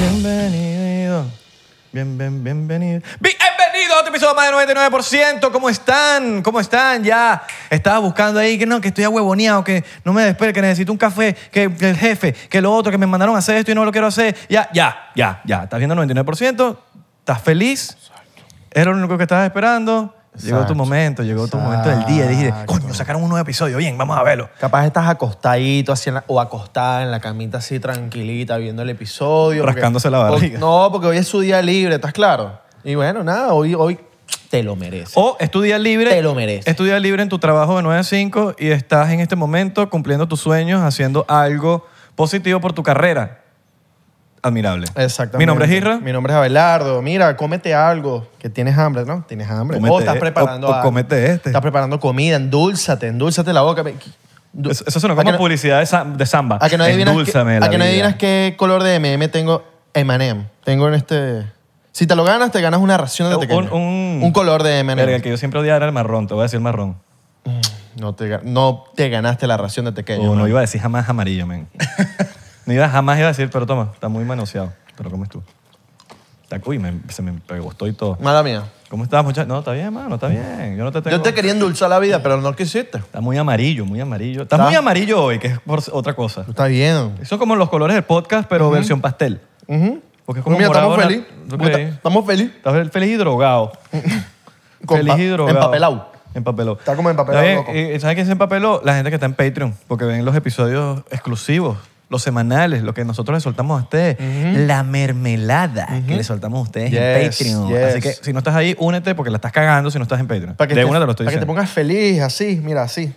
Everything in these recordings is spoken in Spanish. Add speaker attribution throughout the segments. Speaker 1: Bienvenido. Bien, bien, bienvenido. Bienvenido a otro episodio más de 99%. ¿Cómo están? ¿Cómo están? Ya estaba buscando ahí que no, que estoy ahuevoneado, que no me despegue, que necesito un café, que, que el jefe, que lo otro, que me mandaron a hacer esto y no lo quiero hacer. Ya, ya, ya, ya. Estás viendo 99%, estás feliz. Era lo único que estabas esperando. Llegó tu
Speaker 2: Exacto.
Speaker 1: momento, llegó tu momento del día. Dije,
Speaker 2: Exacto.
Speaker 1: coño, sacaron un nuevo episodio. Bien, vamos a verlo.
Speaker 2: Capaz estás acostadito así en la- o acostada en la camita así tranquilita viendo el episodio. porque-
Speaker 1: Rascándose la
Speaker 2: o-
Speaker 1: barriga.
Speaker 2: no, porque hoy es su día libre, ¿estás claro? Y bueno, nada, hoy, hoy te lo mereces.
Speaker 1: O estudiar libre.
Speaker 2: Te lo mereces.
Speaker 1: Estudiar libre en tu trabajo de 9 a 5 y estás en este momento cumpliendo tus sueños, haciendo algo positivo por tu carrera. Admirable.
Speaker 2: Exactamente.
Speaker 1: Mi nombre es Isra.
Speaker 2: Mi nombre es Abelardo. Mira, cómete algo, que tienes hambre, ¿no? Tienes hambre.
Speaker 1: Cómete
Speaker 2: o estás
Speaker 1: e-
Speaker 2: preparando
Speaker 1: o- o
Speaker 2: algo.
Speaker 1: cómete este.
Speaker 2: Estás preparando comida, endúlzate, endúlzate la boca. Du-
Speaker 1: Eso, eso suena
Speaker 2: ¿A
Speaker 1: como
Speaker 2: que no-
Speaker 1: publicidad de, sa- de samba.
Speaker 2: A que no adivinas, qué-
Speaker 1: Endúlzame la
Speaker 2: a que no
Speaker 1: vida.
Speaker 2: adivinas qué color de M&M tengo M&M. Tengo en este... Si te lo ganas, te ganas una ración de
Speaker 1: Un-
Speaker 2: tequeño.
Speaker 1: un-
Speaker 2: Un color de M&M.
Speaker 1: Verga, el que yo siempre odiaba era el marrón. Te voy a decir el marrón.
Speaker 2: No, te, ga- no te ganaste la ración de
Speaker 1: O
Speaker 2: tequeño.
Speaker 1: no
Speaker 2: man.
Speaker 1: iba a decir jamás amarillo, men. no iba, jamás iba a decir, pero toma, está muy manoseado. Pero comes tú. Está- Uy, me- se me gustó y todo.
Speaker 2: Mala mía.
Speaker 1: ¿Cómo estás, muchachos? No, está bien, mano, está bien. Yo no te tengo...
Speaker 2: Yo te quería endulzar la vida, pero no quisiste.
Speaker 1: Está muy amarillo, muy amarillo. Está
Speaker 2: Está-
Speaker 1: muy amarillo hoy, que es por otra cosa.
Speaker 2: Está bien.
Speaker 1: Son como los colores del podcast, pero versión pastel.
Speaker 2: Ujú.
Speaker 1: Porque es como
Speaker 2: Mira, estamos
Speaker 1: morado,
Speaker 2: feliz.
Speaker 1: ¿no?
Speaker 2: Porque
Speaker 1: Ok.
Speaker 2: ta- Estamos feliz.
Speaker 1: Estás feliz y drogado.
Speaker 2: Con
Speaker 1: feliz
Speaker 2: pa-
Speaker 1: y drogado.
Speaker 2: Empapelado.
Speaker 1: Empapelado.
Speaker 2: Está como empapelado,
Speaker 1: Está
Speaker 2: loco.
Speaker 1: bien, ¿Y ¿Sabes quién se empapeló? La gente que está en Patreon, porque ven los episodios exclusivos, los semanales, lo que nosotros les soltamos a ustedes. La mermelada que les soltamos a ustedes en
Speaker 2: Yes,
Speaker 1: Patreon.
Speaker 2: yes.
Speaker 1: Así que si no estás ahí, únete porque la estás cagando si no estás en Patreon.
Speaker 2: Para que,
Speaker 1: De
Speaker 2: te,
Speaker 1: una te lo estoy
Speaker 2: para que te
Speaker 1: diciendo.
Speaker 2: pongas feliz, así, mira, así.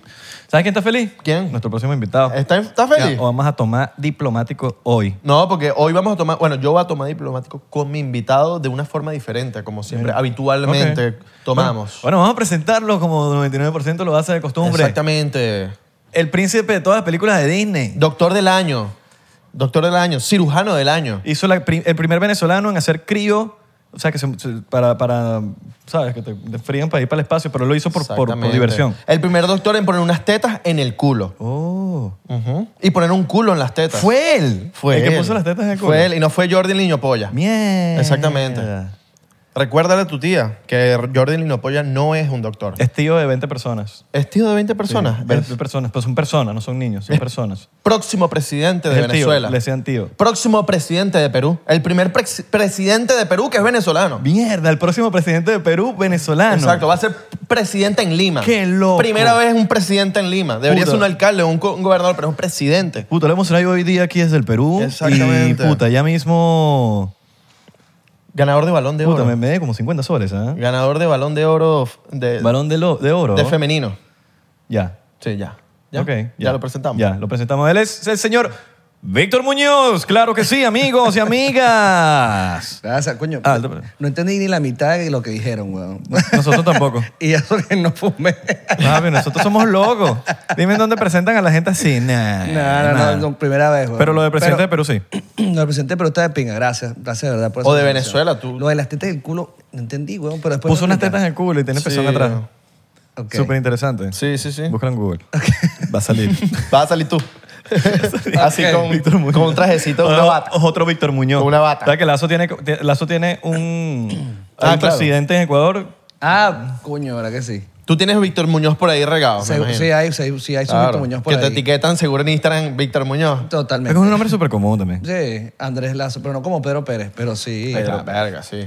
Speaker 1: ¿Sabes quién está feliz?
Speaker 2: ¿Quién?
Speaker 1: Nuestro próximo invitado.
Speaker 2: ¿Estás estás feliz?
Speaker 1: Ya, O vamos a tomar diplomático hoy.
Speaker 2: No, porque hoy vamos a tomar, bueno, yo voy a tomar diplomático con mi invitado de una forma diferente, como siempre, habitualmente
Speaker 1: Ok.
Speaker 2: tomamos.
Speaker 1: Bueno, vamos a presentarlo como 99% lo hace de costumbre.
Speaker 2: Exactamente.
Speaker 1: El príncipe de todas las películas de Disney.
Speaker 2: Doctor del año, doctor del año, cirujano del año.
Speaker 1: Hizo la pri- el primer venezolano en hacer crío, o sea, que se- se- para, para, ¿sabes? Que te, te frían para ir para el espacio, pero lo hizo por, por- por
Speaker 2: Exactamente.
Speaker 1: diversión.
Speaker 2: El primer doctor en poner unas tetas en el culo.
Speaker 1: Oh.
Speaker 2: Ujú. Y poner un culo en las tetas.
Speaker 1: Fue él.
Speaker 2: Fue
Speaker 1: el
Speaker 2: él.
Speaker 1: que puso las tetas en el culo.
Speaker 2: Fue él, y no fue Jordi Niño Polla.
Speaker 1: Mierda.
Speaker 2: Exactamente. Recuérdale a tu tía que Jordi Niño Polla no es un doctor.
Speaker 1: Es tío de 20 personas.
Speaker 2: Es tío de 20 personas.
Speaker 1: Sí, 20
Speaker 2: Es
Speaker 1: personas, pero son personas, no son niños, son personas.
Speaker 2: próximo presidente de
Speaker 1: Es el tío,
Speaker 2: Venezuela.
Speaker 1: le decían tío.
Speaker 2: Próximo presidente de Perú. El primer prex- presidente de Perú que es venezolano.
Speaker 1: Mierda, el próximo presidente de Perú, venezolano.
Speaker 2: Exacto, va a ser presidente en Lima.
Speaker 1: ¡Qué loco!
Speaker 2: Primera vez un presidente en Lima. Debería
Speaker 1: Puta.
Speaker 2: ser un alcalde o un, co- un gobernador, pero es un presidente.
Speaker 1: Puta, lo hemos traído hoy día aquí desde el Perú.
Speaker 2: Exactamente.
Speaker 1: Y puta, ya mismo.
Speaker 2: Ganador de balón de
Speaker 1: Puta,
Speaker 2: oro.
Speaker 1: me, me dé como 50 soles, ¿ah?
Speaker 2: Ganador de balón de oro f- de,
Speaker 1: Balón de, lo- de oro.
Speaker 2: de femenino.
Speaker 1: ya.
Speaker 2: Sí, ya. ¿Ya?
Speaker 1: Ok,
Speaker 2: ya. lo presentamos.
Speaker 1: Ya, lo presentamos. Él es el señor Víctor Muñoz. Claro que sí, amigos y amigas.
Speaker 3: Gracias, coño.
Speaker 1: Ah, te-
Speaker 3: no entendí ni la mitad de lo que dijeron, weón.
Speaker 1: Nosotros tampoco. Ah,
Speaker 3: y eso que no fumé.
Speaker 1: Papi, nosotros somos locos. Dime en dónde presentan a la gente así. Nah,
Speaker 3: no, no,
Speaker 1: nah.
Speaker 3: no, no, primera vez, weón.
Speaker 1: Pero lo de presidente
Speaker 3: Pero-
Speaker 1: de Perú sí.
Speaker 3: Lo de presidente, pero está de pinga, gracias. Gracias de verdad por
Speaker 2: O
Speaker 3: esa
Speaker 2: de
Speaker 3: invitación.
Speaker 2: Venezuela, tú.
Speaker 3: Lo de las tetas del culo, no entendí, weón, pero después.
Speaker 1: Puso unas tetas en el culo y tiene
Speaker 2: Sí.
Speaker 1: pezón atrás.
Speaker 3: Ok.
Speaker 1: Súper interesante.
Speaker 2: Sí, sí, sí.
Speaker 1: Búscalo en Google. Va a salir.
Speaker 2: Vas a salir tú. Así
Speaker 3: Ok.
Speaker 1: Víctor
Speaker 2: con,
Speaker 1: Muñoz. Oh.
Speaker 2: con un trajecito, una
Speaker 1: O-
Speaker 2: bata.
Speaker 1: o- Otro Víctor Muñoz.
Speaker 2: Con una bata.
Speaker 1: ¿Sabes que Lazo tiene, Lazo tiene un,
Speaker 2: Ah,
Speaker 1: un
Speaker 2: claro.
Speaker 1: presidente en Ecuador?
Speaker 3: Ah, coño, ¿verdad que sí?
Speaker 2: Tú tienes Víctor Muñoz por ahí regado. me
Speaker 3: Sí,
Speaker 2: imagino.
Speaker 3: sí hay, sí, hay- sí hay
Speaker 2: Claro.
Speaker 3: Sumito Muñoz por
Speaker 2: que te
Speaker 3: ahí.
Speaker 2: etiquetan seguro en Instagram Víctor Muñoz.
Speaker 1: Es
Speaker 3: Totalmente.
Speaker 1: un nombre súper común también.
Speaker 3: Sí, Andrés Lazo, pero no como Pedro Pérez, pero sí.
Speaker 2: Pero,
Speaker 3: claro.
Speaker 2: verga, sí.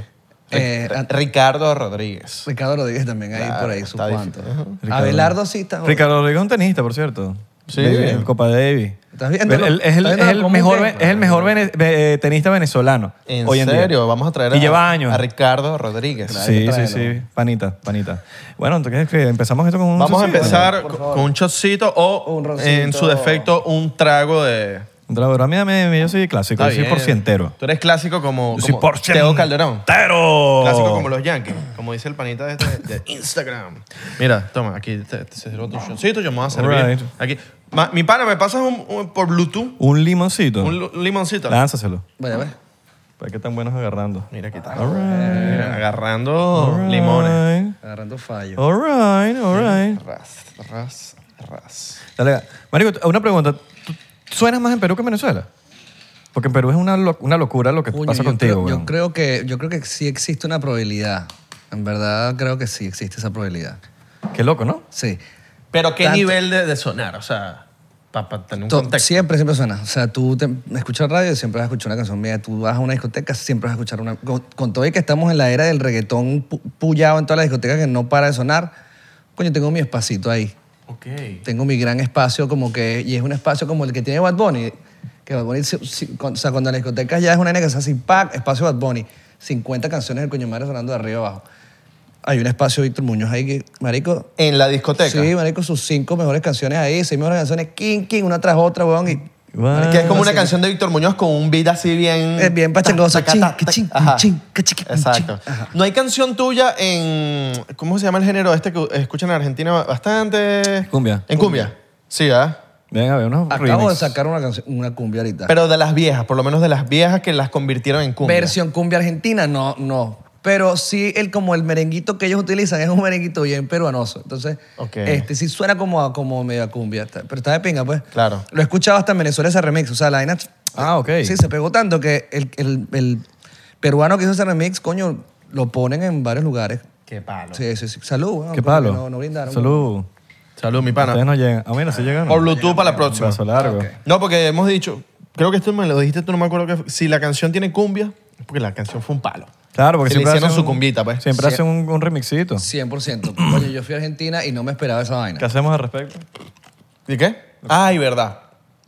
Speaker 3: Eh,
Speaker 2: Ri- Ricardo Rodríguez.
Speaker 3: Ricardo Rodríguez también hay
Speaker 2: Claro,
Speaker 3: por ahí, sus
Speaker 2: está
Speaker 3: cuantos.
Speaker 2: difícil.
Speaker 1: Ricardo.
Speaker 3: Abelardo sí está.
Speaker 1: Ricardo Rodríguez es un tenista, por cierto.
Speaker 2: Sí.
Speaker 1: De- el Copa Davis.
Speaker 3: ¿Estás viendo?
Speaker 1: Pero él es el,
Speaker 3: ¿Estás viendo
Speaker 1: es el
Speaker 3: cómo
Speaker 1: mejor,
Speaker 3: que-
Speaker 1: ve- es el mejor vene- ve- eh, tenista venezolano.
Speaker 2: ¿En
Speaker 1: hoy en día.
Speaker 2: serio? Vamos a traer
Speaker 1: Y
Speaker 2: a,
Speaker 1: lleva años.
Speaker 2: a Ricardo Rodríguez.
Speaker 1: Sí, sí,
Speaker 3: tráelo.
Speaker 1: sí. Panita, panita. Bueno, entonces que empezamos esto con un.
Speaker 2: Vamos a
Speaker 1: shotcito?
Speaker 2: empezar
Speaker 3: Por
Speaker 2: con
Speaker 3: favor.
Speaker 2: con un chocito o,
Speaker 3: Un roncito.
Speaker 2: en su defecto, un trago de...
Speaker 1: Un trago. A mí, a mí- yo soy clásico,
Speaker 2: Está
Speaker 1: yo soy
Speaker 2: bien.
Speaker 1: porcientero.
Speaker 2: Tú eres clásico como,
Speaker 1: Yo soy
Speaker 2: como
Speaker 1: porcientero.
Speaker 2: Teo Calderón.
Speaker 1: ¡Tero!
Speaker 2: Clásico como los Yankees, como dice el panita de, este- de Instagram. Mira, toma, aquí te, te sirvo tu shotcito, yo me voy a servir.
Speaker 1: Alright.
Speaker 2: Aquí. Ma- mi pana, ¿me pasas un, un- por Bluetooth
Speaker 1: Un limoncito.
Speaker 2: un, lu- un limoncito?
Speaker 1: Lánzaselo. Pues
Speaker 3: Vaya, vaya.
Speaker 1: ¿Para qué tan buenos agarrando?
Speaker 2: Mira, aquí está.
Speaker 1: All right.
Speaker 2: Mira, agarrando
Speaker 1: all right,
Speaker 2: limones.
Speaker 3: Agarrando fallo.
Speaker 1: All right, all right.
Speaker 2: Ras, ras, ras.
Speaker 1: Dale, Marico, una pregunta. ¿Tú suenas más en Perú que en Venezuela? Porque en Perú es una, lo- una locura lo que
Speaker 3: Coño,
Speaker 1: pasa
Speaker 3: yo
Speaker 1: contigo,
Speaker 3: creo-
Speaker 1: weón.
Speaker 3: yo creo que Yo creo que sí existe una probabilidad. En verdad creo que sí existe esa probabilidad.
Speaker 1: Qué loco, ¿no?
Speaker 3: Sí.
Speaker 2: Pero qué
Speaker 3: Tanto-
Speaker 2: nivel de, de sonar, o sea, para tener un
Speaker 3: To-
Speaker 2: contexto.
Speaker 3: Siempre, siempre suena. O sea, tú te, escuchas radio y siempre vas a escuchar una canción mía. Tú vas a una discoteca, siempre vas a escuchar una. Con, con todo y que estamos en la era del reggaetón pu- pullado en todas las discotecas que no para de sonar, coño, tengo mi espacito ahí.
Speaker 2: Ok.
Speaker 3: Tengo mi gran espacio como que. Y es un espacio como el que tiene Bad Bunny. Que Bad Bunny, si- si- con- o sea, cuando en las discotecas ya es una nena que se hace pack, espacio Bad Bunny. 50 canciones del coño madre sonando de arriba abajo. Hay un espacio Víctor Muñoz ahí que, marico,
Speaker 2: En la discoteca.
Speaker 3: Sí, marico, sus cinco mejores canciones ahí, seis mejores canciones, king, king, una tras otra, weón. Y
Speaker 1: Guau.
Speaker 2: Que es como una canción de Víctor Muñoz con un beat así bien...
Speaker 3: Es bien pachangoso.
Speaker 2: Taca,
Speaker 3: Chin,
Speaker 2: taca, taca.
Speaker 3: chin,
Speaker 2: Ajá.
Speaker 3: chin, cachiqui, chin.
Speaker 2: Exacto.
Speaker 3: Ajá.
Speaker 2: No hay canción tuya en... ¿Cómo se llama el género este que escuchan en Argentina bastante?
Speaker 1: Cumbia.
Speaker 2: En cumbia. Sí, ¿verdad?
Speaker 1: Ven a ver unos
Speaker 3: acabo de
Speaker 1: remix.
Speaker 3: sacar una, canción- una cumbia ahorita.
Speaker 2: Pero de las viejas, por lo menos de las viejas que las convirtieron en cumbia.
Speaker 3: Versión cumbia argentina, no, no. Pero sí, el, como el merenguito que ellos utilizan es un merenguito bien peruanoso. Entonces,
Speaker 2: Ok.
Speaker 3: este sí suena como, a- como medio a cumbia, está- pero está de pinga, pues.
Speaker 2: Claro.
Speaker 3: Lo he escuchado hasta en Venezuela ese remix, o sea, la vaina...
Speaker 1: Ah, ok.
Speaker 3: Sí, se pegó tanto que el, el- el peruano que hizo ese remix, coño, lo ponen en varios lugares.
Speaker 2: Qué palo.
Speaker 3: Sí, sí, sí. Salud, weón,
Speaker 1: Qué
Speaker 3: porque
Speaker 1: palo.
Speaker 3: No, no brindaron.
Speaker 1: Salud.
Speaker 2: Salud, mi
Speaker 1: Ustedes
Speaker 2: pana. Ah,
Speaker 1: no llegan. Ah, A mí no se llegan.
Speaker 2: Por Bluetooth para la próxima.
Speaker 1: Brazo largo.
Speaker 2: No, porque hemos dicho... Creo que esto me lo dijiste tú, no me acuerdo que... Si la canción tiene cumbia, es porque la canción fue un palo.
Speaker 1: Claro, porque
Speaker 2: Se le
Speaker 1: siempre
Speaker 2: hicieron
Speaker 1: hacen
Speaker 2: su cumbita, pues.
Speaker 1: Siempre hacen un, un remixito.
Speaker 3: 100%. Coño, yo fui a Argentina y no me esperaba esa vaina.
Speaker 1: ¿Qué hacemos al respecto?
Speaker 2: ¿Y qué? Ay, verdad.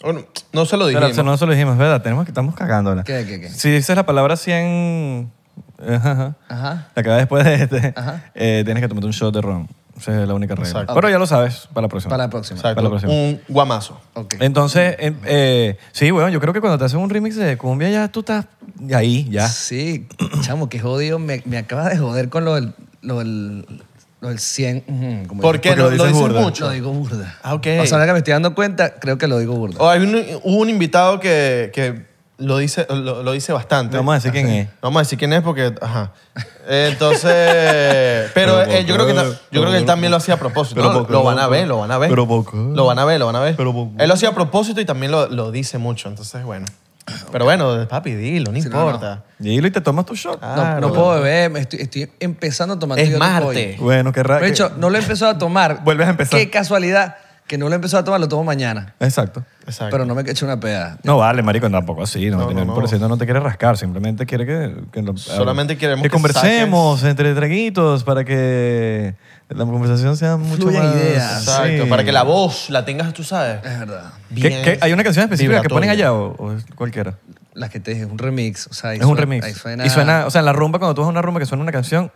Speaker 2: Bueno, no se lo
Speaker 1: Pero
Speaker 2: dijimos.
Speaker 1: eso no se lo dijimos, ¿verdad? Tenemos que estamos cagándola.
Speaker 3: ¿Qué, qué, qué?
Speaker 1: Si dices la palabra 100... Ajá, ajá.
Speaker 3: Ajá.
Speaker 1: La que va después de este,
Speaker 3: Ajá.
Speaker 1: eh, tienes que tomarte un shot de ron. Esa es la única regla.
Speaker 2: Exacto.
Speaker 1: Pero ya lo sabes para la próxima.
Speaker 3: Para la próxima.
Speaker 2: Exacto,
Speaker 1: Para la próxima.
Speaker 2: Un guamazo.
Speaker 3: Ok.
Speaker 1: Entonces, eh, eh, sí, bueno, yo creo que cuando te hacen un remix de cumbia ya tú estás ahí, ya.
Speaker 2: Ah,
Speaker 3: Sí, Ah, chamo, qué jodido. Me, me acabas de joder con lo del, lo del, lo del 100. ujú, como
Speaker 2: ¿Por
Speaker 3: digo.
Speaker 2: qué
Speaker 1: Porque
Speaker 2: no
Speaker 1: lo
Speaker 2: lo
Speaker 1: dices
Speaker 2: dices
Speaker 1: burda.
Speaker 2: mucho?
Speaker 3: Lo digo burda.
Speaker 2: Ah, ok. Oh,
Speaker 3: O sea, ahora que me estoy dando cuenta, creo que lo digo burda.
Speaker 2: O hay un, hubo un invitado que, que lo, dice, lo, lo dice bastante.
Speaker 1: No vamos a decir quién es.
Speaker 2: No vamos a decir quién es porque, ajá. Entonces, pero
Speaker 1: Pero
Speaker 2: eh, yo creo que ta-
Speaker 1: poco,
Speaker 2: yo creo que él
Speaker 1: pero
Speaker 2: también lo hacía a propósito.
Speaker 1: pero
Speaker 2: No,
Speaker 1: poco,
Speaker 2: lo van a ver,
Speaker 1: poco.
Speaker 2: lo van a ver.
Speaker 1: Pero poco.
Speaker 2: Lo van a ver, lo van a ver.
Speaker 1: Pero poco.
Speaker 2: Él lo hacía a propósito y también lo, lo dice mucho, entonces bueno. Pero bueno, papi, dilo, no
Speaker 3: Sí, no, no.
Speaker 2: importa.
Speaker 1: Dilo y te tomas tu shot.
Speaker 2: Ah,
Speaker 3: no,
Speaker 2: claro.
Speaker 3: no puedo beber, me estoy, estoy empezando a tomar.
Speaker 2: Es
Speaker 3: yo no
Speaker 2: Marte.
Speaker 3: voy.
Speaker 1: Bueno, qué raro.
Speaker 3: De hecho, no lo he empezado a tomar.
Speaker 1: Vuelves a empezar.
Speaker 3: Qué casualidad que no lo he empezado a tomar, lo tomo mañana.
Speaker 1: Exacto.
Speaker 2: Exacto.
Speaker 3: Pero no me he hecho una peda.
Speaker 1: No vale, marico, tampoco así. No,
Speaker 2: No, no,
Speaker 1: El
Speaker 2: no.
Speaker 1: pobrecito no te quiere rascar, simplemente quiere que... que lo- eh,
Speaker 2: Solamente queremos
Speaker 1: que
Speaker 2: que
Speaker 1: conversemos entre traguitos para que la conversación sea mucho
Speaker 3: Fluyan
Speaker 1: más...
Speaker 3: ideas.
Speaker 2: Exacto,
Speaker 1: sí.
Speaker 2: para que la voz la tengas, tú sabes.
Speaker 3: Es verdad.
Speaker 1: ¿Qué-
Speaker 2: bien
Speaker 1: qué- ¿Hay una canción específica que ponen
Speaker 2: vibratoria.
Speaker 1: allá o, o es cualquiera?
Speaker 3: Las que te dije, es un remix. O sea, ahí
Speaker 1: es un
Speaker 3: suena-
Speaker 1: remix.
Speaker 3: ahí suena-
Speaker 1: Y suena, o sea, en la rumba, cuando tú vas a una rumba que suena una canción,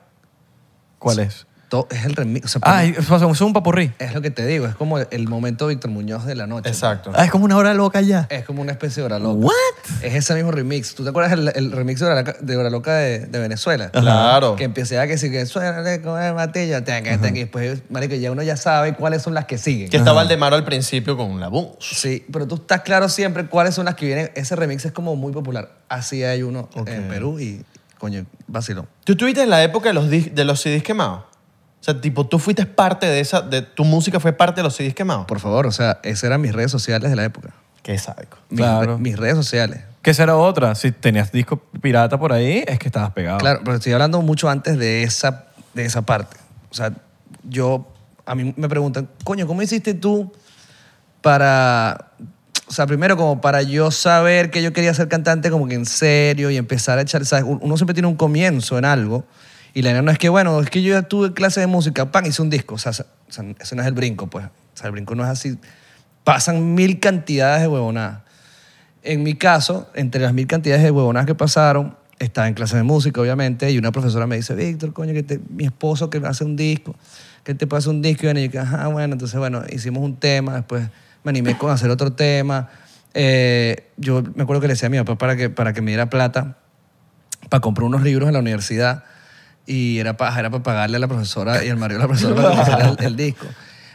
Speaker 1: ¿cuál es?
Speaker 3: To- es el remix. O sea,
Speaker 1: Ah, y- o sea, es un papurrí.
Speaker 3: es lo que te digo, es como el momento Víctor Muñoz de la noche.
Speaker 2: Exacto.
Speaker 1: Ah, es como una hora loca ya.
Speaker 3: Es como una especie de hora loca.
Speaker 1: What?
Speaker 3: Es ese mismo remix. ¿Tú te acuerdas el, el remix de hora loca de, Hora Loca de- de Venezuela?
Speaker 2: Claro.
Speaker 3: Que empecé a que sí, que suena con el matilla, tenga, tenga, este", y después, marico, ya uno ya sabe cuáles son las que siguen.
Speaker 2: Que estaba Valdemaro al principio con la voz.
Speaker 3: Sí, pero tú estás claro siempre cuáles son las que vienen. Ese remix es como muy popular. Así hay uno en Perú y, coño, vacilón.
Speaker 2: ¿Tú estuviste en la época de los, dis- de los CDs quemados? O sea, tipo, tú fuiste parte de esa, de tu música fue parte de los CDs quemados.
Speaker 3: Por favor, o sea, esas eran mis redes sociales de la época.
Speaker 2: Qué sádico.
Speaker 3: Mis,
Speaker 1: Claro.
Speaker 3: re- mis redes sociales.
Speaker 1: ¿Qué será otra? Si tenías disco pirata por ahí, es que estabas pegado.
Speaker 3: Claro, pero estoy hablando mucho antes de esa, de esa parte. O sea, yo, a mí me preguntan, coño, ¿cómo hiciste tú para, o sea, primero como para yo saber que yo quería ser cantante como que en serio y empezar a echar, ¿sabes? Uno siempre tiene un comienzo en algo y la idea no es que, bueno, es que yo ya tuve clase de música, pan, hice un disco, o sea, sa- o sea, ese no es el brinco, pues, o sea, el brinco no es así, pasan mil cantidades de huevonadas. En mi caso, entre las mil cantidades de huevonadas que pasaron, estaba en clase de música, obviamente, y una profesora me dice, Víctor, coño, que te- mi esposo que hace un disco, que te pasa un disco, y bueno, yo que, ajá, bueno, entonces, bueno, hicimos un tema, después me animé con hacer otro tema. Eh, yo me acuerdo que le decía a mi papá para que, para que me diera plata para comprar unos libros en la universidad y era para, era para pagarle a la profesora y al marido de la profesora para que me hiciera el, el disco.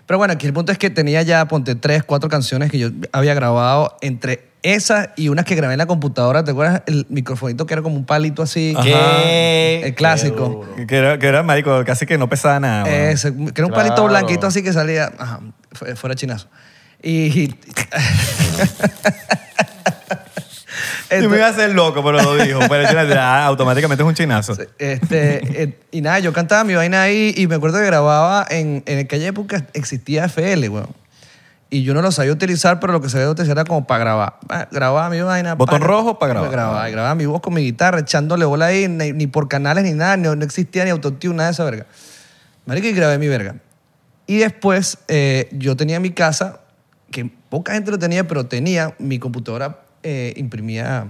Speaker 3: Pero bueno, aquí el punto es que tenía ya, ponte, tres, cuatro canciones que yo había grabado entre esas y unas que grabé en la computadora. ¿Te acuerdas el microfonito que era como un palito así?
Speaker 1: Ajá.
Speaker 2: ¿Qué?
Speaker 3: El clásico. Ah,
Speaker 1: Que era, que era marico, casi que no pesaba nada. weón.
Speaker 3: Ese, que era un palito
Speaker 2: Claro.
Speaker 3: blanquito así que salía, ajá, fu- fuera chinazo. Y...
Speaker 1: Yo
Speaker 3: Esto-
Speaker 1: me iba a hacer loco, pero lo dijo. Pero yo le dije, ah, automáticamente es un chinazo.
Speaker 3: Este, eh, y nada, yo cantaba mi vaina ahí y me acuerdo que grababa en, en aquella época existía FL, weón. Y yo no lo sabía utilizar, pero lo que sabía utilizar era como para grabar. Ah, Grababa mi vaina.
Speaker 1: Botón
Speaker 3: pa,
Speaker 1: rojo para grabar. Ah.
Speaker 3: Grababa, y grababa mi voz con mi guitarra, echándole bola ahí, ni, ni por canales ni nada, ni- no existía ni autotune, nada de esa verga. Marica, y grabé mi verga. Y después eh, yo tenía en mi casa, que poca gente lo tenía, pero tenía, mi computadora eh, imprimía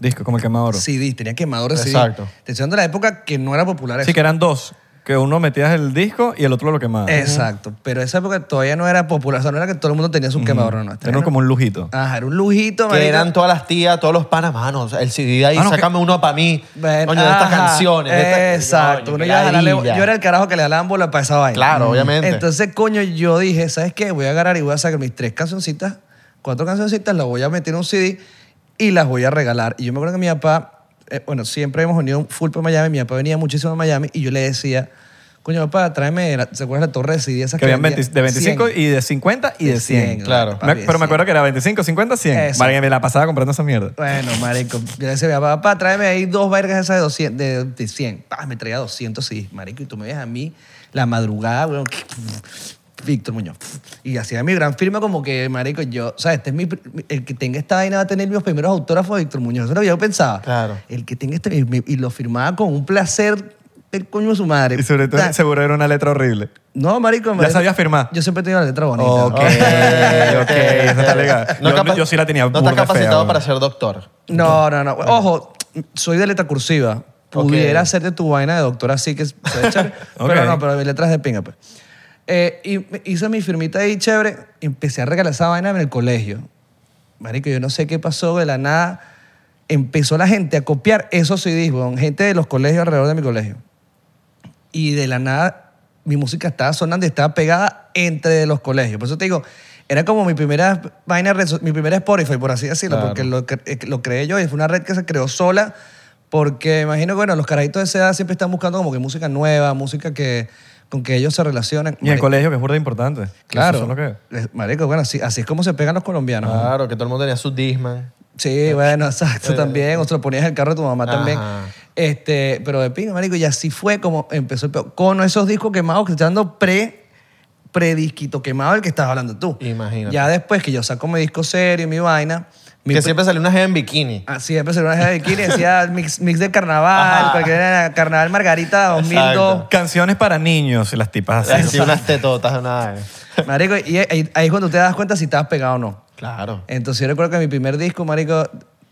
Speaker 1: Disco como el quemador. Sí,
Speaker 3: CDs, tenía quemadores CDs.
Speaker 2: Exacto.
Speaker 3: Te estoy hablando de la época que no era popular eso.
Speaker 1: que eran dos. Que uno metías el disco y el otro lo quemabas.
Speaker 3: Exacto. Pero esa época todavía no era popular. O sea, no era que todo el mundo tenía su quemador. No, no.
Speaker 1: Era como un lujito.
Speaker 3: Ajá, era un lujito.
Speaker 2: Que
Speaker 3: marica.
Speaker 2: eran todas las tías, todos los panamanos. El CD ahí,
Speaker 1: Ah, no,
Speaker 2: sácame uno para mí.
Speaker 3: Ven,
Speaker 2: coño, de estas
Speaker 3: ajá,
Speaker 2: canciones. de estas-
Speaker 3: Exacto.
Speaker 2: Coño,
Speaker 3: Uno
Speaker 2: qué
Speaker 3: iba a jalarle-
Speaker 2: ladilla.
Speaker 3: yo era el carajo que le jalaban bola para esa vaina.
Speaker 1: Mm.
Speaker 2: Claro, obviamente.
Speaker 3: Entonces, coño, yo dije, ¿sabes qué? Voy a agarrar y voy a sacar mis tres cancioncitas, cuatro cancioncitas, las voy a meter en un CD y las voy a regalar. Y yo me acuerdo que mi papá, eh, bueno, siempre hemos unido un full para Miami, mi papá venía muchísimo a Miami y yo le decía, coño, papá, tráeme, la- ¿se acuerdas la torre de CD? Esas
Speaker 1: Que habían 20
Speaker 3: vendían?
Speaker 1: de 25
Speaker 3: Cien.
Speaker 1: y de 50 y de
Speaker 3: De
Speaker 1: 100.
Speaker 3: 100,
Speaker 2: claro.
Speaker 1: Me- pero me acuerdo
Speaker 3: Papi,
Speaker 1: que era 25, 50, 100.
Speaker 3: Eso.
Speaker 1: Vale, me la pasaba comprando esa mierda.
Speaker 3: Bueno, marico, yo le decía, a mi papá, papá, tráeme ahí dos vergas esas de, 200, de, de 100. Pa, me traía 200 sí, marico, y tú me ves a mí la madrugada, weón. Víctor Muñoz. Y hacía mi gran firma como que, marico, yo, o sea, este es mi, pr- mi- el que tenga esta vaina va a tener mis primeros autógrafos de Víctor Muñoz. Eso es lo que yo pensaba.
Speaker 2: Claro.
Speaker 3: El que tenga este, y me- y lo firmaba con un placer el coño de su madre.
Speaker 1: Y sobre todo,
Speaker 3: Ta-
Speaker 1: seguro era una letra horrible.
Speaker 3: No, marico.
Speaker 1: ¿Ya
Speaker 3: marico,
Speaker 1: sabías firmar?
Speaker 3: Yo siempre he tenido la letra bonita.
Speaker 1: Ok, ok, eso está legal.
Speaker 2: No
Speaker 1: yo,
Speaker 2: capa-
Speaker 1: yo sí la tenía
Speaker 2: No
Speaker 1: burda
Speaker 2: estás
Speaker 1: fea,
Speaker 2: capacitado
Speaker 1: weón.
Speaker 2: para ser doctor.
Speaker 3: No, no, no. Ojo, soy de letra cursiva. Pudiera
Speaker 2: Ok.
Speaker 3: hacerte tu vaina de doctora así que se echa. Pero
Speaker 1: Ok.
Speaker 3: no, pero mi letra es de pinga, pues. Eh, y me- hice mi firmita ahí chévere. Empecé a regalar esa vaina en el colegio. Marico, yo no sé qué pasó de la nada. Empezó la gente a copiar esos CDs, weón. Gente de los colegios alrededor de mi colegio. Y de la nada, mi música estaba sonando y estaba pegada entre los colegios. Por eso te digo, era como mi primera vaina, red so- mi primera Spotify, por así decirlo,
Speaker 2: Claro.
Speaker 3: porque lo, cre- eh, lo creé yo y fue una red que se creó sola. Porque imagino que, bueno, los carajitos de esa edad siempre están buscando como que música nueva, música que, con que ellos se relacionan.
Speaker 1: Y en el
Speaker 3: Mari-
Speaker 1: colegio, que es burda importante.
Speaker 3: Claro.
Speaker 1: Eso es Ah. lo que-
Speaker 3: Es- Marico, bueno, así, así es como se pegan los colombianos. ¿no?
Speaker 2: Claro, que todo el mundo tenía su Disman.
Speaker 3: Sí, bueno, exacto,
Speaker 1: Eh.
Speaker 3: también. O se lo ponías en el carro de tu mamá
Speaker 2: Ajá.
Speaker 3: también. Este, pero de pinga, marico, y así fue como empezó el peo. Con esos discos quemados, que estoy dando pre, predisquito quemado, el que estabas hablando tú.
Speaker 2: Imagínate.
Speaker 3: Ya después que yo saco mi disco serio y mi vaina, mi
Speaker 2: que
Speaker 3: pre-
Speaker 2: siempre salió una jeva en bikini.
Speaker 3: Ah, siempre salió una jeva de bikini, decía mix, mix de carnaval,
Speaker 2: Ajá.
Speaker 3: cualquier era carnaval Margarita 2002.
Speaker 2: Exacto.
Speaker 1: Canciones para niños, las tipas así.
Speaker 2: Así unas tetotas, una...
Speaker 3: Marico, y ahí, ahí es cuando te das cuenta si estabas pegado o no.
Speaker 2: Claro.
Speaker 3: Entonces yo recuerdo que mi primer disco, marico,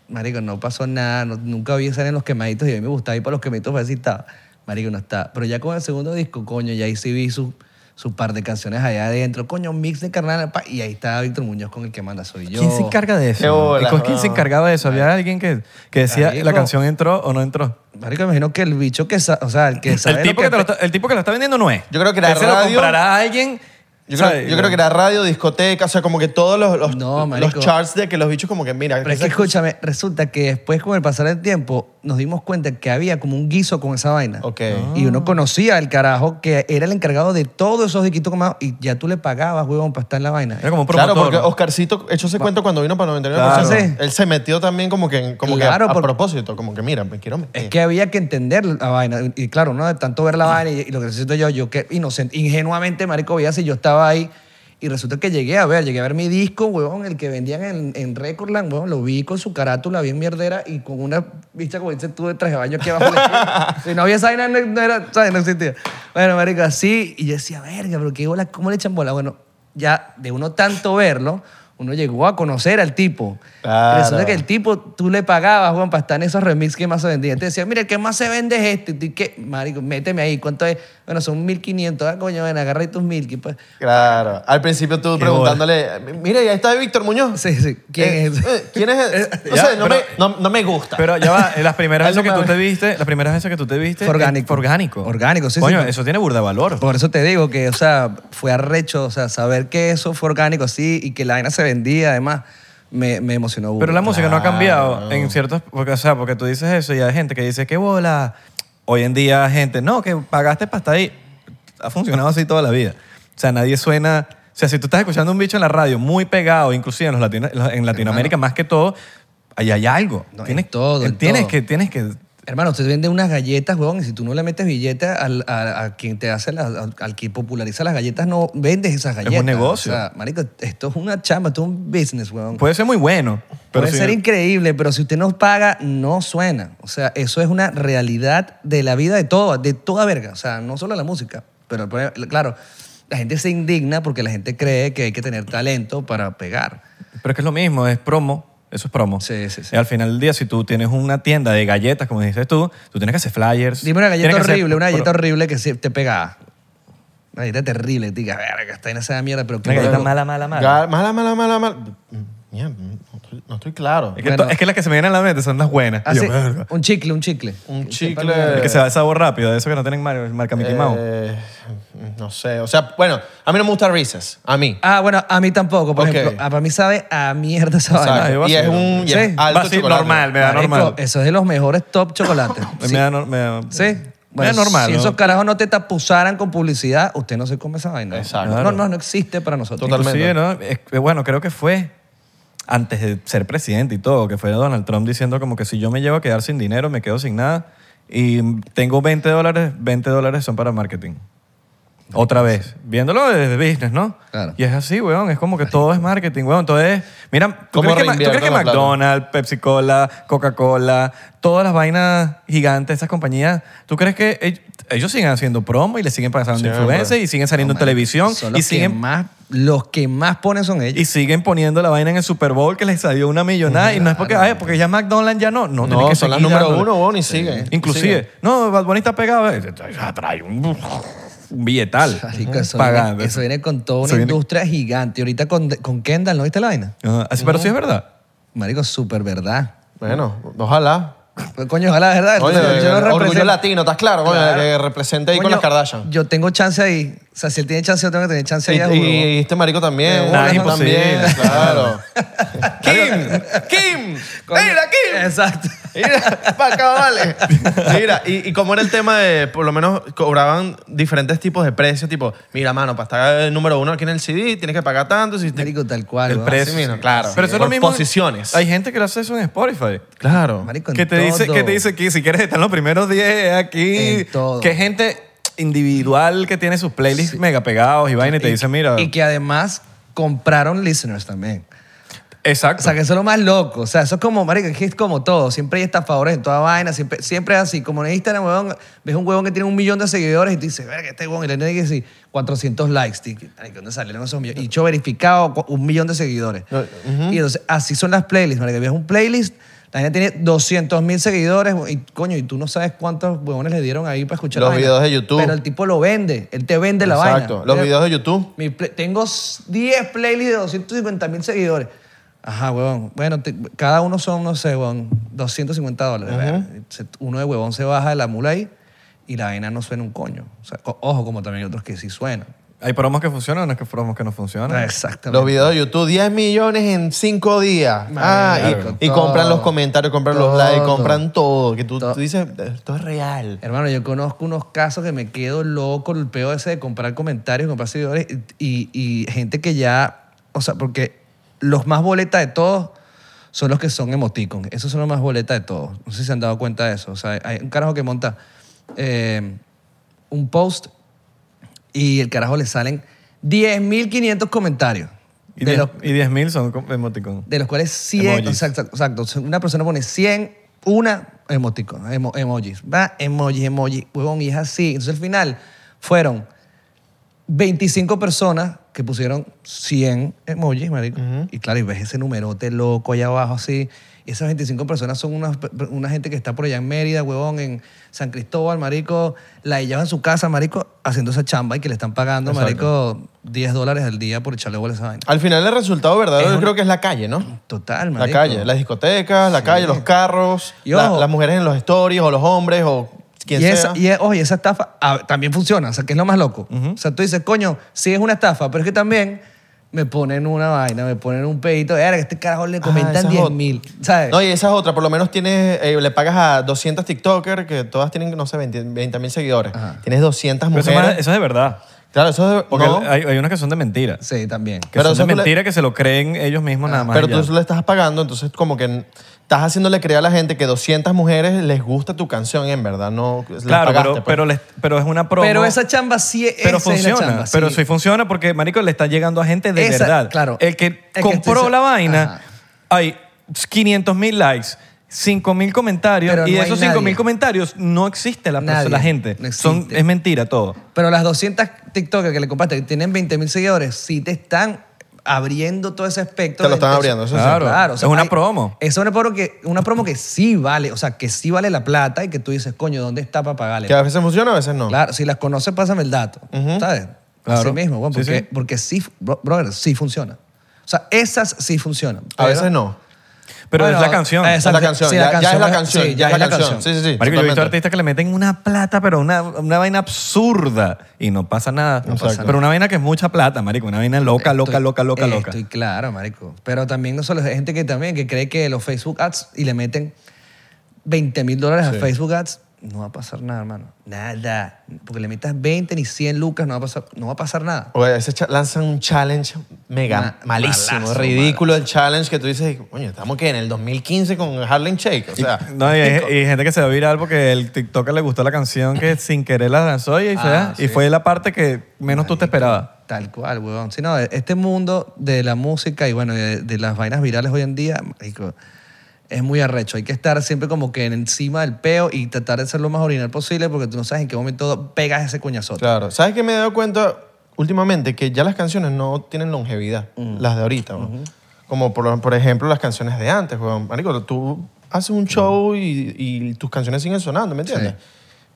Speaker 3: marico, no pasó nada, no- nunca vi salir en los quemaditos y a mí me gustaba ir para los quemaditos para ver si estaba. Marico, no está. Pero ya con el segundo disco, coño, ya ahí sí vi su, su par de canciones allá adentro. Coño, un mix de carnal, pa, y ahí estaba Víctor Muñoz con el que manda soy yo.
Speaker 1: ¿Quién se encarga de
Speaker 2: Qué
Speaker 1: eso?
Speaker 2: bola,
Speaker 1: ¿Con ¿Quién se
Speaker 2: no.
Speaker 1: encargaba de eso? ¿Había alguien que, que decía
Speaker 3: Marico.
Speaker 1: la canción entró o no entró?
Speaker 3: Marico, me imagino que el bicho que, sa- o sea, el que
Speaker 1: El
Speaker 3: sabe lo
Speaker 1: tipo,
Speaker 3: que
Speaker 1: que te lo está, el tipo que lo está vendiendo no es.
Speaker 2: Yo creo que la
Speaker 1: Ese lo
Speaker 2: radio-
Speaker 1: comprará a alguien.
Speaker 2: Yo creo,
Speaker 1: ¿sabes?
Speaker 2: yo creo que era radio, discoteca, o sea, como que todos los, los,
Speaker 3: No,
Speaker 2: los
Speaker 3: marico.
Speaker 2: charts de que los bichos como que, mira,
Speaker 3: Pero es que
Speaker 2: esa-
Speaker 3: escúchame, resulta que después con el pasar del tiempo nos dimos cuenta que había como un guiso con esa vaina.
Speaker 2: Ok.
Speaker 3: Y uno conocía al carajo que era el encargado de todos esos diquitos quemados y ya tú le pagabas, huevón, para estar en la vaina.
Speaker 1: Era como un
Speaker 2: Claro,
Speaker 1: promotor.
Speaker 2: porque Oscarcito echó ese cuento cuando vino para 99%.
Speaker 1: Claro.
Speaker 3: Sí.
Speaker 2: Él se metió también como que, en- como que a-
Speaker 3: Claro,
Speaker 2: a,
Speaker 3: porque-
Speaker 2: propósito, como que mira, me quiero meter.
Speaker 3: Es que había que entender la vaina. Y claro, uno de tanto ver la vaina y, y lo que siento yo, yo que inocente, ingenuamente, marico, veía si yo estaba ahí. Y resulta que llegué a ver, llegué a ver mi disco, huevón, el que vendían en, en Recordland, huevón, lo vi con su carátula bien mierdera y con una vista, como dices tú, de traje de baño aquí abajo. si no había esa vaina, no, no era, ¿sabes? No existía. Bueno, marico, así. Y yo decía, verga, pero qué bola, ¿cómo le echan bola? Bueno, ya de uno tanto verlo, uno llegó a conocer al tipo.
Speaker 2: Claro.
Speaker 3: Y Resulta que el tipo, tú le pagabas, Juan, para estar en esos remix que más se vendían. Te decía, mira, el que más se vende es este. Y tú, ¿qué? Marico, méteme ahí. ¿Cuánto es? Bueno, son 1500. Ah, coño, ven, agarra ahí tus 1000. que, Pues.
Speaker 2: Claro. Al principio tú
Speaker 1: Qué
Speaker 2: preguntándole, mira, y ahí está Víctor Muñoz.
Speaker 3: Sí, sí. ¿Quién
Speaker 2: Eh,
Speaker 3: es?
Speaker 2: eh, ¿Quién es? ese? No
Speaker 1: Ya,
Speaker 2: sé, no,
Speaker 1: pero-
Speaker 2: me, no, no me gusta.
Speaker 1: Pero ya va, eh, las primeras
Speaker 2: Él no
Speaker 1: veces que
Speaker 2: me
Speaker 1: tú
Speaker 2: ve.
Speaker 1: te viste, las primeras veces que tú te viste.
Speaker 3: Fue orgánico.
Speaker 1: fue orgánico.
Speaker 3: Orgánico, sí,
Speaker 1: Coño,
Speaker 3: sí.
Speaker 1: eso tiene burda de valor.
Speaker 3: Por eso te digo que, o sea, fue arrecho, o sea, saber que eso fue orgánico así y que la vaina se vendía, además, me, me emocionó. burda.
Speaker 1: Pero la música no ha cambiado
Speaker 2: Claro.
Speaker 1: en ciertos... Porque, o sea, porque tú dices eso y hay gente que dice, qué bola. Hoy en día gente, no, que pagaste para estar ahí. Ha funcionado así toda la vida. O sea, nadie suena... O sea, si tú estás escuchando un bicho en la radio muy pegado, inclusive en, los latino- en Latinoamérica más que todo, ahí hay algo.
Speaker 3: No, en
Speaker 1: tienes,
Speaker 3: todo, en
Speaker 1: tienes
Speaker 3: todo.
Speaker 1: que, tienes que.
Speaker 3: Hermano, usted vende unas galletas, huevón, y si tú no le metes billete al, a, a quien te hace, las- al, al que populariza las galletas, no vendes esas galletas.
Speaker 1: negocio.
Speaker 3: O sea, marico, esto es una chamba, esto es un business, huevón.
Speaker 1: Puede ser muy bueno. Pero
Speaker 3: Puede
Speaker 1: si-
Speaker 3: ser increíble, pero si usted no paga, no suena. O sea, eso es una realidad de la vida de toda, de toda verga. O sea, no solo de la música. Pero pero, claro, la gente se indigna porque la gente cree que hay que tener talento para pegar.
Speaker 1: Pero es que es lo mismo, es promo. Eso es promo.
Speaker 3: Sí, sí,
Speaker 1: Y
Speaker 3: sí.
Speaker 1: al final del día, si tú tienes una tienda de galletas, como dices tú, tú tienes que hacer flyers.
Speaker 3: Dime una galleta
Speaker 1: tienes que hacer-
Speaker 3: horrible, una galleta
Speaker 1: pero-
Speaker 3: horrible que se te pegaba. Una galleta terrible, diga, verga, está en esa mierda, pero qué
Speaker 1: Una galleta
Speaker 3: bueno".
Speaker 1: mala, mala, mala.
Speaker 2: Ga- Mala, mala, mala, mala. Mm, Mierda, no estoy, no estoy claro.
Speaker 1: Es que,
Speaker 3: Bueno.
Speaker 1: to- es que las que se me vienen a la mente son las buenas. Y
Speaker 3: Ah,
Speaker 1: yo,
Speaker 3: sí,
Speaker 1: verga.
Speaker 3: un chicle, un chicle.
Speaker 2: Un
Speaker 3: Que
Speaker 2: chicle.
Speaker 3: sepa-
Speaker 1: El que se da el sabor rápido, de eso que no tienen mar- marca Mickey Mouse.
Speaker 2: Eh, no sé. O sea, bueno, a mí no me gusta Reese's. A mí.
Speaker 3: Ah, bueno, a mí tampoco, por
Speaker 2: Ok.
Speaker 3: ejemplo. Ah, para mí sabe a mierda esa
Speaker 2: Exacto.
Speaker 3: vaina.
Speaker 1: yo voy a
Speaker 2: y es
Speaker 1: hacer
Speaker 2: un y es
Speaker 3: Sí.
Speaker 2: alto
Speaker 1: Va así,
Speaker 2: chocolate.
Speaker 1: normal, me da
Speaker 3: Marico,
Speaker 1: normal.
Speaker 3: Eso es de los mejores top chocolates. sí.
Speaker 1: Me da, nor- me da-
Speaker 3: Sí.
Speaker 1: me da
Speaker 3: Bueno,
Speaker 1: Eh, normal.
Speaker 3: Si
Speaker 1: ¿no?
Speaker 3: esos carajos no te tapuzaran con publicidad, usted no se come esa vaina.
Speaker 2: Exacto.
Speaker 3: No, no, no existe para nosotros.
Speaker 2: Total.
Speaker 1: Inclusive, ¿no? Es que, Bueno, creo que fue antes de ser presidente y todo, que fue Donald Trump diciendo como que si yo me llevo a quedar sin dinero, me quedo sin nada y tengo 20 dólares, 20 dólares son para marketing. Otra vez, viéndolo desde business, ¿no?
Speaker 3: Claro.
Speaker 1: Y es así, weón, es como que todo es marketing, weón. Entonces, mira, ¿tú
Speaker 2: ¿Cómo
Speaker 1: crees, que, ma- tú crees que
Speaker 2: reinvierto la plata?
Speaker 1: McDonald's, Pepsi Cola, Coca-Cola, todas las vainas gigantes, esas compañías, ¿tú crees que ellos, ellos siguen haciendo promo y le siguen pasando
Speaker 2: Siempre.
Speaker 1: influencia y siguen saliendo en televisión
Speaker 3: Son
Speaker 1: y em-
Speaker 3: los, que
Speaker 1: siguen
Speaker 3: más, los que más ponen son ellos.
Speaker 1: y siguen poniendo la vaina en el Super Bowl que les salió una millonada. y no es porque, ay, porque ya McDonald's ya no. No, tienen
Speaker 2: No,
Speaker 1: que
Speaker 2: son las
Speaker 1: seguir
Speaker 2: número
Speaker 1: dándole.
Speaker 2: uno, bueno, y siguen.
Speaker 1: Inclusive,
Speaker 2: Siguen.
Speaker 1: no, Bad Bunny está pegado. eh, ya Trae un, un billetal.
Speaker 3: Marico, eso,
Speaker 1: pagando.
Speaker 3: viene, eso viene con toda una
Speaker 1: Eso viene-
Speaker 3: industria gigante. Y ahorita con, con Kendall, ¿no viste la vaina?
Speaker 1: Ajá, así- Pero sí es verdad.
Speaker 3: Marico, súper verdad.
Speaker 2: Bueno, ojalá.
Speaker 3: Pues, Coño, ojalá, ¿verdad?
Speaker 2: Oye,
Speaker 3: Entonces, yo lo
Speaker 2: orgullo
Speaker 3: represento.
Speaker 2: latino, ¿estás claro? Coño,
Speaker 3: Claro.
Speaker 2: Que represente ahí con
Speaker 3: Coño,
Speaker 2: las Kardashian.
Speaker 3: Yo tengo chance ahí. O sea, si él tiene chance, yo tengo que tener chance ahí.
Speaker 2: Y,
Speaker 3: a huevo.
Speaker 2: y este marico también.
Speaker 1: Nah, es imposible.
Speaker 2: también, claro.
Speaker 1: Kim,
Speaker 2: ¡Kim!
Speaker 3: Coño,
Speaker 2: ¡Mira, Kim!
Speaker 3: Exacto.
Speaker 2: Mira, para acá vale. Mira, y, y cómo era el tema de, por lo menos, cobraban diferentes tipos de precios, tipo, mira, mano, para estar el número uno aquí en el CD tienes que pagar tanto. Si te-
Speaker 3: Marico, tal cual.
Speaker 1: El
Speaker 3: weón.
Speaker 1: precio.
Speaker 2: Así mismo, claro.
Speaker 1: Pero eso es
Speaker 2: Por
Speaker 1: lo mismo.
Speaker 2: posiciones.
Speaker 1: Hay gente que lo hace eso en Spotify.
Speaker 2: Claro.
Speaker 3: Marico, en
Speaker 1: Que te, dice,
Speaker 3: todo.
Speaker 1: que te dice que si quieres estar en los primeros 10 aquí.
Speaker 3: En todo.
Speaker 1: Que gente individual que tiene sus playlists mega pegados y vaina y te dice, mira.
Speaker 3: Y que además compraron listeners también. O
Speaker 1: exacto.
Speaker 3: sea, que eso es lo más loco. O sea, eso es como, marico, es que es como todo. Siempre hay estafadores en toda vaina. Siempre, siempre es así. Como en Instagram, huevón, ves un huevón que tiene un millón de seguidores y tú dices, verga, este huevón, y le tiene que decir 400 likes. Y, marico, ¿dónde salieron esos millones? Y yo verificado, cu- un millón de seguidores. Y entonces, así son las playlists, marico. Ves un playlist, la gente tiene 200 mil seguidores y, coño, y tú no sabes cuántos huevones le dieron ahí para escuchar la
Speaker 2: Los
Speaker 3: vaina.
Speaker 2: videos de YouTube.
Speaker 3: Pero el tipo lo vende. Él te vende la vaina.
Speaker 2: Exacto. Los
Speaker 3: Mira,
Speaker 2: videos de YouTube.
Speaker 3: mi play- tengo s- 10 playlists de 250 mil seguidores. Ajá, huevón. Bueno, te- cada uno son, no sé, huevón, 250 dólares. Ver, se- Uno de huevón se baja de la mula ahí y la vaina no suena un coño. O sea, co- ojo, como también hay otros que sí suenan.
Speaker 1: Hay promos que funcionan, hay promos que no funcionan.
Speaker 3: Exactamente.
Speaker 2: Los videos de YouTube, 10 millones en 5 días. ah, y-
Speaker 3: Marico,
Speaker 2: y,
Speaker 3: todo.
Speaker 2: compran los comentarios, compran los
Speaker 3: Todo.
Speaker 2: likes, compran todo. Que tú,
Speaker 3: Todo.
Speaker 2: tú dices, esto es real.
Speaker 3: Hermano, yo conozco unos casos que me quedo loco el peo ese de comprar comentarios, comprar seguidores y, y- y gente que ya, o sea, porque los más boletas de todos son los que son emoticon. Esos son los más boletas de todos. No sé si se han dado cuenta de eso. O sea, hay un carajo que monta eh, un post y el carajo le salen 10.500 comentarios.
Speaker 1: Y
Speaker 3: de
Speaker 1: diez-
Speaker 3: los-
Speaker 1: y 10.000 son com- emoticon.
Speaker 3: de los cuales 100,
Speaker 1: Emojis.
Speaker 3: exacto, exacto. O sea, Una persona pone 100, una emoticon, emo- emojis, va, emojis, emojis, huevón, y es así. Entonces al final fueron 25 personas que pusieron 100 emojis, marico. Y claro, y ves ese numerote loco allá abajo así. Y esas 25 personas son unas pe- pe- una, gente que está por allá en Mérida, huevón, en San Cristóbal, marico. La lleva en su casa, marico, haciendo esa chamba y que le están pagando, marico, 10 dólares al día por echarle bola a esa vaina.
Speaker 2: Al final, el resultado verdadero
Speaker 3: Es
Speaker 2: yo
Speaker 3: un-
Speaker 2: creo que es la calle, ¿no?
Speaker 3: Total,
Speaker 2: La
Speaker 3: marico.
Speaker 2: calle, las discotecas, la calle, los carros,
Speaker 3: Y
Speaker 2: la-
Speaker 3: ojo.
Speaker 2: las mujeres en los stories o los hombres o quien
Speaker 3: y
Speaker 2: sea.
Speaker 3: esa, y es- oye, esa estafa ah, también funciona, o sea, que es lo más loco. O sea, tú dices, coño, sí es una estafa, pero es que también me ponen una vaina, me ponen un pedito, verga, este carajo le
Speaker 2: Ah,
Speaker 3: comentan
Speaker 2: esa es
Speaker 3: 10
Speaker 2: otra.
Speaker 3: mil, ¿sabes?
Speaker 2: No, y esa es otra. Por lo menos tienes, eh, le pagas a 200 TikTokers que todas tienen, no sé, 20 mil seguidores.
Speaker 3: Ajá.
Speaker 2: Tienes 200
Speaker 1: Pero eso, es más-
Speaker 2: mujeres.
Speaker 1: eso es de verdad.
Speaker 2: claro, eso es...
Speaker 1: Porque
Speaker 2: no,
Speaker 1: hay, hay unas que son de mentira. Que
Speaker 3: Sí, también.
Speaker 2: Pero
Speaker 1: son
Speaker 2: eso
Speaker 1: de
Speaker 2: tú le-
Speaker 3: Ah,
Speaker 1: mentira que se lo creen ellos mismos nada más.
Speaker 2: pero
Speaker 1: y ya.
Speaker 2: tú le estás pagando, entonces como que estás haciéndole creer a la gente que 200 mujeres les gusta tu canción, en verdad, no la
Speaker 1: Claro,
Speaker 2: pagaste,
Speaker 1: pero,
Speaker 2: pues.
Speaker 1: pero, les- pero es una promo.
Speaker 3: Pero esa chamba sí es.
Speaker 1: pero
Speaker 3: esa es la
Speaker 1: funciona,
Speaker 3: chamba,
Speaker 1: pero
Speaker 3: sí.
Speaker 1: sí funciona porque marico le está llegando a gente de
Speaker 3: Esa,
Speaker 1: verdad.
Speaker 3: claro.
Speaker 1: El que
Speaker 3: El que
Speaker 1: compró
Speaker 3: te-
Speaker 1: la vaina,
Speaker 3: Ajá.
Speaker 1: hay 500 mil likes, 5 mil comentarios
Speaker 3: Pero
Speaker 1: y
Speaker 3: no
Speaker 1: de
Speaker 3: hay
Speaker 1: esos 5 mil
Speaker 3: nadie.
Speaker 1: comentarios no existe la, persona,
Speaker 3: Nadie,
Speaker 1: la gente.
Speaker 3: no
Speaker 1: Son,
Speaker 3: existe.
Speaker 1: es mentira todo.
Speaker 3: Pero las 200 TikTokers que le compraste, que tienen 20 mil seguidores, sí te están abriendo todo ese espectro.
Speaker 2: Te lo están
Speaker 3: Entonces,
Speaker 2: abriendo, eso sí.
Speaker 1: Claro, es una promo.
Speaker 3: Es una promo, que, una promo que sí vale, o sea, que sí vale la plata y que tú dices, coño, ¿dónde está para pagarle?
Speaker 2: Que a veces funciona, a veces no.
Speaker 3: Claro, si las conoces, pásame el dato, ¿sabes?
Speaker 1: Claro.
Speaker 3: Así mismo, bueno,
Speaker 1: Sí,
Speaker 3: porque,
Speaker 1: sí.
Speaker 3: porque sí, bro- brother, sí funciona. O sea, esas sí funcionan.
Speaker 2: A
Speaker 3: pero-
Speaker 2: veces no.
Speaker 1: Pero
Speaker 3: Bueno,
Speaker 1: es la canción.
Speaker 3: esa-
Speaker 2: Es la canción,
Speaker 3: sí, la
Speaker 2: ya, ya es
Speaker 3: canción,
Speaker 2: la canción,
Speaker 3: sí,
Speaker 2: ya es la canción. Sí, sí, sí.
Speaker 1: Marico, yo he visto
Speaker 2: totalmente.
Speaker 1: artistas que le meten una plata, pero una, una vaina absurda y no pasa nada.
Speaker 2: pasa Exacto. nada.
Speaker 1: Pero una vaina que es mucha plata, marico. Una vaina loca, loca,
Speaker 3: Estoy-
Speaker 1: loca, loca, loca.
Speaker 3: Estoy claro, marico. Pero también no solo hay gente que también que cree que los Facebook Ads y le meten 20 mil dólares a Facebook Ads, no va a pasar nada, hermano. Nada. Porque le metas 20 ni 100 lucas, no va a pasar, no va a pasar nada.
Speaker 2: O a veces cha- lanzan un challenge mega
Speaker 3: Ma-
Speaker 2: malísimo,
Speaker 3: malazo,
Speaker 2: ridículo el challenge que tú dices, coño, estamos que en el 2015 con Harlem Shake. O sea,
Speaker 1: No, y, hay, y hay gente que se va a viral porque el TikToker le gustó la canción que sin querer la lanzó y,
Speaker 3: Ah,
Speaker 1: y
Speaker 3: sí.
Speaker 1: fue la parte que menos tú te esperabas.
Speaker 3: Tal cual, weón. Si no, este mundo de la música y bueno, de, de las vainas virales hoy en día, marico, es muy arrecho. Hay que estar siempre como que encima del peo y tratar de ser lo más original posible porque tú no sabes en qué momento pegas ese coñazote.
Speaker 2: Claro. ¿Sabes qué me he dado cuenta últimamente? Que ya las canciones no tienen longevidad,
Speaker 3: Mm.
Speaker 2: las de ahorita. weón. Como por, por ejemplo las canciones de antes. weón. Marico, tú haces un show y, y tus canciones siguen sonando, ¿me entiendes?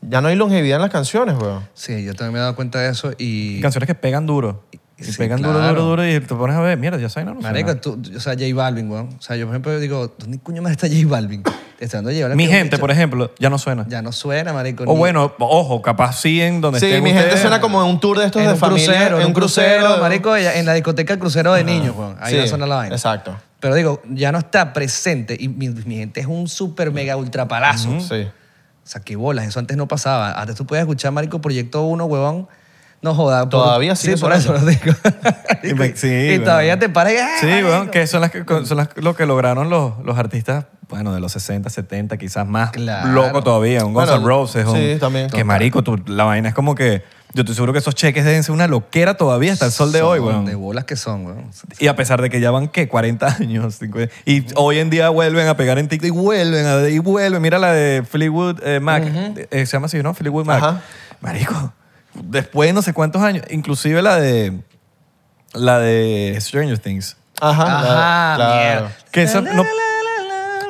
Speaker 2: Ya no hay longevidad en las canciones, weón.
Speaker 3: Sí, yo también me he dado cuenta de eso y...
Speaker 1: Canciones que pegan duro. Y
Speaker 3: Sí,
Speaker 1: pegan duro,
Speaker 3: claro.
Speaker 1: duro, duro y te pones a ver, mierda, ya sabes, no, no suena.
Speaker 3: Marico, tú, o sea, J Balvin, weón. O sea, yo por ejemplo digo, ¿dónde coño más está J Balvin? Está dando J Balvin,
Speaker 1: Mi
Speaker 3: que es un
Speaker 1: gente,
Speaker 3: bicho-
Speaker 1: por ejemplo, ya no suena.
Speaker 3: Ya no suena, marico.
Speaker 1: o
Speaker 3: ni-
Speaker 1: bueno, ojo, capaz sí en donde
Speaker 2: Sí,
Speaker 1: estén
Speaker 2: mi gente
Speaker 1: ustedes.
Speaker 2: suena como en un tour de estos
Speaker 3: en
Speaker 2: de
Speaker 3: un
Speaker 2: familia.
Speaker 3: crucero, en un crucero,
Speaker 2: de-
Speaker 3: marico, en en la discoteca del crucero de niños, weón. Ahí
Speaker 2: Sí,
Speaker 3: va a sonar la vaina.
Speaker 2: Exacto.
Speaker 3: Pero digo, ya no está presente y mi, mi gente es un super mega ultra palazo.
Speaker 2: Sí.
Speaker 3: O sea, qué bolas, eso antes no pasaba. Antes tú podías escuchar, marico, Proyecto 1, huevón. No joda. por-
Speaker 2: Todavía sigue
Speaker 3: Sí, por eso lo
Speaker 2: sonando.
Speaker 3: digo.
Speaker 1: Y me- sí,
Speaker 3: y
Speaker 1: weón.
Speaker 3: todavía te paras y... ¡ah,
Speaker 1: Sí,
Speaker 3: marico!
Speaker 1: weón, que son las que son las- lo que lograron los, los artistas, bueno, de los 60, 70, quizás más
Speaker 3: Claro.
Speaker 1: loco todavía. Un Guns N'
Speaker 2: Bueno,
Speaker 1: Roses, un-
Speaker 2: sí, también.
Speaker 1: que
Speaker 2: Total.
Speaker 1: marico, tú- la vaina es como que yo estoy seguro que esos cheques deben ser una loquera todavía hasta el sol de hoy,
Speaker 3: Son
Speaker 1: weón.
Speaker 3: De bolas que son, weón.
Speaker 1: Y a pesar de que ya van, ¿qué? 40 años. 50. y hoy en día vuelven a pegar en TikTok y vuelven a, y vuelven. Mira la de Fleetwood eh, Mac. Eh, se llama así, ¿no? Fleetwood Mac.
Speaker 2: Ajá.
Speaker 1: Marico, después de no sé cuántos años, inclusive la de, la de Stranger Things.
Speaker 2: Ajá.
Speaker 3: Ajá,
Speaker 2: claro.
Speaker 3: mierda.
Speaker 1: Que eso no-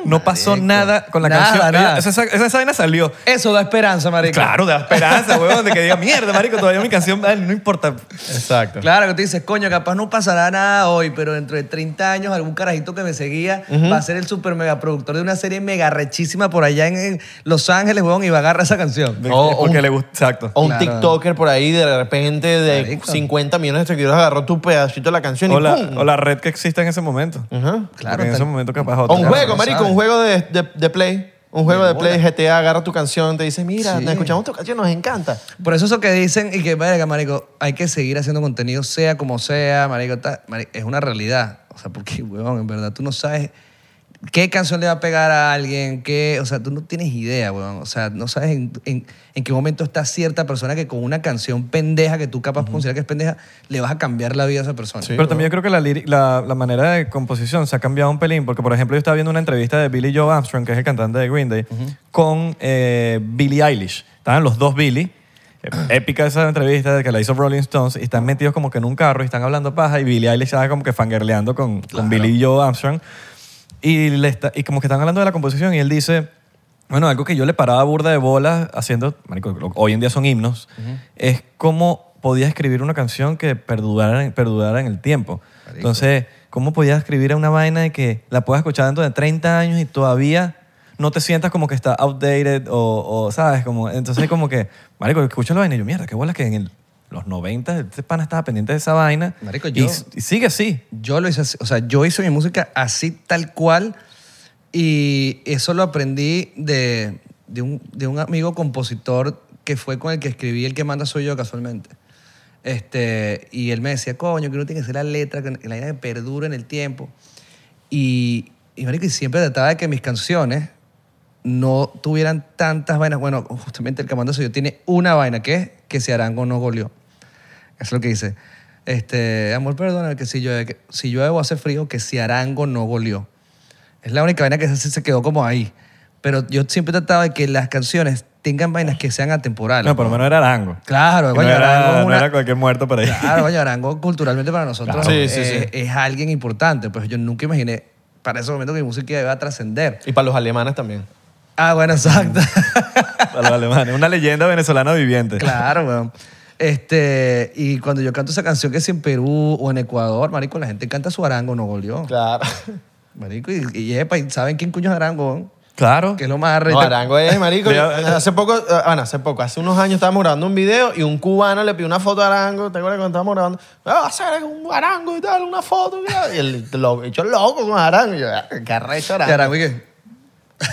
Speaker 1: No pasó
Speaker 3: Marico.
Speaker 1: nada con la
Speaker 3: Nada,
Speaker 1: canción.
Speaker 3: nada.
Speaker 1: Esa, esa, esa vaina salió.
Speaker 3: Eso da esperanza, marico.
Speaker 1: Claro, da esperanza, huevón, de que diga, mierda, marico, todavía mi canción, ay, no importa.
Speaker 2: Exacto.
Speaker 3: Claro, que tú dices, coño, capaz no pasará nada hoy, pero dentro de 30 años algún carajito que me seguía va a ser el super mega productor de una serie mega rechísima por allá en, en Los Ángeles, weón, y va a agarrar esa canción.
Speaker 2: O
Speaker 1: porque
Speaker 2: un-
Speaker 1: le gusta, exacto.
Speaker 2: O un
Speaker 3: Claro.
Speaker 2: TikToker por ahí de repente de
Speaker 3: Marico.
Speaker 2: 50 millones de seguidores agarró tu pedacito de la canción
Speaker 1: O
Speaker 2: y
Speaker 1: la,
Speaker 2: ¡pum!
Speaker 1: o la red que existe en ese momento.
Speaker 2: Ajá.
Speaker 3: Mm, Claro,
Speaker 1: Porque en ese
Speaker 3: tal-
Speaker 1: momento capaz otra.
Speaker 2: O un juego,
Speaker 3: no
Speaker 2: marico,
Speaker 3: sabe.
Speaker 2: un juego de, de, de Play. Un juego de Play, GTA, agarra tu canción, te dice, mira,
Speaker 3: Sí.
Speaker 2: nos escuchamos tu canción, nos encanta.
Speaker 3: Por eso eso que dicen y que, verga, marico, hay que seguir haciendo contenido sea como sea, marico, ta- mari- es una realidad. O sea, porque, weón, en verdad tú no sabes qué canción le va a pegar a alguien, qué, o sea, tú no tienes idea, weón. O sea, no sabes en, en- en qué momento está cierta persona que con una canción pendeja que tú capaz consideras que es pendeja, le vas a cambiar la vida a esa persona.
Speaker 1: Pero también yo creo que la, liri- la, la manera de composición se ha cambiado un pelín, porque por ejemplo yo estaba viendo una entrevista de Billy Joe Armstrong, que es el cantante de Green Day, con eh, Billie Eilish. Estaban los dos Billy. Eh, Épica esa entrevista de que la hizo Rolling Stones y están metidos como que en un carro y están hablando paja y Billie Eilish estaba como que fangerleando con, con Billy Joe Armstrong y, le está- y como que están hablando de la composición y él dice, bueno, algo que yo le paraba burda de bolas haciendo, marico, lo- hoy en día son himnos, es cómo podía escribir una canción que perdurara, en- perdurara en el tiempo. Entonces, ¿cómo podía escribir una vaina de que la puedas escuchar dentro de 30 años y todavía no te sientas como que está outdated o, o, ¿sabes? Como, entonces, como que, marico, escucho la vaina y yo, mierda, qué bolas que en el- los 90 este pana estaba pendiente de esa vaina
Speaker 3: Marico,
Speaker 1: y,
Speaker 3: yo-
Speaker 1: y sigue así.
Speaker 3: Yo lo hice así, o sea, yo hice mi música así tal cual y eso lo aprendí de, de un, de un amigo compositor que fue con el que escribí El que manda soy yo casualmente. Este, y él me decía, coño, que uno tiene que hacer la letra, que la idea que perdure en el tiempo. Y, Y, marico, y siempre trataba de que mis canciones no tuvieran tantas vainas. Bueno, justamente el Camando yo tiene una vaina, que es que si Arango no goleó. Es lo que dice. Este, amor, perdona, que si llueve, que si llueve o hace frío, que si Arango no goleó. Es la única vaina que se, se quedó como ahí. Pero yo siempre trataba de que las canciones tengan vainas que sean atemporales.
Speaker 1: No, por lo
Speaker 3: ¿no?
Speaker 1: menos era Arango.
Speaker 3: Claro,
Speaker 1: Y
Speaker 3: coño,
Speaker 1: no,
Speaker 3: Arango
Speaker 1: era,
Speaker 3: es
Speaker 1: no
Speaker 3: una-
Speaker 1: era cualquier muerto para ahí.
Speaker 3: Claro, coño, Arango culturalmente para nosotros
Speaker 2: Claro. Sí,
Speaker 3: es,
Speaker 2: sí, sí.
Speaker 3: es alguien importante. Pues yo nunca imaginé para ese momento que mi música iba a trascender.
Speaker 2: Y para los alemanes también.
Speaker 3: Ah, bueno, exacto.
Speaker 1: Para los alemanes. Una leyenda venezolana viviente.
Speaker 3: claro, weón. Este, y cuando yo canto esa canción que es en Perú o en Ecuador, marico, la gente canta su arango, no goleó.
Speaker 2: Claro.
Speaker 3: Marico, y, y, epa, y ¿saben quién cuño es arango? weón?
Speaker 1: Claro.
Speaker 3: Que es lo más arrecho.
Speaker 2: No, Arango es, marico.
Speaker 1: Veo-
Speaker 2: hace poco, ah, bueno, hace poco, hace unos años estábamos grabando un video y un cubano le pidió una foto a Arango. ¿Te acuerdas cuando estábamos grabando? Me va a hacer un Arango y tal, una foto. Y el lo, hecho loco con Arango. Y yo, ah, qué arrecho
Speaker 3: ¿Y
Speaker 2: Arango.
Speaker 3: arango y qué?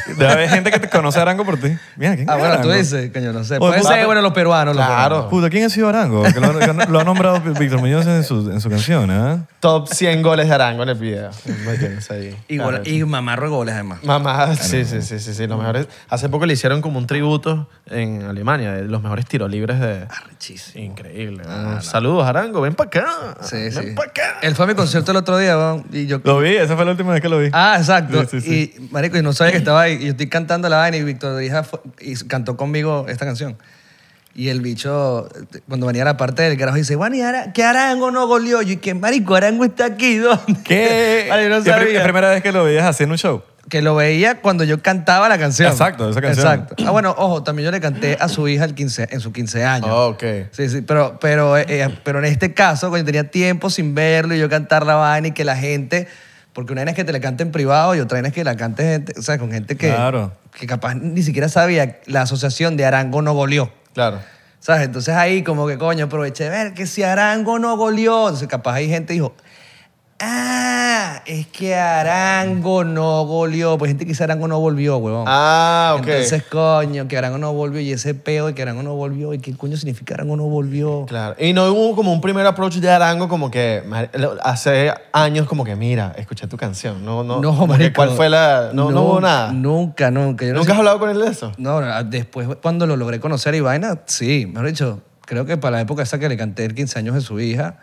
Speaker 1: Debe haber gente que te conoce a Arango por ti. Mira, ¿quién
Speaker 3: Ah,
Speaker 1: es
Speaker 3: bueno, tú
Speaker 1: Arango?
Speaker 3: dices, coño, no sé.
Speaker 1: Pues,
Speaker 3: Puede
Speaker 1: pues,
Speaker 3: ser, bueno, los peruanos. los
Speaker 2: Claro.
Speaker 1: Puta, ¿quién ha sido Arango? Que lo, que lo ha nombrado Víctor Muñoz en su, en su canción, ¿ah?
Speaker 2: Top 100 goles de Arango en el video. Me tienes ahí.
Speaker 3: peruanos. Y,
Speaker 2: Claro.
Speaker 3: gol- y mamarro de goles, además.
Speaker 2: Mamá, sí, sí, sí, sí, sí, los mejores. Hace poco le hicieron como un tributo en Alemania, de los mejores tiros libres de...
Speaker 3: Arrechísimo.
Speaker 2: Increíble. ¿no? Saludos, Arango, ven para acá.
Speaker 3: Ah, Sí,
Speaker 2: ven
Speaker 3: sí.
Speaker 2: para acá.
Speaker 3: Él fue a mi concierto el otro día, weón, y yo...
Speaker 1: Lo vi, esa fue la última vez que lo vi.
Speaker 3: Ah, exacto.
Speaker 1: Sí, sí, sí.
Speaker 3: Y, marico, y no sabía que estaba ahí. Y yo estoy cantando la vaina y Víctor Drija fue- y cantó conmigo esta canción. Y el bicho, eh, cuando venía a la parte del carajo, dice, bueno, ¿y Ara- que Arango no goleó? Y que, marico, Arango está aquí, ¿dónde?
Speaker 1: ¿Qué?
Speaker 3: Vale, yo no
Speaker 1: Yo creo que
Speaker 3: sabía.
Speaker 1: la primera vez que lo veías haciendo un show.
Speaker 3: Que lo veía cuando yo cantaba la canción.
Speaker 1: Exacto, esa canción.
Speaker 3: Exacto. Ah, bueno, ojo, también yo le canté a su hija el 15, en su 15 años.
Speaker 2: Ah, Ok.
Speaker 3: Sí, sí, pero, pero, eh, eh, pero en este caso, coño, tenía tiempo sin verlo y yo cantar la vaina y que la gente. Porque una vaina es que te la cante en privado y otra vaina es que la cante gente, o sea, con gente que,
Speaker 1: Claro.
Speaker 3: que capaz ni siquiera sabía la asociación de Arango no goleó.
Speaker 2: Claro.
Speaker 3: ¿Sabes? Entonces ahí como que, coño, aproveché de ver que si Arango no goleó. Entonces capaz hay gente que dijo, ah, es que Arango no goleó. Pues gente que dice Arango no volvió, huevón.
Speaker 2: Ah, ok.
Speaker 3: Entonces, coño, que Arango no volvió y ese peo de que Arango no volvió y qué coño significa Arango no volvió.
Speaker 2: Claro. Y no hubo como un primer approach de Arango como que mar- lo- hace años como que mira, escuché tu canción. No, no.
Speaker 3: No,
Speaker 2: como que
Speaker 3: marico.
Speaker 2: ¿Cuál fue la...? No, no, hubo nada.
Speaker 3: Nunca, nunca. Yo no
Speaker 2: ¿Nunca has
Speaker 3: sé-
Speaker 2: hablado con él de eso?
Speaker 3: No, no, después cuando lo logré conocer a Ivaina, sí, mejor dicho, creo que para la época esa que le canté el 15 años de su hija,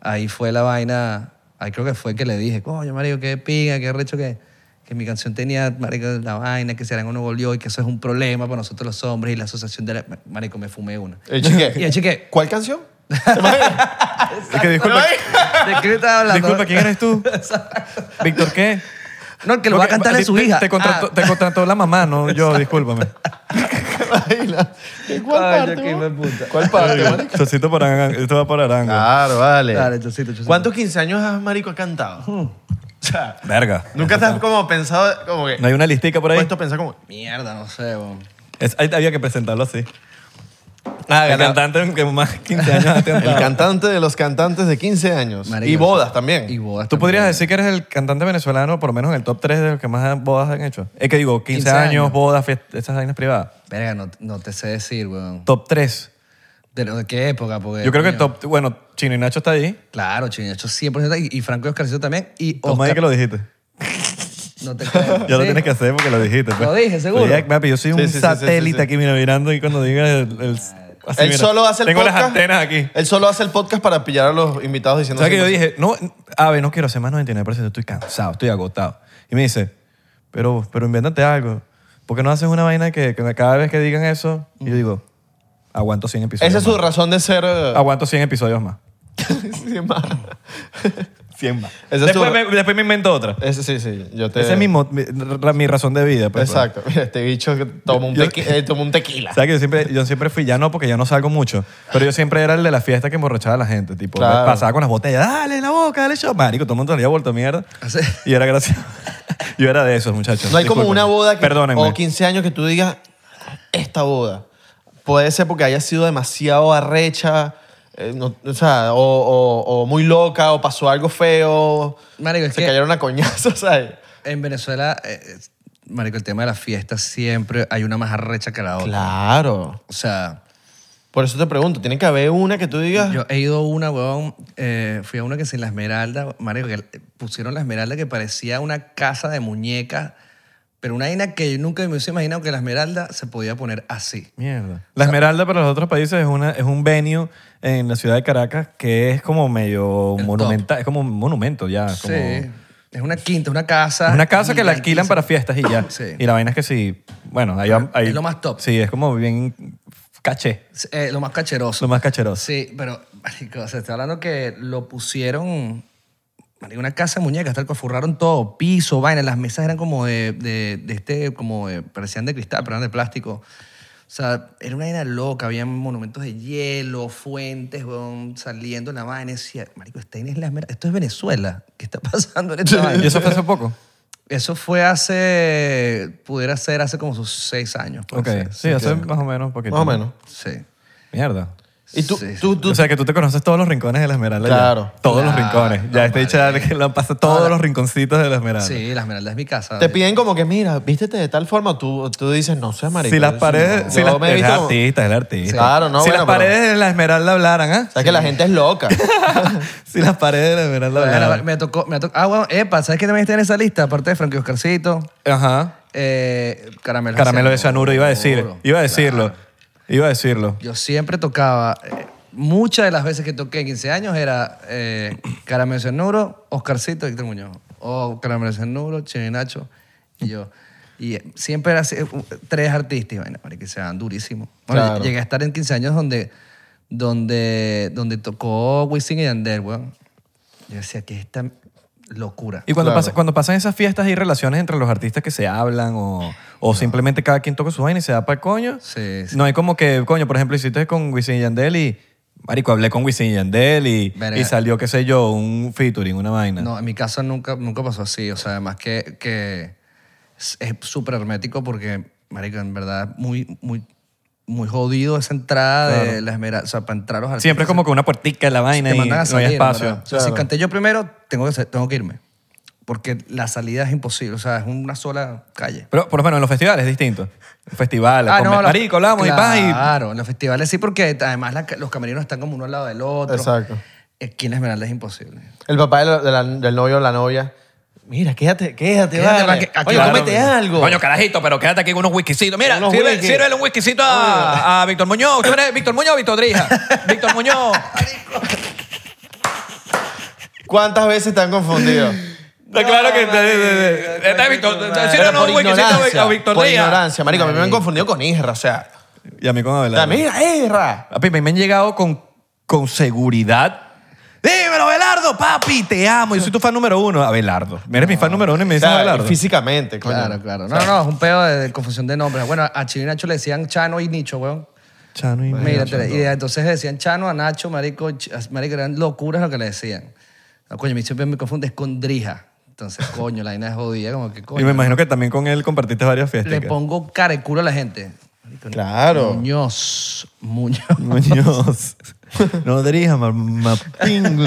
Speaker 3: ahí fue la vaina, ahí creo que fue que le dije, coño, marico, qué pinga, qué recho que, que mi canción tenía, marico, la vaina, que si Arango no volvió y que eso es un problema para nosotros los hombres y la asociación de... la- Marico, me fumé una.
Speaker 2: El Eh, chique.
Speaker 3: Y el chique,
Speaker 2: ¿Cuál canción?
Speaker 1: Es que disculpa,
Speaker 3: ¿de qué estaba hablando?
Speaker 1: disculpa, ¿quién eres tú? ¿Víctor qué?
Speaker 3: No, que lo va a
Speaker 1: Porque,
Speaker 3: cantar de
Speaker 1: te-
Speaker 3: su
Speaker 1: te-
Speaker 3: hija.
Speaker 1: Te contrató,
Speaker 3: Ah.
Speaker 1: te contrató la mamá, no yo, discúlpame.
Speaker 2: ¿Y ¿Cuál
Speaker 3: Ay,
Speaker 2: parte?
Speaker 3: yo qué
Speaker 2: huevón?
Speaker 3: hijo de puta.
Speaker 2: ¿Cuál parte, marico?
Speaker 1: Chocito para Arango. Esto va para Arango.
Speaker 3: Ah.
Speaker 2: Claro, vale.
Speaker 3: Dale, chocito, chocito.
Speaker 2: ¿Cuántos 15 años has, marico, has cantado?
Speaker 1: Uh.
Speaker 2: O sea,
Speaker 1: Verga.
Speaker 2: nunca te has como pensado, como que,
Speaker 1: ¿No hay una listica por ahí?
Speaker 3: Pues
Speaker 2: puesto a pensar como,
Speaker 3: Mierda, no sé, weón.
Speaker 1: Es- ahí había que presentarlo así. Ah, el
Speaker 2: ganado.
Speaker 1: cantante que más 15 años ha
Speaker 2: el
Speaker 1: tenido.
Speaker 2: cantante de los cantantes de 15 años.
Speaker 3: Marico,
Speaker 2: y bodas
Speaker 3: sí.
Speaker 2: también.
Speaker 3: Y bodas
Speaker 1: Tú podrías
Speaker 3: también.
Speaker 1: decir que eres el cantante venezolano, por lo menos en el top 3 de los que más bodas han hecho. Es que digo, 15,
Speaker 3: 15
Speaker 1: años,
Speaker 3: años.
Speaker 1: bodas, fiestas, esas vainas privadas.
Speaker 3: Verga, no, no te sé decir, weón.
Speaker 1: Top 3.
Speaker 3: ¿De, lo- de qué época?
Speaker 2: Pues,
Speaker 3: Porque,
Speaker 1: Yo creo que el
Speaker 3: coño,
Speaker 1: top, bueno, Chino y Nacho está ahí.
Speaker 3: Claro, Chiniacho 100% y, y Franco y Oscarcito también. Y
Speaker 1: Toma ahí
Speaker 3: Oscar-
Speaker 1: que lo dijiste.
Speaker 3: No te creo.
Speaker 1: Ya lo
Speaker 3: Sí.
Speaker 1: tienes que hacer porque lo dijiste. pues.
Speaker 3: Lo dije, seguro.
Speaker 1: Pero ya, papi, yo soy
Speaker 2: Sí,
Speaker 1: un
Speaker 2: sí, sí, sí,
Speaker 1: satélite
Speaker 2: sí.
Speaker 1: aquí, mira, mirando y cuando digas el... el- así,
Speaker 2: él
Speaker 1: mira.
Speaker 2: solo hace el
Speaker 1: Tengo
Speaker 2: podcast.
Speaker 1: las antenas aquí.
Speaker 2: Él solo hace el podcast para pillar a los invitados diciendo.
Speaker 1: ¿Sabes que yo
Speaker 2: siempre-
Speaker 1: dije? No, Ave, no quiero hacer más 99%, estoy cansado, estoy agotado. Y me dice, pero, pero invéntate algo. ¿Por qué no haces una vaina que, que cada vez que digan eso? Y yo digo, aguanto 100 episodios
Speaker 2: Esa es su
Speaker 1: más. Ah,
Speaker 2: razón de ser. eh,
Speaker 1: Aguanto 100 episodios más.
Speaker 2: sí, ma.
Speaker 1: 100 más.
Speaker 2: Esa es Este
Speaker 1: Después,
Speaker 2: tu-
Speaker 1: me, después me invento otra.
Speaker 2: Ese sí, sí. Yo te...
Speaker 1: Esa es mi, mo- mi, ra- mi razón de vida. pues, pues.
Speaker 2: Exacto. Mira, este bicho que toma un,
Speaker 1: Yo-
Speaker 2: tequi- eh, toma un tequila.
Speaker 1: ¿Sabes que yo siempre, yo siempre fui, ya no porque yo no salgo mucho, pero yo siempre era el de la fiesta que emborrachaba a la gente. Tipo,
Speaker 2: Claro.
Speaker 1: pasaba con las botellas, dale la boca, dale shot. Marico, todo el mundo salía vuelto a mierda.
Speaker 3: Así.
Speaker 1: Y era gracioso. Yo era de esos, muchachos.
Speaker 2: No hay como
Speaker 1: Discúlpenme.
Speaker 2: una boda que,
Speaker 1: Perdónenme.
Speaker 2: o 15 años que tú digas, esta boda. Puede ser porque haya sido demasiado arrecha, eh, no- o, sea, o, o- o muy loca, o pasó algo feo,
Speaker 3: Marico, es
Speaker 2: se
Speaker 3: que-
Speaker 2: cayeron a coñazos, ¿sabes?
Speaker 3: En Venezuela, eh, eh, marico, el tema de las fiestas siempre hay una más arrecha que la otra.
Speaker 2: Claro.
Speaker 3: O sea,
Speaker 2: Por eso te pregunto, tiene que haber una que tú digas.
Speaker 3: Yo he ido a una, weón, eh, fui a una que sin la esmeralda, marico, que pusieron la esmeralda que parecía una casa de muñecas, pero una vaina que yo nunca me hubiese imaginado que la esmeralda se podía poner así.
Speaker 1: Mierda. La Esmeralda para los otros países es, una, es un venue en la ciudad de Caracas que es como medio
Speaker 3: El
Speaker 1: monumental, es como un monumento ya. Ah, como-
Speaker 3: Sí. Es una quinta, una casa.
Speaker 1: Es una casa que la alquilan
Speaker 3: gigantísima.
Speaker 1: para fiestas y ya.
Speaker 3: Sí.
Speaker 1: Y la vaina es que sí, bueno, ahí, va- ahí-
Speaker 3: Es lo más top.
Speaker 1: Sí, es como bien caché,
Speaker 3: Eh, lo más cacheroso.
Speaker 1: lo más cacheroso.
Speaker 3: Sí, pero, marico, se está hablando que lo pusieron, marico, una casa de muñecas, tal cual, forraron todo, piso, vaina, las mesas eran como de, de, de este, como de- parecían de cristal, pero eran de plástico. O sea, era una vaina loca, había monumentos de hielo, fuentes, weón, saliendo en la vaina, y decía, marico, esta vaina es la esmer- esto es Venezuela, ¿qué está pasando en esta vaina?
Speaker 1: Y eso fue hace poco.
Speaker 3: Eso fue hace, pudiera ser hace como sus seis años. puede
Speaker 1: Ok,
Speaker 3: ser.
Speaker 1: sí, hace más o menos un poquito.
Speaker 2: Más o menos.
Speaker 3: Sí.
Speaker 1: Mierda.
Speaker 2: Y tú,
Speaker 3: Sí, sí.
Speaker 2: tú, tú-
Speaker 1: o sea, que tú te conoces todos los rincones de la Esmeralda. ya.
Speaker 2: Claro.
Speaker 1: Todos los
Speaker 3: Claro,
Speaker 1: rincones.
Speaker 3: no,
Speaker 1: Ya este dicha
Speaker 3: marico.
Speaker 1: que lo pasa todos
Speaker 3: Ahora-
Speaker 1: los rinconcitos de la Esmeralda.
Speaker 3: Sí, la Esmeralda es mi casa.
Speaker 2: te piden como que, mira, vístete de tal forma, tú, tú dices, no seas Ah, marico.
Speaker 1: Si las
Speaker 2: yo-
Speaker 1: paredes.
Speaker 2: yo
Speaker 1: si las,
Speaker 2: me he
Speaker 1: es
Speaker 2: visto como-
Speaker 1: artista, es el artista.
Speaker 2: Claro, no,
Speaker 1: Si
Speaker 2: bueno,
Speaker 1: las
Speaker 2: pero-
Speaker 1: paredes de la Esmeralda hablaran, ¿ah?
Speaker 2: O sea, que la gente es loca.
Speaker 1: Si las paredes de la Esmeralda
Speaker 3: Bueno,
Speaker 1: hablaran.
Speaker 3: me tocó, me tocó. Ah, bueno, epa, ¿sabes qué también está en esa lista? Aparte de Frankie Oscarcito,
Speaker 1: Ajá.
Speaker 3: eh, Caramelo.
Speaker 1: Caramelo de Sanuro, iba a decir.
Speaker 3: Seguro.
Speaker 1: Iba a decirlo. Iba a decirlo.
Speaker 3: Yo siempre tocaba, eh, muchas de las veces que toqué en 15 años era eh, Caramelo de Cianuro, Oscarcito, Víctor Muñoz. O Caramelo de Cianuro, Chirinacho y yo. Y eh, siempre eran tres artistas y bueno, marico, que se dan durísimo. Bueno,
Speaker 2: Claro.
Speaker 3: llegué a estar en 15 años donde, donde, donde tocó Wisin y Yandel, weón. Yo decía que esta locura.
Speaker 1: Y cuando,
Speaker 2: Claro.
Speaker 1: pasa- cuando pasan esas fiestas hay relaciones entre los artistas que se hablan o, o simplemente cada quien toca su vaina y se da para coño.
Speaker 3: Sí, sí.
Speaker 1: No hay como que, coño, por ejemplo, hiciste con Wisin y Yandel y, marico, hablé con Wisin y Yandel y,
Speaker 3: Verga.
Speaker 1: y salió, qué sé yo, un featuring, una vaina.
Speaker 3: No, en mi casa nunca, nunca pasó así. O sea, además que, que es es súper hermético porque, marico, en verdad, muy, muy, muy jodido esa entrada de la esmeralda. O sea, para entrar los artistas.
Speaker 1: Siempre es como que una puertica en la vaina
Speaker 3: te
Speaker 1: y
Speaker 3: mandan a
Speaker 1: no
Speaker 3: salir,
Speaker 1: hay
Speaker 3: en
Speaker 1: espacio.
Speaker 3: verdad. O sea, Si
Speaker 2: Claro.
Speaker 3: canté yo primero, tengo que, sa- tengo que irme. Porque la salida es imposible. O sea, es una sola calle.
Speaker 1: Pero por lo menos en los festivales es distinto. Festivales,
Speaker 3: Ah,
Speaker 1: con-
Speaker 3: no, los-
Speaker 1: marico, hablamos y vas y...
Speaker 3: Claro, en los festivales sí, porque además la ca- los camerinos están como uno al lado del otro.
Speaker 2: Exacto.
Speaker 3: Aquí en la Esmeralda es imposible.
Speaker 2: El papá de la- de la- del novio o la novia, mira, quédate, quédate,
Speaker 3: Quédate,
Speaker 2: vale.
Speaker 3: pa' que- aquí
Speaker 2: Oye,
Speaker 3: vamos.
Speaker 2: cómete algo.
Speaker 1: Coño, carajito, pero quédate aquí con unos whiskycitos. Mira,
Speaker 2: Unos
Speaker 1: sirve,
Speaker 2: whisky.
Speaker 1: sírvele un whiskycito a, a Víctor Muñoz. ¿Tú eres Víctor Muñoz o Víctor Drija? Víctor Muñoz.
Speaker 2: ¿Cuántas veces te han confundido?
Speaker 1: Está claro que está, está
Speaker 3: marica,
Speaker 1: este Víctor.
Speaker 3: marica,
Speaker 1: está-
Speaker 3: marica.
Speaker 1: sírvenos
Speaker 2: por
Speaker 1: un whiskycito
Speaker 2: ignorancia,
Speaker 1: a Víctor
Speaker 2: por
Speaker 1: Díaz.
Speaker 2: ignorancia, marico, a mí me han confundido con Isra, o sea,
Speaker 1: Y a mí con
Speaker 2: o sea,
Speaker 1: Abelardo.
Speaker 2: mira, Isra.
Speaker 1: Papi, me han llegado con, con seguridad. Dímelo, Abelardo, papi, te amo. Yo soy tu fan número uno. Abelardo. Mira, eres mi fan número uno y me
Speaker 2: O
Speaker 1: dicen
Speaker 2: sea,
Speaker 1: Abelardo.
Speaker 2: físicamente, coño.
Speaker 3: Claro, claro. No, no, es un pedo de, de confusión de nombres. Bueno, a Chino y Nacho le decían Chano y Nicho, weón.
Speaker 1: Chano y
Speaker 3: Mira, te- y entonces le decían Chano a Nacho, marico, ch- a- marico, eran locuras lo que le decían. No, coño, a mí siempre me confundes con Drija. Entonces, coño, la vaina es jodida, como que
Speaker 1: Y me
Speaker 3: coño.
Speaker 1: imagino que también con él compartiste varias fiestas.
Speaker 3: Le pongo cara y culo a la gente. este Marico,
Speaker 2: Claro.
Speaker 3: Muñoz, Muñoz.
Speaker 1: Muñoz. No dirijas, mapingo.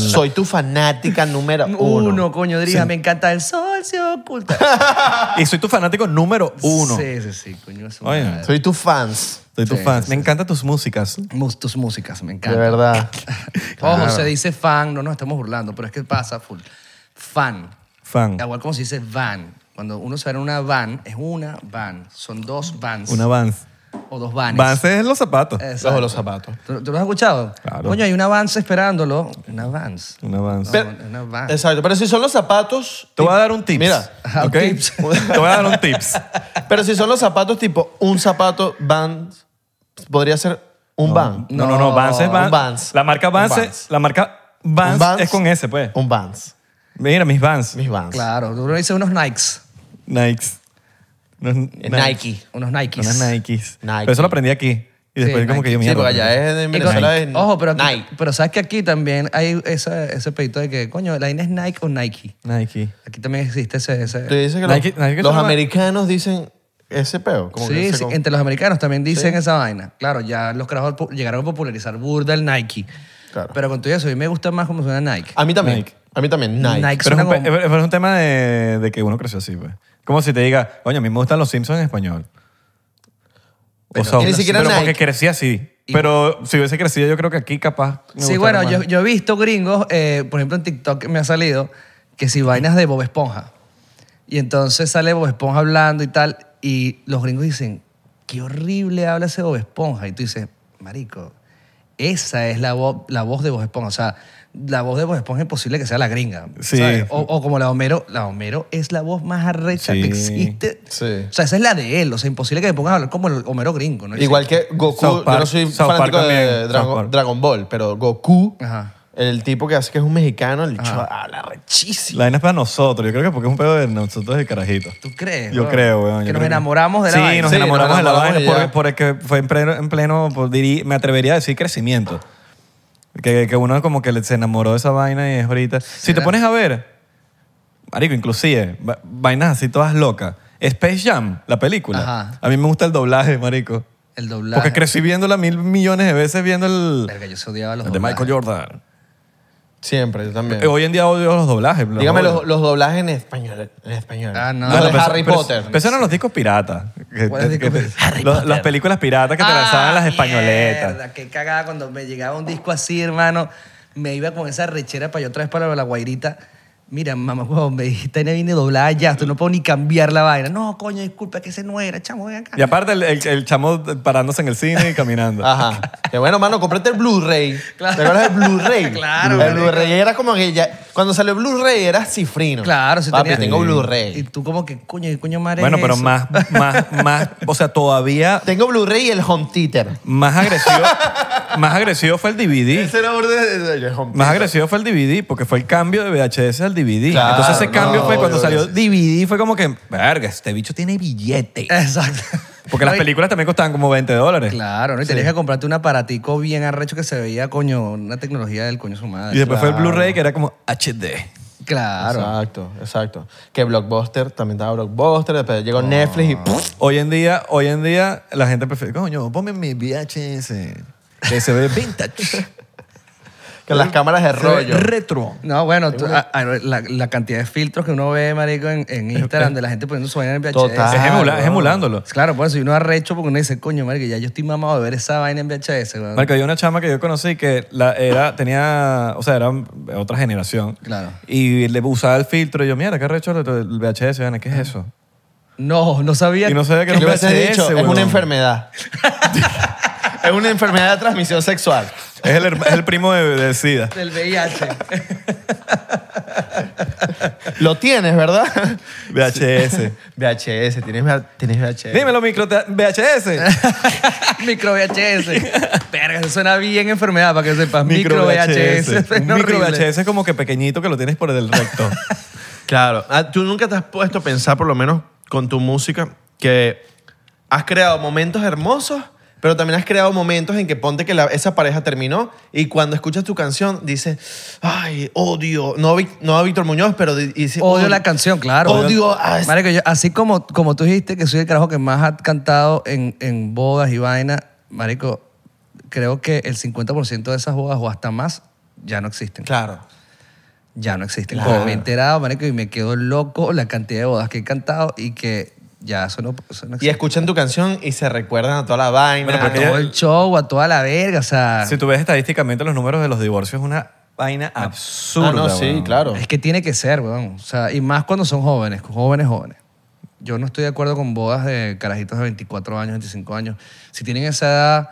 Speaker 2: Soy tu fanática número uno.
Speaker 3: Mm. Uno, coño, Drija, me encanta el sol, se oculta.
Speaker 1: Y soy tu fanático número uno.
Speaker 3: Sí, sí, sí, coño, es
Speaker 1: Oye.
Speaker 3: una...
Speaker 2: Soy tu fans,
Speaker 1: Soy tu
Speaker 3: Sí,
Speaker 1: fan.
Speaker 3: sí,
Speaker 1: Me encantan tus músicas.
Speaker 3: Mus- Tus músicas, me
Speaker 2: de
Speaker 3: encanta.
Speaker 2: verdad.
Speaker 3: Ojo, se dice fan, no nos estamos burlando, pero es que pasa full. Fan.
Speaker 1: Fan.
Speaker 3: Igual como se dice van. Cuando uno se va en una van, es una van. Son dos vans.
Speaker 1: Una Vans.
Speaker 3: O dos vanes.
Speaker 1: Vans es los zapatos.
Speaker 3: Exacto.
Speaker 2: Bajo los zapatos.
Speaker 3: ¿Tú, tú lo has escuchado?
Speaker 1: Claro.
Speaker 3: Coño, hay una Vans esperándolo. Una Vans.
Speaker 1: Una Vans.
Speaker 2: Pero-
Speaker 3: una van.
Speaker 2: Exacto, pero si son los zapatos...
Speaker 1: Te voy a dar un tips.
Speaker 2: Mira.
Speaker 1: ¿ok?
Speaker 3: Un tips.
Speaker 1: Te voy a dar un tips.
Speaker 2: Pero si son los zapatos tipo un zapato Vans, podría ser un Vans.
Speaker 1: No, no, no. Vans es Vans.
Speaker 2: un Vans.
Speaker 1: La marca Vans,
Speaker 2: Un
Speaker 1: es-
Speaker 2: Vans.
Speaker 1: La marca Vans,
Speaker 2: Un Vans.
Speaker 1: es con S, pues.
Speaker 2: Un Vans.
Speaker 1: Mira, mis Vans.
Speaker 2: Mis Vans.
Speaker 3: Claro, tú lo dices unos Nikes.
Speaker 1: Nikes. Unos-
Speaker 2: Nike.
Speaker 3: Unos Nikes.
Speaker 1: Unos Nikes.
Speaker 2: Eh, Nike.
Speaker 1: Pero eso lo aprendí aquí. Y
Speaker 3: Sí,
Speaker 1: después como
Speaker 3: Nike.
Speaker 1: que yo
Speaker 2: Sí,
Speaker 1: mierda,
Speaker 2: porque allá pues. es
Speaker 3: Y
Speaker 2: en
Speaker 3: con-
Speaker 2: Venezuela es
Speaker 3: Ojo, pero, aquí-
Speaker 2: Nike.
Speaker 3: pero sabes que aquí también hay esa- ese pedito de que, coño, la línea es Nike o Nike.
Speaker 1: Nike.
Speaker 3: Aquí también existe ese... ese-
Speaker 2: Tú dices que
Speaker 1: Nike-
Speaker 2: los,
Speaker 1: Nike
Speaker 2: los
Speaker 1: se llama-
Speaker 2: americanos dicen ese peo. Como que
Speaker 3: Sí,
Speaker 2: se
Speaker 3: sí,
Speaker 2: con-
Speaker 3: entre los americanos también dicen esa vaina. Claro, ya los carajos po- llegaron a popularizar burda el Nike.
Speaker 2: Claro.
Speaker 3: Pero con todo eso, a mí me gusta más cómo suena Nike.
Speaker 2: A mí también.
Speaker 1: Nike.
Speaker 2: A mí también. Nike.
Speaker 3: Nike
Speaker 1: Pero
Speaker 3: suena
Speaker 1: es, un, pe-
Speaker 3: como-
Speaker 1: pero es un tema de, de que uno creció así, pues. Como si te diga, coño, a mí me gustan los Simpsons en español. O sea,
Speaker 2: ni siquiera
Speaker 1: pero
Speaker 2: Nike.
Speaker 1: porque crecí así.
Speaker 3: y-
Speaker 1: Pero si hubiese crecido, yo creo que aquí capaz. me
Speaker 3: sí,
Speaker 1: gustara
Speaker 3: bueno, yo,
Speaker 1: más.
Speaker 3: yo he visto gringos, eh, por ejemplo en TikTok me ha salido que si vainas de Bob Esponja. Y entonces sale Bob Esponja hablando y tal, y los gringos dicen, qué horrible habla ese Bob Esponja. Y tú dices, marico, esa es la, vo- la voz de Bob Esponja. O sea, la voz de Bob Esponja es posible que sea la gringa.
Speaker 1: Sí.
Speaker 3: ¿sabes? O, o como la de Homero, la de Homero es la voz más arrecha
Speaker 1: Sí.
Speaker 3: que existe.
Speaker 2: Sí.
Speaker 3: O sea, esa es la de él. O sea, imposible que me pongas a hablar como el Homero gringo. ¿no?
Speaker 2: Igual que Goku,
Speaker 1: South Park,
Speaker 2: yo no soy
Speaker 1: South
Speaker 2: fanático
Speaker 1: Park
Speaker 2: de
Speaker 1: también, South
Speaker 2: Dragon,
Speaker 1: Park.
Speaker 2: Dragon Ball, pero Goku,
Speaker 3: Ajá.
Speaker 2: el tipo que hace que es un mexicano, el chavo
Speaker 3: Ajá.
Speaker 2: habla rechísimo.
Speaker 1: La vaina es para nosotros. Yo creo que porque es un pedo de nosotros de carajito.
Speaker 3: ¿Tú crees?
Speaker 1: Yo
Speaker 3: weón?
Speaker 1: creo, weón. yo
Speaker 3: Que nos
Speaker 1: creo
Speaker 3: enamoramos de la
Speaker 1: sí,
Speaker 3: vaina.
Speaker 1: Nos
Speaker 2: Sí,
Speaker 1: enamoramos
Speaker 2: nos
Speaker 1: de la
Speaker 2: enamoramos
Speaker 1: vaina
Speaker 2: y ya.
Speaker 1: porque, porque fue en pleno, en pleno, pues, diri- me atrevería a decir crecimiento. Que, que uno como que le- se enamoró de esa vaina y es ahorita... Si te
Speaker 3: ¿Será?
Speaker 1: pones a ver, marico, inclusive, va- vainas así todas locas. Space Jam, la película.
Speaker 3: Ajá.
Speaker 1: A mí me gusta el doblaje, marico.
Speaker 3: El doblaje.
Speaker 1: Porque crecí viéndola mil millones de veces viendo el...
Speaker 3: Verga, yo se odiaba los
Speaker 1: el de Michael Jordan.
Speaker 2: Siempre, yo también.
Speaker 1: Eh, Hoy en día odio los doblajes. los
Speaker 2: Dígame
Speaker 1: odio.
Speaker 2: los, los doblajes en español. En español.
Speaker 3: Ah, no.
Speaker 2: Los
Speaker 3: Bueno,
Speaker 2: de
Speaker 1: pero
Speaker 2: Harry
Speaker 1: eso- pero-
Speaker 2: Potter.
Speaker 1: Pero esos eran los discos piratas. Que-
Speaker 3: ¿Cuáles
Speaker 1: que-
Speaker 3: discos
Speaker 1: que-
Speaker 3: piratas? Harry
Speaker 1: los-
Speaker 3: Potter.
Speaker 1: Las películas piratas que
Speaker 2: Ah,
Speaker 1: te lanzaban las españoletas.
Speaker 3: Ah, Mierda, qué cagada cuando me llegaba un disco así, hermano. Me iba con esa rechera para yo otra vez para la guairita. Mira, mamá, weón, me dijiste, vaina viene doblada ya. Tú no puedo ni cambiar la vaina. No, coño, disculpa, que ese no era, chamo, ven acá.
Speaker 1: Y aparte el, el- el chamo parándose en el cine y caminando.
Speaker 2: Ajá. Que bueno, mano, cómprate el Blu-ray.
Speaker 3: Claro.
Speaker 2: ¿Te acuerdas del Blu-ray?
Speaker 3: Claro,
Speaker 2: El
Speaker 3: marico.
Speaker 2: Blu-ray era como que ya... Cuando salió el Blu-ray era cifrino.
Speaker 3: Claro, si
Speaker 2: Papi,
Speaker 3: tenía-
Speaker 2: tengo
Speaker 3: Y
Speaker 2: Blu-ray.
Speaker 3: tú como que, coño, ¿qué coño madre es
Speaker 1: bueno, pero
Speaker 3: eso?
Speaker 1: más, más, más, o sea, todavía
Speaker 2: Tengo Blu-ray y el home theater.
Speaker 1: más agresivo, más agresivo fue el DVD.
Speaker 2: Ese era urde- el
Speaker 1: Más
Speaker 2: home theater.
Speaker 1: agresivo fue el DVD, porque fue el cambio de VHS al DVD.
Speaker 2: Claro,
Speaker 1: Entonces ese cambio
Speaker 2: no,
Speaker 1: fue cuando salió
Speaker 2: obvio, sí.
Speaker 1: DVD, fue como que, verga, este bicho tiene billete.
Speaker 2: Eh,
Speaker 3: Exacto.
Speaker 1: Porque las
Speaker 3: Oye,
Speaker 1: películas también costaban como 20 dólares.
Speaker 3: Claro, ¿no? Y tenías que comprarte un aparatico bien arrecho que se veía, coño, una tecnología del coño su madre.
Speaker 1: Y después fue el
Speaker 2: Claro.
Speaker 1: Blu-ray que era como HD.
Speaker 3: Claro.
Speaker 2: Exacto, exacto. Que Blockbuster, también estaba Blockbuster, después
Speaker 1: Oh.
Speaker 2: llegó Netflix y ¡pum!
Speaker 1: Hoy en día, hoy en día la gente prefiere, coño, ponme mi VHS que se ve vintage,
Speaker 2: que las cámaras de rollo.
Speaker 1: retro.
Speaker 3: No, bueno, tú- a- a- la, la cantidad de filtros que uno ve, marico, en, en Instagram de la gente poniendo su vaina en VHS.
Speaker 2: Total.
Speaker 1: es, emula-
Speaker 2: no.
Speaker 1: es emulándolo.
Speaker 3: Claro, por eso y uno arrecho porque uno dice, coño, marico, ya yo estoy mamado de ver esa vaina en VHS, weón.
Speaker 1: Marco, había una chama que yo conocí que la era, tenía, o sea, era otra generación.
Speaker 3: Claro.
Speaker 1: Y le usaba el filtro y yo, mira, qué recho el el VHS, vean, ¿qué es eso?
Speaker 3: No, no sabía.
Speaker 1: Y no sabía que
Speaker 2: Que
Speaker 1: era
Speaker 2: yo
Speaker 1: un
Speaker 2: hubiese
Speaker 1: VHS,
Speaker 2: dicho, es
Speaker 1: huevón.
Speaker 2: una enfermedad. es una enfermedad de transmisión sexual.
Speaker 1: Es el, herma- es el primo de, de SIDA.
Speaker 3: Del VIH.
Speaker 2: Lo tienes, ¿verdad?
Speaker 1: VHS.
Speaker 2: VHS, tienes, V- tienes VHS.
Speaker 1: Dímelo, micro te- VHS.
Speaker 3: micro VHS. Verga, eso suena bien enfermedad para que sepas. Micro, VHS.
Speaker 1: Un
Speaker 3: suena
Speaker 1: micro
Speaker 3: horrible.
Speaker 1: VHS es como que pequeñito que lo tienes por el recto.
Speaker 2: Claro. Ah, Tú nunca te has puesto a pensar, por lo menos con tu música, que has creado momentos hermosos, pero también has creado momentos en que ponte que la- esa pareja terminó y cuando escuchas tu canción dices, ay, odio, no, a Vic- no a Víctor Muñoz, pero di- dices,
Speaker 3: Odio la canción, claro.
Speaker 2: Odio a ese-
Speaker 3: Marico, yo- así como, como tú dijiste que soy el carajo que más ha cantado en, en bodas y vaina, Marico, creo que el 50% de esas bodas o hasta más ya no existen.
Speaker 2: Claro.
Speaker 3: Ya no existen.
Speaker 2: Claro.
Speaker 3: Como me he enterado, Marico, y me quedo loco la cantidad de bodas que he cantado y que ya eso no, eso no
Speaker 2: Y
Speaker 3: existe.
Speaker 2: escuchan tu canción y se recuerdan a toda la vaina.
Speaker 1: Bueno, porque-
Speaker 3: Todo el show, a toda la verga, o sea.
Speaker 1: Si tú ves estadísticamente los números de los divorcios, es una vaina absurda.
Speaker 2: Ah, no, sí,
Speaker 1: weón.
Speaker 2: claro.
Speaker 3: Es que tiene que ser, weón. O sea, y más cuando son jóvenes, jóvenes, jóvenes. Yo no estoy de acuerdo con bodas de carajitos de 24 años, 25 años. Si tienen esa edad,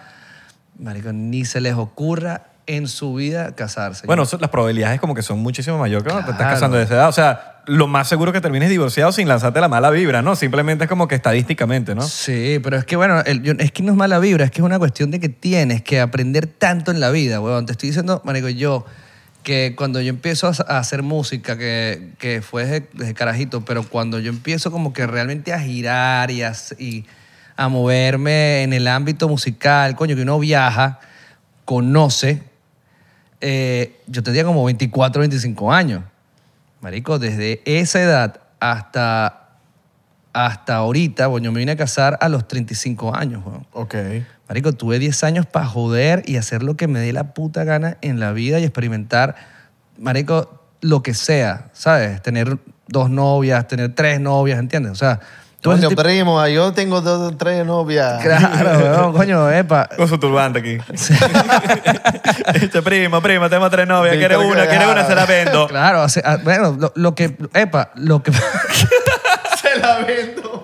Speaker 3: marico, ni se les ocurra en su vida casarse.
Speaker 1: Bueno, so- las probabilidades como que son muchísimo mayor que cuando te estás
Speaker 3: Claro.
Speaker 1: casando de esa edad. O sea, lo más seguro que termines divorciado sin lanzarte la mala vibra, ¿no? Simplemente es como que estadísticamente, ¿no?
Speaker 3: Sí, pero es que bueno, el- yo- es que no es mala vibra, es que es una cuestión de que tienes que aprender tanto en la vida, weón. Te estoy diciendo, marico, yo, que cuando yo empiezo a, s- a hacer música, que, que fue desde, desde carajito, pero cuando yo empiezo como que realmente a girar y a, s- y a moverme en el ámbito musical, coño, que uno viaja, conoce, eh, yo tendría como 24, 25 años. Marico, desde esa edad hasta hasta ahorita, bueno, yo me vine a casar a los 35 años, weón.
Speaker 2: Ok.
Speaker 3: Marico, tuve 10 años para joder y hacer lo que me dé la puta gana en la vida y experimentar, marico, lo que sea, ¿sabes? Tener dos novias, tener tres novias, ¿entiendes? O sea, Tú eres
Speaker 2: Coño,
Speaker 3: el tipo-
Speaker 2: primo, ah, yo tengo dos o tres novias.
Speaker 3: Claro, weón, coño, epa.
Speaker 1: Con su turbante aquí. este primo, primo, tenemos tres novias.
Speaker 2: Víctor
Speaker 1: ¿Quieres una? ¿Quieres una? Se la vendo.
Speaker 3: Claro, hace- ah, bueno, lo, lo que, epa, lo que...
Speaker 2: Se la vendo.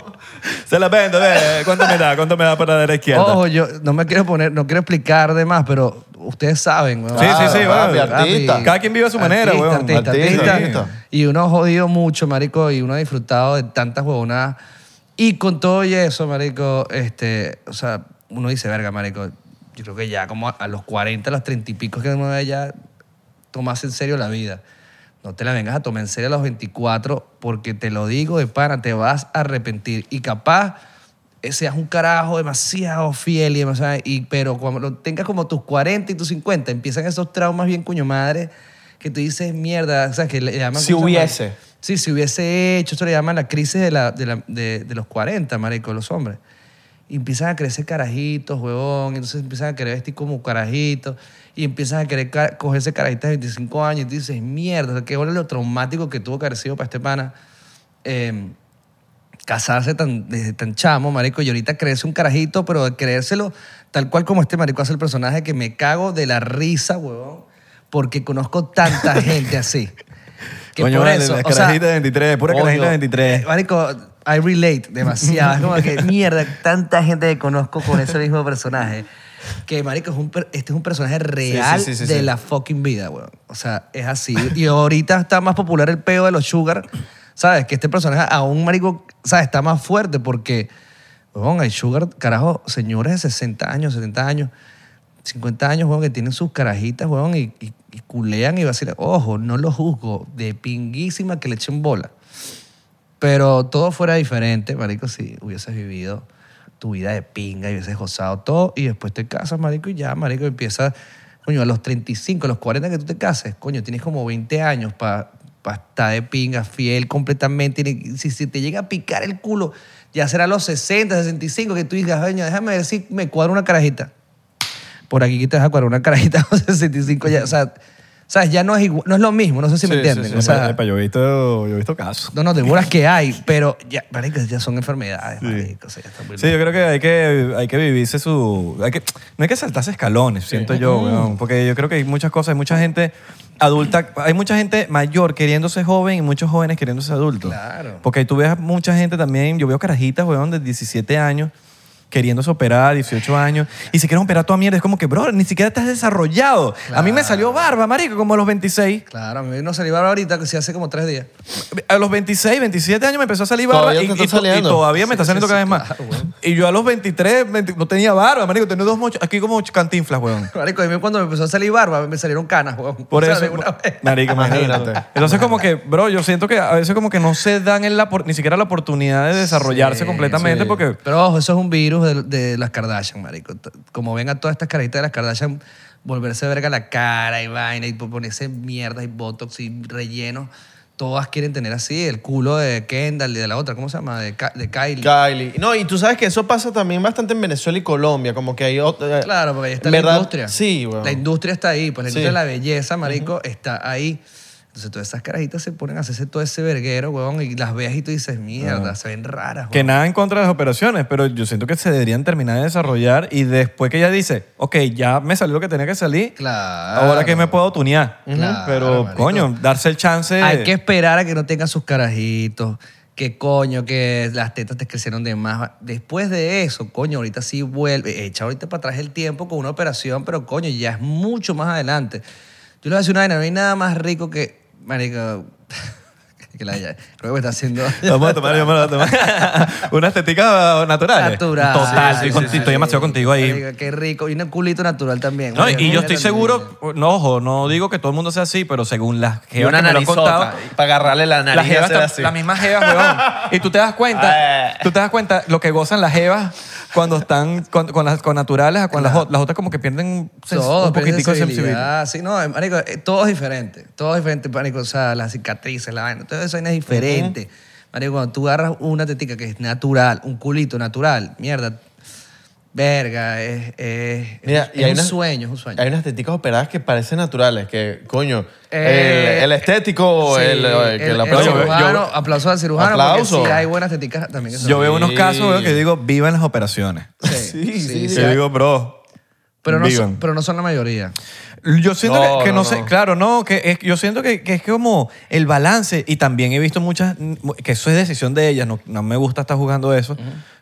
Speaker 1: Se la vendo. ve. ¿Cuánto me da? ¿Cuánto me da para la izquierda?
Speaker 3: Ojo, yo no me quiero poner, no quiero explicar de más, pero ustedes saben, weón.
Speaker 1: Sí, sí, sí,
Speaker 2: Claro,
Speaker 1: bueno.
Speaker 2: papi, artista.
Speaker 1: Cada quien vive a su manera,
Speaker 3: Artista,
Speaker 1: weón.
Speaker 3: Artista,
Speaker 2: Artista,
Speaker 3: artista.
Speaker 2: artista.
Speaker 3: Y uno ha jodido mucho, marico, y uno ha disfrutado de tantas huevonadas. Y con todo y eso, marico, este, o sea, uno dice, verga, marico, yo creo que ya como a, a los 40, a los 30 y pico que uno ve ya tomas en serio la vida. No te la vengas a tomar en serio a los 24 porque te lo digo de pana, te vas a arrepentir. Y capaz eh, seas un carajo demasiado fiel y demasiado... Y, pero cuando lo tengas como tus 40 y tus 50, empiezan esos traumas bien cuño madre que tú dices mierda, o sea, que le llaman...
Speaker 2: Si
Speaker 3: ¿cómo se llama?
Speaker 2: hubiese.
Speaker 3: Sí, si hubiese hecho, esto le llaman la crisis de, la, de, la- de- de los 40, marico, los hombres. Y empiezan a crecer carajitos, huevón, y entonces empiezan a querer vestir como carajitos, y empiezan a querer ca- cogerse carajitas de 25 años, y tú dices, mierda, o sea, qué bola lo traumático que tuvo que haber sido para este pana. eh, casarse tan, desde tan chamo, marico, y ahorita creerse un carajito, pero de creérselo tal cual como este marico hace el personaje, que me cago de la risa, huevón, porque conozco tanta gente así. Que
Speaker 1: Coño,
Speaker 3: por
Speaker 1: vale,
Speaker 3: eso,
Speaker 1: las
Speaker 3: o sea,
Speaker 1: carajitas de 23, pura
Speaker 2: obvio.
Speaker 1: carajita de
Speaker 3: eh,
Speaker 1: 23.
Speaker 2: Este,
Speaker 3: Marico, I relate demasiado. Es como que, mierda, tanta gente que conozco con ese mismo personaje. Que, marico, es un per- este es un personaje real
Speaker 2: sí, sí,
Speaker 3: de
Speaker 2: sí.
Speaker 3: la fucking vida, weón. O sea, es así. Y ahorita está más popular el peo de los Sugar, ¿sabes? Que este personaje aún, marico, ¿sabes? Está más fuerte porque, weón, hay Sugar, carajo, señores de 60 años, 70 años, 50 años, weón, que tienen sus carajitas, weón, y, y- y culean y vacilan. Ojo, no lo juzgo. De pinguísima que le echen bola. Pero todo fuera diferente, marico, si hubieses vivido tu vida de pinga y hubieses gozado todo y después te casas, marico, y ya, marico, empieza, coño, a los 35, a los 40 que tú te cases, coño, tienes como 20 años para estar de pinga, fiel completamente. y Si, si te llega a picar el culo, ya será a los 60, 65 que tú digas, coño, déjame ver si me cuadro una carajita por aquí que te vas a cuadrar una carajita con 65 ya, o sea, sabes, ya no es igual, no es lo mismo, no sé si me
Speaker 2: Sí, sí,
Speaker 3: entienden.
Speaker 2: sí,
Speaker 3: o sea,
Speaker 1: Epa, yo he visto, yo he visto casos.
Speaker 3: no, no, de bolas que hay, pero ya, marico, ya son enfermedades, marico, o sea, ya está muy
Speaker 1: Sí, yo creo que hay que, hay que vivirse su... Hay que, no hay que saltarse escalones, siento yo, weón, porque yo creo que hay muchas cosas, hay mucha gente adulta, hay mucha gente mayor queriéndose joven y muchos jóvenes queriéndose adultos.
Speaker 3: Claro.
Speaker 1: Porque tú ves a mucha gente también, yo veo carajitas, weón, de 17 años queriéndose operar, 18 años, y se quieren operar toda mierda. Es como que, bro, ni siquiera estás desarrollado. A mí me salió barba, marico, como a los 26.
Speaker 3: Claro, a mí no salió barba ahorita, que se hace como tres días.
Speaker 1: A los 26, 27 años me empezó a salir barba
Speaker 2: Todavía
Speaker 1: y,
Speaker 2: te está
Speaker 1: y to- y
Speaker 2: saliendo.
Speaker 1: todavía me está
Speaker 3: Sí,
Speaker 1: saliendo
Speaker 3: sí,
Speaker 1: cada
Speaker 3: sí,
Speaker 1: vez más.
Speaker 3: claro, weón.
Speaker 1: y yo a los 23 20 no tenía barba, marico, tenía dos mochos, aquí como cantinflas, weón.
Speaker 3: Marico, a mí cuando me empezó a salir barba, me salieron canas, weón.
Speaker 1: Por
Speaker 3: O sea,
Speaker 1: eso,
Speaker 3: de una vez.
Speaker 1: marico, imagínate.
Speaker 2: Imagínate.
Speaker 1: Entonces como que, bro, yo siento que a veces como que no se dan en la por- ni siquiera la oportunidad de desarrollarse
Speaker 3: Sí,
Speaker 1: completamente
Speaker 3: sí.
Speaker 1: porque
Speaker 3: Pero ojo, eso es un virus de, de las Kardashian, marico. T- Como ven a todas estas caritas de las Kardashian volverse verga la cara y vaina y ponerse mierdas y botox y relleno. Todas quieren tener así el culo de Kendall y de la otra, ¿cómo se llama? De, Ka- de Kylie.
Speaker 2: Kylie. No, y tú sabes que eso pasa también bastante en Venezuela y Colombia, como que hay otra...
Speaker 3: Claro, porque ahí está
Speaker 2: ¿Verdad?
Speaker 3: la industria.
Speaker 2: Sí, weón.
Speaker 3: La industria está ahí, pues la
Speaker 2: Sí.
Speaker 3: industria de la belleza, marico, está ahí. Entonces todas esas carajitas se ponen a hacerse todo ese verguero, weón, y las ves y tú dices, mierda, se ven raras, weón.
Speaker 1: Ah. que nada en contra de las operaciones, pero yo siento que se deberían terminar de desarrollar y después que ella dice, ok, ya me salió lo que tenía que salir,
Speaker 3: Claro.
Speaker 1: ahora que me puedo tunear.
Speaker 3: Claro,
Speaker 1: pero,
Speaker 3: marico.
Speaker 1: coño, darse el chance...
Speaker 3: Hay que esperar a que no tengan sus carajitos. Que coño, que las tetas te crecieron de más. Después de eso, coño, ahorita sí vuelve. Echa ahorita para atrás el tiempo con una operación, pero coño, ya es mucho más adelante. Yo le voy a decir una vaina, no hay nada más rico que. Marico. que la ya. Creo que me está haciendo.
Speaker 1: Vamos a tomar, vamos a tomar. Unas teticas naturales.
Speaker 3: Natural.
Speaker 1: Total, estoy,
Speaker 3: Sí, sí,
Speaker 1: con-
Speaker 3: sí,
Speaker 1: estoy
Speaker 3: sí.
Speaker 1: demasiado contigo ahí.
Speaker 3: Marico, qué rico. Y un culito natural también.
Speaker 1: No,
Speaker 3: Marico,
Speaker 1: y yo
Speaker 3: mira
Speaker 1: estoy
Speaker 3: tan-
Speaker 1: seguro, no, ojo, no digo que todo el mundo sea así, pero según las
Speaker 4: Y
Speaker 1: jevas
Speaker 4: una
Speaker 1: que me lo han
Speaker 4: narizota.
Speaker 1: contado,
Speaker 4: Para agarrarle la nariz.
Speaker 1: las
Speaker 4: y
Speaker 1: jevas,
Speaker 4: hacer
Speaker 1: tam-
Speaker 4: así.
Speaker 1: las mismas jevas, weón. Y tú te das cuenta, tú te das cuenta lo que gozan las jevas cuando están con, con las con naturales a con las otras. Las otras como que pierden
Speaker 2: Pues,
Speaker 1: sens-
Speaker 3: Todo,
Speaker 1: un poquitico de sensibilidad.
Speaker 3: Sí, no, eh, marico, eh, todo es diferente. Todo es diferente, marico. O sea, las cicatrices, la vaina, todo eso vaina es diferente. Marico, cuando tú agarras una tetica que es natural, un culito natural, mierda, verga, es, es-
Speaker 2: Mira,
Speaker 3: es
Speaker 2: y hay
Speaker 3: un
Speaker 2: unas-
Speaker 3: sueño, es un sueño.
Speaker 2: Hay unas estéticas operadas que parecen naturales, que, coño,
Speaker 3: Eh,
Speaker 2: el, el estético,
Speaker 3: sí,
Speaker 2: el, eh, que el, aplauso.
Speaker 1: yo-
Speaker 3: cirujano, aplauso al cirujano,
Speaker 2: Aplauso.
Speaker 3: porque sí hay buenas teticas también. que son-
Speaker 1: Yo veo unos
Speaker 2: Sí.
Speaker 1: casos veo que digo, vivan las operaciones.
Speaker 2: Sí, sí,
Speaker 1: Y
Speaker 2: sí.
Speaker 1: yo digo, bro,
Speaker 3: pero, no
Speaker 1: vivan.
Speaker 3: son, pero no son la mayoría.
Speaker 1: Yo siento
Speaker 2: No,
Speaker 1: que, que no,
Speaker 2: no,
Speaker 1: sé,
Speaker 2: no.
Speaker 1: claro, no, que es- yo siento que, que es como el balance y también he visto muchas, que eso es decisión de ellas, no, no me gusta estar jugando eso,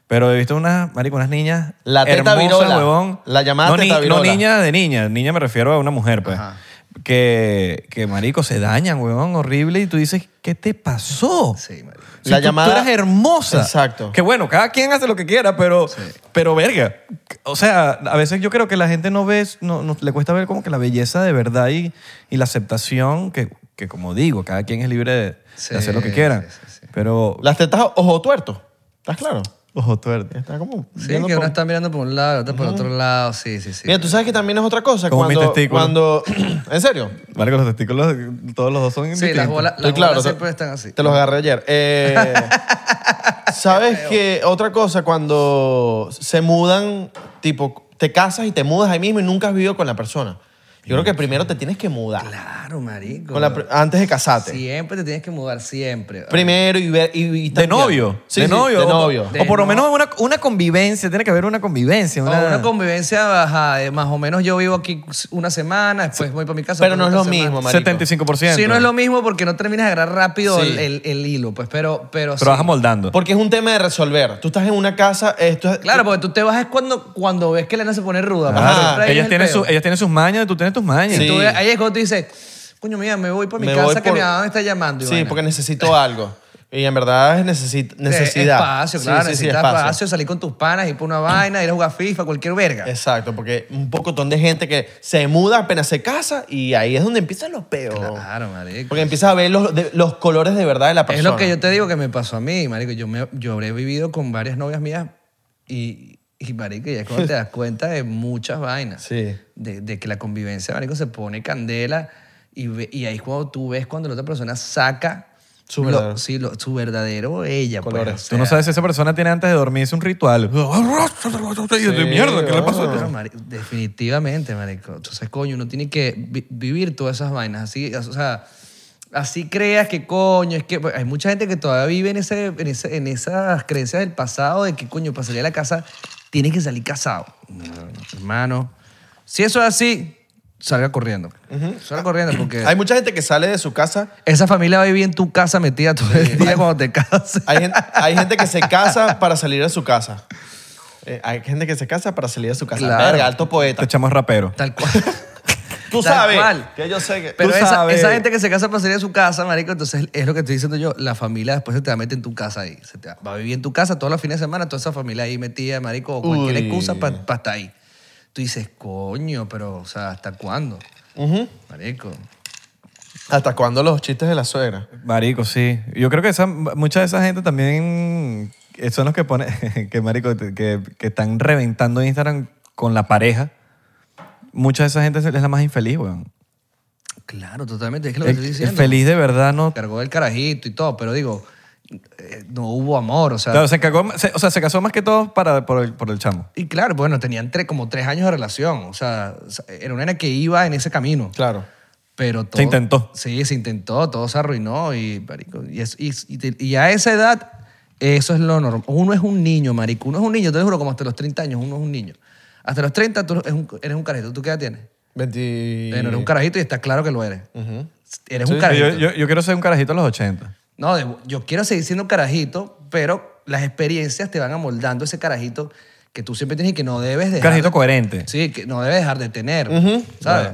Speaker 1: pero he visto unas, marico, unas niñas
Speaker 2: La teta
Speaker 1: hermosas,
Speaker 2: virola.
Speaker 1: huevón.
Speaker 2: La llamada
Speaker 1: no,
Speaker 2: teta
Speaker 1: no
Speaker 2: virola.
Speaker 1: niña de niña, niña me refiero a una mujer, pues,
Speaker 3: Ajá.
Speaker 1: que, que, marico, se dañan, huevón, horrible, y tú dices, ¿qué te pasó?
Speaker 3: Sí, marico.
Speaker 1: Si
Speaker 2: La
Speaker 1: tú,
Speaker 2: llamada-
Speaker 1: tú eras hermosa.
Speaker 2: Exacto.
Speaker 1: Que bueno, cada quien hace lo que quiera, pero, pero verga. O sea, a veces yo creo que la gente no ve, no, no- le cuesta ver como que la belleza de verdad y, y la aceptación, que, que como digo, cada quien es libre de, de
Speaker 3: Sí,
Speaker 1: hacer lo que quiera.
Speaker 3: sí, sí, sí.
Speaker 1: Pero.
Speaker 2: Las tetas ojo tuerto. ¿Estás claro?
Speaker 1: Ojo tuerte.
Speaker 2: Está como.
Speaker 3: Sí,
Speaker 2: viendo
Speaker 3: que
Speaker 2: por-
Speaker 3: uno está mirando por un lado, otro por otro lado. Sí, sí, sí.
Speaker 2: Mira, tú sabes que también es otra cosa.
Speaker 1: Como mi
Speaker 2: cuando,
Speaker 1: testículo.
Speaker 2: cuando ¿En serio?
Speaker 1: Marico, los testículos, todos los dos son
Speaker 3: Sí, las
Speaker 1: distintos.
Speaker 3: bolas, las
Speaker 2: Estoy claro,
Speaker 3: bolas
Speaker 2: te-
Speaker 3: siempre están así.
Speaker 2: Te los agarré ayer. Eh, ¿Sabes que otra cosa? Cuando se mudan, tipo, te casas y te mudas ahí mismo y nunca has vivido con la persona. Yo creo que primero te tienes que mudar.
Speaker 3: Claro, marico.
Speaker 2: Con la pr- antes de casarte.
Speaker 3: Siempre te tienes que mudar, siempre.
Speaker 2: Primero y ver. y- y
Speaker 1: De
Speaker 2: tantear.
Speaker 1: novio.
Speaker 2: Sí,
Speaker 1: de
Speaker 2: sí,
Speaker 1: novio.
Speaker 2: De
Speaker 1: o-
Speaker 2: novio.
Speaker 1: O, por lo
Speaker 3: De
Speaker 1: menos una, una convivencia. Tiene que haber una convivencia.
Speaker 3: O
Speaker 1: Una,
Speaker 3: una convivencia baja, eh, más o menos yo vivo aquí una semana, después voy para mi casa.
Speaker 2: Pero
Speaker 3: otra
Speaker 2: no es lo
Speaker 3: semana.
Speaker 2: mismo, marico.
Speaker 1: 75%.
Speaker 3: Sí, no es lo mismo porque no terminas de agarrar rápido
Speaker 2: Sí.
Speaker 3: el, el- el hilo, pues, pero... pero sí.
Speaker 1: Pero vas amoldando.
Speaker 2: Porque es un tema de resolver. Tú estás en una casa. Esto es-
Speaker 3: Claro, porque tú te vas es cuando, cuando ves que la nena se pone ruda. pues,
Speaker 2: Ajá.
Speaker 3: siempre ahí es
Speaker 1: ellas,
Speaker 3: el
Speaker 1: tienen
Speaker 3: peo.
Speaker 1: su- ellas tienen sus mañas, tú tienes tus mañas.
Speaker 2: Sí.
Speaker 3: Tú ves- ahí es cuando tú dices, coño mía, me voy para mi
Speaker 2: Me voy
Speaker 3: casa que
Speaker 2: por-
Speaker 3: mi mamá me está llamando. y
Speaker 2: Sí,
Speaker 3: vaina". Eh,
Speaker 2: porque necesito algo. Y en verdad es necesi- necesidad.
Speaker 3: Espacio,
Speaker 2: Sí,
Speaker 3: claro,
Speaker 2: sí, sí,
Speaker 3: necesitas espacio, salir con tus panas, ir por una vaina, ir a jugar FIFA, cualquier verga.
Speaker 2: Exacto, porque un pocotón de gente que se muda apenas se casa y ahí es donde empiezan los peos.
Speaker 3: Claro, marico.
Speaker 2: Porque empiezas a ver los, de- los colores de verdad de la
Speaker 3: Es
Speaker 2: persona.
Speaker 3: lo que yo te digo que me pasó a mí, marico. Yo, me, yo habré vivido con varias novias mías y, y marico, ya es cuando te das cuenta de muchas vainas.
Speaker 2: Sí.
Speaker 3: De, de que la convivencia, marico, se pone candela y, ve- y ahí es cuando tú ves cuando la otra persona saca
Speaker 2: Su
Speaker 3: lo-
Speaker 2: verdadero.
Speaker 3: sí, lo- su verdadero ella. pues,
Speaker 2: Colores.
Speaker 3: o sea,
Speaker 1: Tú no sabes si esa persona tiene antes de dormirse un ritual. Y yo, mierda, ¿qué le pasó? este
Speaker 3: Pero, mari- definitivamente, marico. Entonces, coño, uno tiene que vi- vivir todas esas vainas. Así, o sea, así creas que, coño, es que pues, hay mucha gente que todavía vive en, ese, en, ese- en esas creencias del pasado de que, coño, para salir a la casa tienes que salir casado. No, hermano, si eso es así, salga corriendo. Salga corriendo porque
Speaker 2: Hay mucha gente que sale de su casa.
Speaker 3: esa familia va a vivir en tu casa metida todo el día cuando te casas.
Speaker 2: Hay, gen- hay gente que se casa para salir de su casa. Eh, hay gente que se casa para salir de su casa.
Speaker 3: Claro.
Speaker 2: Verga, alto poeta.
Speaker 1: Te echamos Este rapero.
Speaker 3: Tal cual.
Speaker 2: Tú
Speaker 3: Tal
Speaker 2: sabes.
Speaker 3: cual.
Speaker 2: Que yo sé que.
Speaker 3: Pero
Speaker 2: tú
Speaker 3: esa,
Speaker 2: sabes.
Speaker 3: esa gente que se casa para salir de su casa, marico, entonces es lo que estoy diciendo yo. La familia después se te va a meter en tu casa ahí. Se te va, va a vivir en tu casa todos los fines de semana, toda esa familia ahí metida, marico, o cualquier
Speaker 2: Uy.
Speaker 3: excusa para estar ahí. Tú dices, coño, pero, o sea, ¿hasta cuándo?
Speaker 2: Ujú.
Speaker 3: Marico.
Speaker 2: ¿Hasta cuándo los chistes de la suegra?
Speaker 1: Marico, sí. Yo creo que esa, mucha de esa gente también eh, son los que pone que marico, que, que están reventando Instagram con la pareja. Mucha de esa gente es la más infeliz, weón.
Speaker 3: Claro, totalmente. Es que lo que
Speaker 1: El,
Speaker 3: estoy
Speaker 1: el
Speaker 3: diciendo.
Speaker 1: feliz de verdad no...
Speaker 3: Cargó el carajito y todo, pero digo, eh, no hubo amor, o sea.
Speaker 1: Claro, se, cagó- se- o sea, se casó más que todo para, por, el, por el chamo.
Speaker 3: Y claro, bueno, tenían tres, como tres años de relación. O sea, era una nena que iba en ese camino.
Speaker 2: Claro.
Speaker 3: Pero todo,
Speaker 1: intentó.
Speaker 3: Sí, se intentó, todo se arruinó y, marico, y, es- y- y te- y a esa edad, eso es lo normal. Uno es un niño, marico. Uno es un niño, te lo juro, como hasta los 30 años, uno es un niño. Hasta los 30 tú eres un, eres un carajito. ¿Tú qué edad tienes?
Speaker 2: 20.
Speaker 3: Bueno, eres un carajito y está claro que lo eres. Eres un
Speaker 1: Yo,
Speaker 3: carajito.
Speaker 1: yo- yo quiero ser un carajito a los 80.
Speaker 3: No, de- yo quiero seguir siendo carajito, pero las experiencias te van amoldando ese carajito que tú siempre tienes y que no debes dejar.
Speaker 1: Carajito
Speaker 3: de-
Speaker 1: coherente.
Speaker 3: Sí, que no debes dejar de tener, ¿sabes?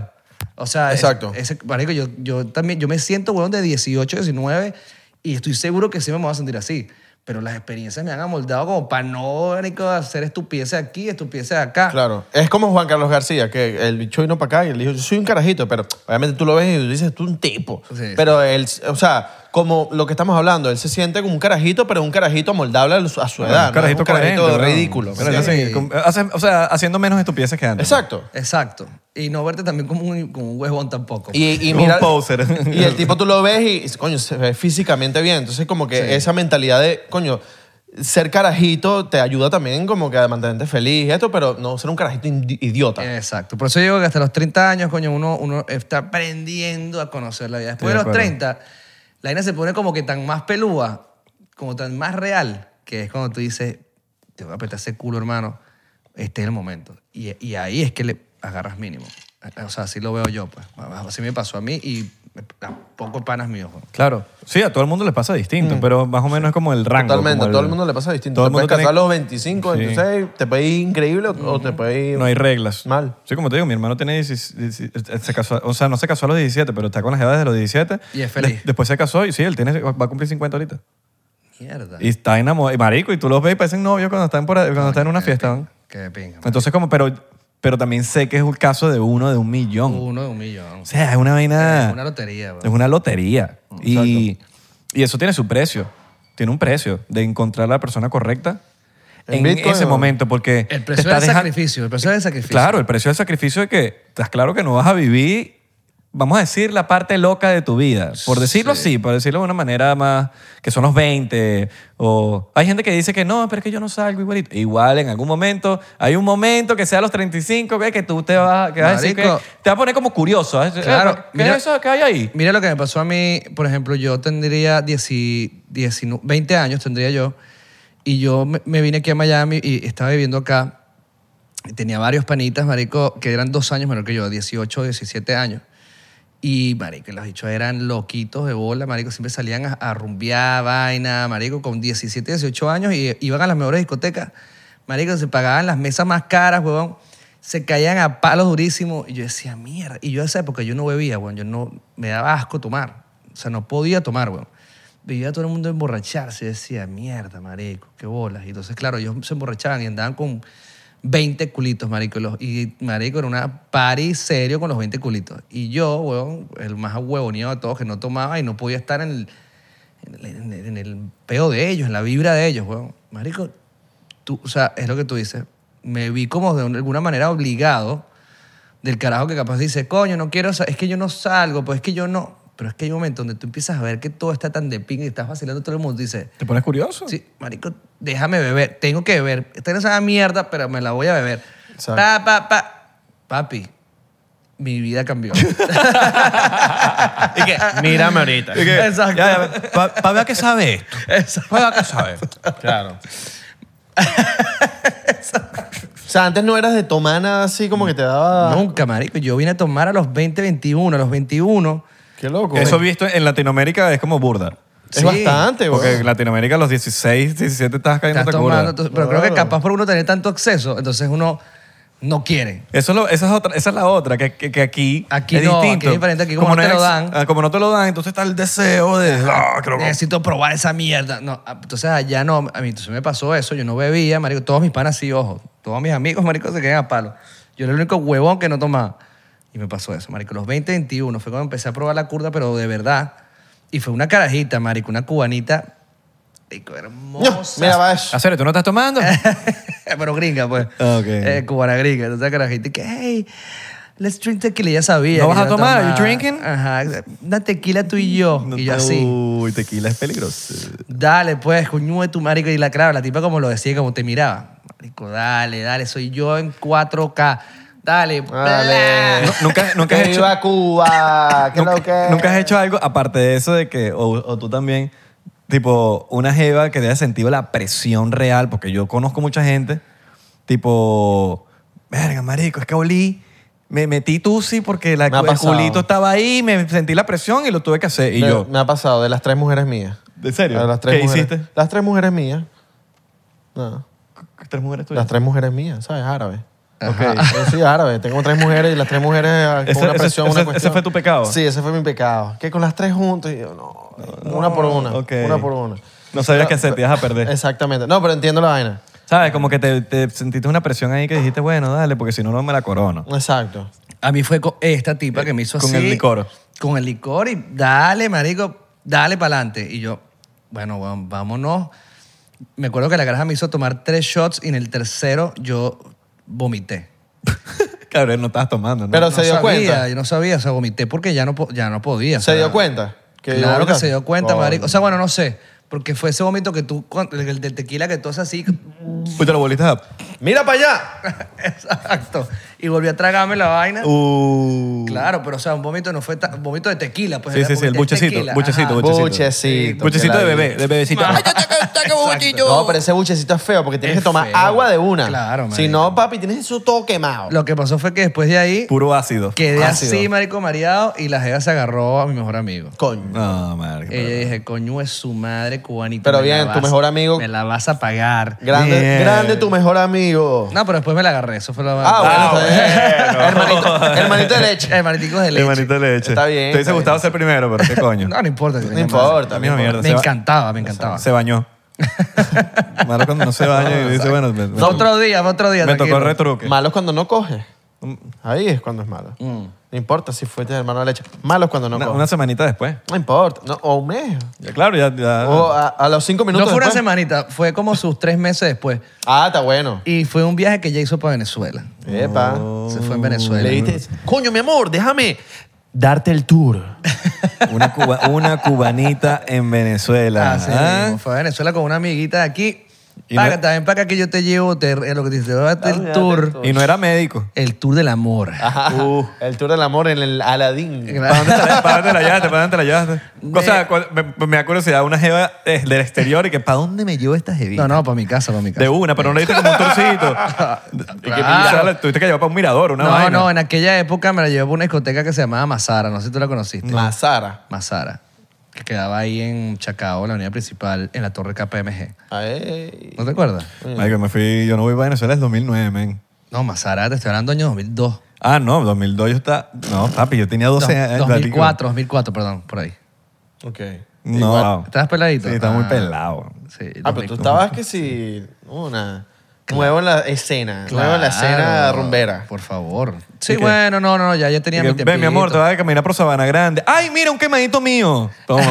Speaker 3: O sea, es-
Speaker 2: Exacto.
Speaker 3: ese, marico, yo, yo también, yo me siento weón de 18, 19 y estoy seguro que sí me voy a sentir así. Pero las experiencias me han amoldado como para no, marico, hacer estupideces aquí, estupideces acá.
Speaker 2: Claro. Es como Juan Carlos García, que el bicho vino para acá y le dijo, yo soy un carajito, pero obviamente tú lo ves y tú dices, tú un tipo.
Speaker 3: Sí.
Speaker 2: pero él, o sea, como lo que estamos hablando, él se siente como un carajito, pero un carajito moldable a su a su edad.
Speaker 1: un
Speaker 2: ¿no?
Speaker 1: carajito
Speaker 2: un carajito
Speaker 1: coherente, weón.
Speaker 2: ridículo.
Speaker 1: Pero
Speaker 2: Sí.
Speaker 1: así, con- hace- o sea, haciendo menos estupideces que antes.
Speaker 2: Exacto.
Speaker 3: Exacto. Y no verte también como un, como un huevón tampoco.
Speaker 2: Y, y
Speaker 1: Un
Speaker 2: mira,
Speaker 1: poser.
Speaker 2: Y el tipo tú lo ves y, coño, se ve físicamente bien. Entonces, como que esa mentalidad de, coño, ser carajito te ayuda también como que a mantenerte feliz y esto, pero no ser un carajito indi- idiota.
Speaker 3: Exacto. Por eso digo que hasta los 30 años, coño, uno, uno está aprendiendo a conocer la vida. Después
Speaker 1: Estoy
Speaker 3: de
Speaker 1: de
Speaker 3: los
Speaker 1: acuerdo.
Speaker 3: 30, la vaina se pone como que tan más pelúa, como tan más real, que es cuando tú dices, te voy a apretar ese culo, hermano. Este es el momento. Y, y ahí es que le agarras mínimo. O sea, así lo veo yo, pues. Así me pasó a mí y a pocos panas míos. pues. weón.
Speaker 1: Claro. Sí, a todo el mundo le pasa distinto, pero más o menos es como el rango.
Speaker 2: Totalmente,
Speaker 1: como
Speaker 2: a todo el mundo le pasa distinto.
Speaker 1: Todo
Speaker 2: Te
Speaker 1: el
Speaker 2: puedes
Speaker 1: mundo
Speaker 2: casar
Speaker 1: tiene-
Speaker 2: a los 25,
Speaker 1: Sí.
Speaker 2: 26, te puede ir increíble o- o te puede ir...
Speaker 1: No hay reglas.
Speaker 2: Mal.
Speaker 1: Sí, como te digo, mi hermano tiene 16 16 se casó, o sea, no se casó a los 17, pero está con las edades de los 17.
Speaker 3: Y es feliz.
Speaker 1: De- después se casó y sí, él tiene, va a cumplir 50 ahorita.
Speaker 3: Mierda.
Speaker 1: Y está enamorado. Y marico, y tú los ves y parecen novios cuando están, por, ahí- cuando están en una fiesta. ¿no?
Speaker 3: Que de pinga. man.
Speaker 1: Entonces, como, pero, pero también sé que es un caso de uno de un millón.
Speaker 3: Uno de un millón.
Speaker 1: O sea, es una vaina.
Speaker 3: Es una lotería,
Speaker 1: Es
Speaker 3: weón.
Speaker 1: una lotería. Y, y eso tiene su precio. Tiene un precio de encontrar a la persona correcta
Speaker 2: ¿En
Speaker 1: en,
Speaker 2: Bitcoin
Speaker 1: ese
Speaker 2: o-
Speaker 1: momento. Porque te
Speaker 3: El precio
Speaker 1: está
Speaker 3: del
Speaker 1: deja-
Speaker 3: sacrificio. El precio del sacrificio.
Speaker 1: Claro, el precio del sacrificio de que estás claro que no vas a vivir, vamos a decir, la parte loca de tu vida. Por decirlo así, por decirlo de una manera más, que son los 20. O hay gente que dice que no, pero es que yo no salgo igualito. Igual en algún momento, hay un momento que sea a los 35, que, que tú te vas, que vas a decir que
Speaker 3: Marico.
Speaker 1: te vas a poner como curioso. ¿eh?
Speaker 3: Claro,
Speaker 1: ¿Qué
Speaker 3: mira-
Speaker 1: es eso que hay ahí?
Speaker 3: Mira lo que me pasó a mí, por ejemplo, yo tendría 10 19 20 años, tendría yo, y yo me- me vine aquí a Miami y estaba viviendo acá. Y Tenía varios panitas, marico, que eran dos años menor que yo, 18, 17 años. Y, marico, los dichos eran loquitos de bola, marico. Siempre salían a, a rumbear, vaina, marico, con 17, 18 años y iban a las mejores discotecas. Marico, se pagaban las mesas más caras, huevón. Se caían a palos durísimos. Y yo decía, mierda. Y yo a esa época yo no bebía, huevón. Yo no, me daba asco tomar. O sea, no podía tomar, huevón. Veía a todo el mundo emborracharse. Y decía, mierda, marico, qué bolas. Y entonces, claro, ellos se emborrachaban y andaban con 20 culitos, marico. y los- Y marico era una party serio con los 20 culitos. Y yo, weón, el más huevoneado de todos que no tomaba y no podía estar en el, en el, en el- en el peo de ellos, en la vibra de ellos, weón. Marico, tú, o sea, es lo que tú dices. Me vi como de alguna manera obligado del carajo que capaz dice, coño, no quiero, sa- es que yo no salgo, pues es que yo no. Pero es que hay un momento donde tú empiezas a ver que todo está tan de pinga y estás vacilando todo el mundo y dices,
Speaker 1: ¿Te pones curioso?
Speaker 3: Sí, marico, déjame beber. Tengo que beber. Esta es esa mierda, pero me la voy a beber.
Speaker 2: Exacto.
Speaker 3: Pa, pa, pa. Papi, mi vida cambió.
Speaker 2: Y que, mírame ahorita.
Speaker 1: Y que-
Speaker 3: Exacto.
Speaker 1: Ya, ya, pa- pa' ver qué sabe esto. Para ver qué sabe.
Speaker 2: Claro. o sea, antes no eras de tomar nada así como que te daba...
Speaker 3: Nunca, marico. Yo vine a tomar a los 20, 21. A los 21.
Speaker 2: Qué loco.
Speaker 1: Eso
Speaker 2: es
Speaker 1: visto en Latinoamérica es como burda.
Speaker 3: Sí.
Speaker 2: bastante, güey.
Speaker 1: Porque en Latinoamérica a los 16, 17 estás cayendo
Speaker 3: Estás
Speaker 1: te
Speaker 3: tomando. entonces- pero creo que
Speaker 2: Claro.
Speaker 3: capaz por uno tener tanto acceso, entonces uno no quiere.
Speaker 1: Eso es lo- esa, es otra, esa es la otra, que, que- que aquí,
Speaker 3: Aquí
Speaker 1: es
Speaker 3: no, aquí
Speaker 1: distinto.
Speaker 3: es diferente, aquí como no te
Speaker 1: es-
Speaker 3: lo dan.
Speaker 1: ah, como no te lo dan, entonces está el deseo de... "Ah, creo que-".
Speaker 3: Necesito probar esa mierda. No, ah, entonces allá no. A mí entonces me pasó eso. Yo no bebía, marico. Todos mis panas sí, ojo. Todos mis amigos, marico, se quedan a palo. Yo era el único huevón que no tomaba. Y me pasó eso, marico. Los 20, 21 fue cuando empecé a probar la curda, pero de verdad. Y fue una carajita, marico, una cubanita. Marico,
Speaker 2: No,
Speaker 3: hermosa.
Speaker 2: mira, va eso.
Speaker 1: Acero, ¿tú no estás tomando?
Speaker 3: pero gringa, pues.
Speaker 1: Ah, ok.
Speaker 3: Eh, cubana gringa. Entonces la carajita, que, hey, let's drink tequila. Ya sabía.
Speaker 1: ¿No
Speaker 3: que
Speaker 1: vas
Speaker 3: yo
Speaker 1: a tomar?
Speaker 3: tomaba.
Speaker 1: You drinking?
Speaker 3: Ajá. Una tequila tú y yo. y yo así.
Speaker 1: Uy, tequila es peligroso.
Speaker 3: Dale, pues, coño de tu marico. Y la, claro, la tipa como lo decía, como te miraba. Marico, dale, dale, soy yo en 4K. Dale,
Speaker 2: Dale.
Speaker 1: No, nunca- nunca has
Speaker 2: Que
Speaker 1: hecho-
Speaker 2: viva Cuba. ¿Qué
Speaker 1: ¿Nunca,
Speaker 2: lo que?
Speaker 1: nunca has hecho algo, aparte de eso de que, o, o tú también, tipo, una jeva que te haya sentido la presión real, porque yo conozco mucha gente, tipo, verga, marico, es que olí, me metí tusi porque la,
Speaker 2: Me ha
Speaker 1: el
Speaker 2: pasado.
Speaker 1: culito estaba ahí, me sentí la presión y lo tuve que hacer. Y
Speaker 2: Me-
Speaker 1: yo,
Speaker 2: Me ha pasado de las tres mujeres mías.
Speaker 1: ¿en serio?
Speaker 2: De las tres
Speaker 1: ¿Qué
Speaker 2: mujeres-
Speaker 1: hiciste?
Speaker 2: Las tres mujeres mías. No.
Speaker 1: Tres mujeres tuyas.
Speaker 2: Las tres mujeres mías, ¿sabes? Árabe.
Speaker 1: Ok.
Speaker 2: Yo soy árabe, tengo tres mujeres y las tres mujeres ah, con
Speaker 1: Ese-
Speaker 2: una
Speaker 1: ese-
Speaker 2: presión,
Speaker 1: ese-
Speaker 2: una
Speaker 1: ese
Speaker 2: cuestión.
Speaker 1: fue tu pecado.
Speaker 2: Sí, ese fue mi pecado. Que con las tres juntos, y yo, no, una por una,
Speaker 1: ok.
Speaker 2: una por una.
Speaker 1: No sabías que se te ibas a perder.
Speaker 2: Exactamente. No, pero entiendo la vaina.
Speaker 1: ¿Sabes? Como que te, te sentiste una presión ahí que dijiste, bueno, dale, porque si no, no me la corono.
Speaker 2: Exacto.
Speaker 3: A mí fue con esta tipa que me hizo
Speaker 1: Con
Speaker 3: así.
Speaker 1: el licor.
Speaker 3: Con el licor y dale, marico, dale para adelante. Y yo, bueno, weón, vámonos. Me acuerdo que la caraja me hizo tomar tres shots y en el tercero yo vomité.
Speaker 1: Cabrón, no estabas tomando, ¿no?
Speaker 2: Pero
Speaker 3: No
Speaker 2: se dio
Speaker 3: sabía,
Speaker 2: cuenta.
Speaker 3: Yo no sabía, o sea, vomité porque ya no, po- ya no podía. o
Speaker 2: Se
Speaker 3: sea,
Speaker 2: dio cuenta.
Speaker 3: claro que
Speaker 2: ahorita-
Speaker 3: se dio cuenta,
Speaker 2: Coño.
Speaker 3: marico. O sea, bueno, no sé. Porque fue ese momento que tú, con- el del tequila que tú haces así,
Speaker 1: Uy, te lo volviste a...
Speaker 2: ¡Mira para allá!
Speaker 3: exacto, y volví a tragarme la vaina.
Speaker 1: Uh.
Speaker 3: Claro, pero o sea, un vómito no fue ta- un vómito de tequila, pues.
Speaker 1: Sí,
Speaker 3: era
Speaker 1: sí, sí, el
Speaker 3: porque es
Speaker 1: buchecito,
Speaker 3: tequila,
Speaker 1: buchecito,
Speaker 3: ajá.
Speaker 1: buchecito.
Speaker 2: Buchecito.
Speaker 1: Buchecito
Speaker 2: que
Speaker 1: de
Speaker 2: la
Speaker 1: bebé, de bebecito.
Speaker 2: No, pero ese buchecito es feo porque tienes
Speaker 3: Es
Speaker 2: que tomar
Speaker 3: feo.
Speaker 2: agua de una.
Speaker 3: Claro,
Speaker 2: Si
Speaker 3: marico.
Speaker 2: no, papi, tienes eso todo quemado.
Speaker 3: Lo que pasó fue que después de ahí
Speaker 1: Puro ácido.
Speaker 3: quedé
Speaker 2: Ácido.
Speaker 3: así, marico, mareado, y la jeva se agarró a mi mejor amigo.
Speaker 2: Coño.
Speaker 1: No, madre. qué
Speaker 3: Ella dije, coño, es su madre cubanita.
Speaker 2: Pero
Speaker 3: me la
Speaker 2: bien, tu
Speaker 3: vas-
Speaker 2: mejor amigo-
Speaker 3: Me la vas a pagar.
Speaker 2: Grande,
Speaker 1: Bien.
Speaker 2: grande tu mejor amigo.
Speaker 3: No, pero después me la agarré. Eso fue lo más.
Speaker 2: Ah, bueno,
Speaker 1: Ah,
Speaker 2: está bien.
Speaker 1: bueno.
Speaker 2: Hermanito, hermanito de leche.
Speaker 3: Hermaniticos Eh, de leche.
Speaker 1: Hermanito de leche.
Speaker 2: Está bien,
Speaker 1: Te hubiese
Speaker 2: está
Speaker 1: gustado
Speaker 2: bien.
Speaker 1: ser primero, pero qué coño.
Speaker 3: No, no importa.
Speaker 2: No importa.
Speaker 1: La misma mierda.
Speaker 3: Me
Speaker 1: Se ba-
Speaker 3: encantaba, me encantaba.
Speaker 1: Se bañó. Malo cuando no se baña y dice, bueno, me, me-
Speaker 3: Fue otro día, fue otro día.
Speaker 1: me tocó
Speaker 3: tranquilo.
Speaker 1: retruque.
Speaker 2: Malo es cuando no coge. Ahí es cuando es malo. No importa si fuiste hermano de leche. Malo es cuando no
Speaker 1: Una,
Speaker 2: coge.
Speaker 1: una semanita después.
Speaker 2: No importa. No, o un mes.
Speaker 1: Ya, claro, ya. ya-
Speaker 2: O
Speaker 3: Oh.
Speaker 2: a, a los cinco
Speaker 3: No
Speaker 2: minutos.
Speaker 3: fue una
Speaker 2: después.
Speaker 3: semanita, fue como sus tres meses después.
Speaker 2: Ah, está bueno.
Speaker 3: Y fue un viaje que ella hizo para Venezuela.
Speaker 2: Epa.
Speaker 3: Se
Speaker 1: Oh,
Speaker 3: fue en Venezuela.
Speaker 2: Le dijiste, coño, mi amor, déjame darte el tour.
Speaker 1: Una, cuba- una cubanita en Venezuela.
Speaker 3: Así
Speaker 1: ¿ah?
Speaker 3: mismo. Fue a Venezuela con una amiguita de aquí.
Speaker 1: Y
Speaker 3: Paga,
Speaker 1: no-
Speaker 3: también paga que yo te llevo, te, es lo que te dice, te voy a dar el tour.
Speaker 1: Y no era médico.
Speaker 3: El tour del amor.
Speaker 2: Ajá. El tour del amor en el Aladdin.
Speaker 1: Ah, ¿Para dónde te la- para dónde la llevaste? ¿Para dónde te la llevaste? O sea, cu- me, me da curiosidad una jeva eh, del exterior y que ¿para dónde me llevo esta jevita?
Speaker 3: No, no, para mi casa, para mi casa.
Speaker 1: De una, pero no le diste como un torcito. Y que
Speaker 3: Claro.
Speaker 1: quizá la tuviste que llevar para un mirador, una
Speaker 3: no,
Speaker 1: vaina.
Speaker 3: no, en aquella época me la llevó a una discoteca que se llamaba Mazara, no sé si tú la conociste.
Speaker 2: Mazara.
Speaker 3: Mazara, que quedaba ahí en Chacao, la avenida principal, en la torre KPMG.
Speaker 2: Ay.
Speaker 3: ¿No te acuerdas?
Speaker 1: Marico, me fui, yo no voy para Venezuela es 2009, men.
Speaker 3: No, Mazara, te estoy hablando del año 2002.
Speaker 1: Ah, no, 2002 yo estaba... No, papi, yo tenía 12
Speaker 3: No,
Speaker 1: años.
Speaker 3: 2004, 2004, perdón, por ahí.
Speaker 2: Ok.
Speaker 1: No,
Speaker 2: Igual.
Speaker 1: wow.
Speaker 3: ¿Estabas peladito?
Speaker 1: Sí, estaba muy
Speaker 3: Ah.
Speaker 1: pelado.
Speaker 3: Sí,
Speaker 2: Ah, pero tú
Speaker 3: 2004.
Speaker 2: estabas que si. Una. Nuevo en la escena. Nuevo en la escena
Speaker 3: Claro,
Speaker 2: rumbera.
Speaker 3: Por favor. Sí,
Speaker 1: ¿Y qué?
Speaker 3: bueno, no, no, ya, ya tenía
Speaker 1: Y que,
Speaker 3: mi
Speaker 1: Ve, mi amor, te
Speaker 3: tiempito.
Speaker 1: vas a caminar por Sabana Grande. ¡Ay, mira, un quemadito mío! Toma, mi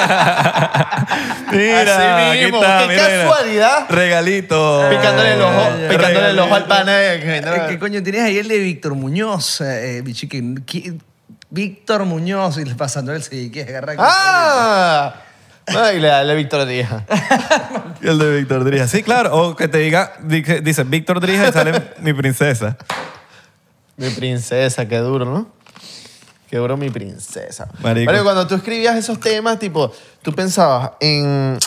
Speaker 1: reina. mira,
Speaker 2: Así mismo,
Speaker 1: aquí está, mira,
Speaker 2: qué
Speaker 1: mira.
Speaker 2: casualidad.
Speaker 1: Regalito.
Speaker 2: Picándole el ojo,
Speaker 1: Regalito.
Speaker 2: picándole el ojo al pana.
Speaker 3: Eh, ¿Qué coño tienes ahí el de Víctor Muñoz? Eh, bichi, que- que- Víctor Muñoz y le pasando el sí, que agarra aquí.
Speaker 2: ¡Ah! Ay, le da la Víctor Díaz.
Speaker 1: Y el de Víctor Drija. Sí, claro. O que te diga, dice, dice, Víctor Drija y sale mi princesa.
Speaker 2: Mi princesa, qué duro, ¿no? Qué duro mi princesa.
Speaker 1: Marico.
Speaker 2: Marico, cuando tú escribías esos temas, tipo, tú pensabas en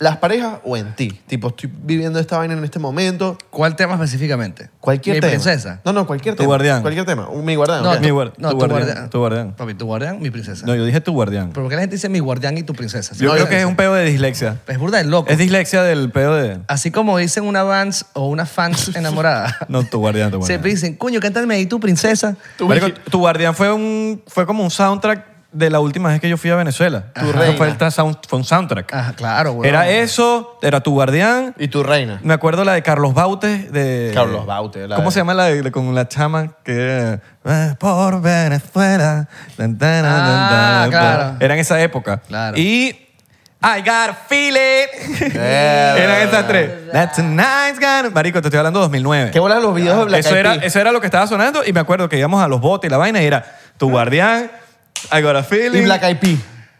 Speaker 2: las parejas o en ti. Tipo, estoy viviendo esta vaina en este momento.
Speaker 3: ¿Cuál tema específicamente?
Speaker 2: Cualquier
Speaker 3: Mi
Speaker 2: tema.
Speaker 3: princesa.
Speaker 2: No, no, cualquier
Speaker 1: Tu
Speaker 2: tema.
Speaker 1: guardián.
Speaker 2: Cualquier tema. Mi guardián. ok.
Speaker 1: mi guar- tu guardián, tu guardián.
Speaker 3: Ah, Papi, tu guardián, mi princesa.
Speaker 1: No, yo dije tu guardián.
Speaker 3: ¿Pero por qué la gente dice mi guardián y tu princesa?
Speaker 1: Yo
Speaker 3: No,
Speaker 1: creo que es un peo de dislexia.
Speaker 3: Es burda de loco.
Speaker 1: Es dislexia del peo de...
Speaker 3: Así como dicen una Vans o una fans enamorada.
Speaker 1: No, tu guardián, tu guardián.
Speaker 3: Siempre dicen, coño, cántame ahí tu princesa.
Speaker 2: Tu-
Speaker 1: Marico, tu guardián fue, un, fue como un soundtrack de la última vez que yo fui a Venezuela.
Speaker 2: Tu
Speaker 1: Eso
Speaker 2: reina.
Speaker 1: Fue, el tra- sound- fue un soundtrack.
Speaker 3: Ah, claro, güey.
Speaker 1: Era eso, era tu guardián.
Speaker 2: Y tu reina.
Speaker 1: Me acuerdo la de Carlos Bautes de...
Speaker 2: Carlos Bautes,
Speaker 1: Eh,
Speaker 2: la
Speaker 1: ¿Cómo
Speaker 2: de-
Speaker 1: se llama la de, con la chama? Que... eh, Por Venezuela. tan, tan, tan,
Speaker 3: Ah,
Speaker 1: tan, tan.
Speaker 3: claro.
Speaker 1: Era en esa época.
Speaker 3: Claro.
Speaker 1: Y... I got a feeling.
Speaker 2: Yeah.
Speaker 1: Eran esas tres. That tonight's gonna... Marico, te estoy hablando de 2009.
Speaker 2: ¿Qué bolas los videos de Black
Speaker 1: Eso
Speaker 2: Eyed
Speaker 1: era,
Speaker 2: Peas?
Speaker 1: eso era lo que estaba sonando y me acuerdo que íbamos a los botes y la vaina y era tu guardián, I got a feeling.
Speaker 2: Y Black Eyed Peas.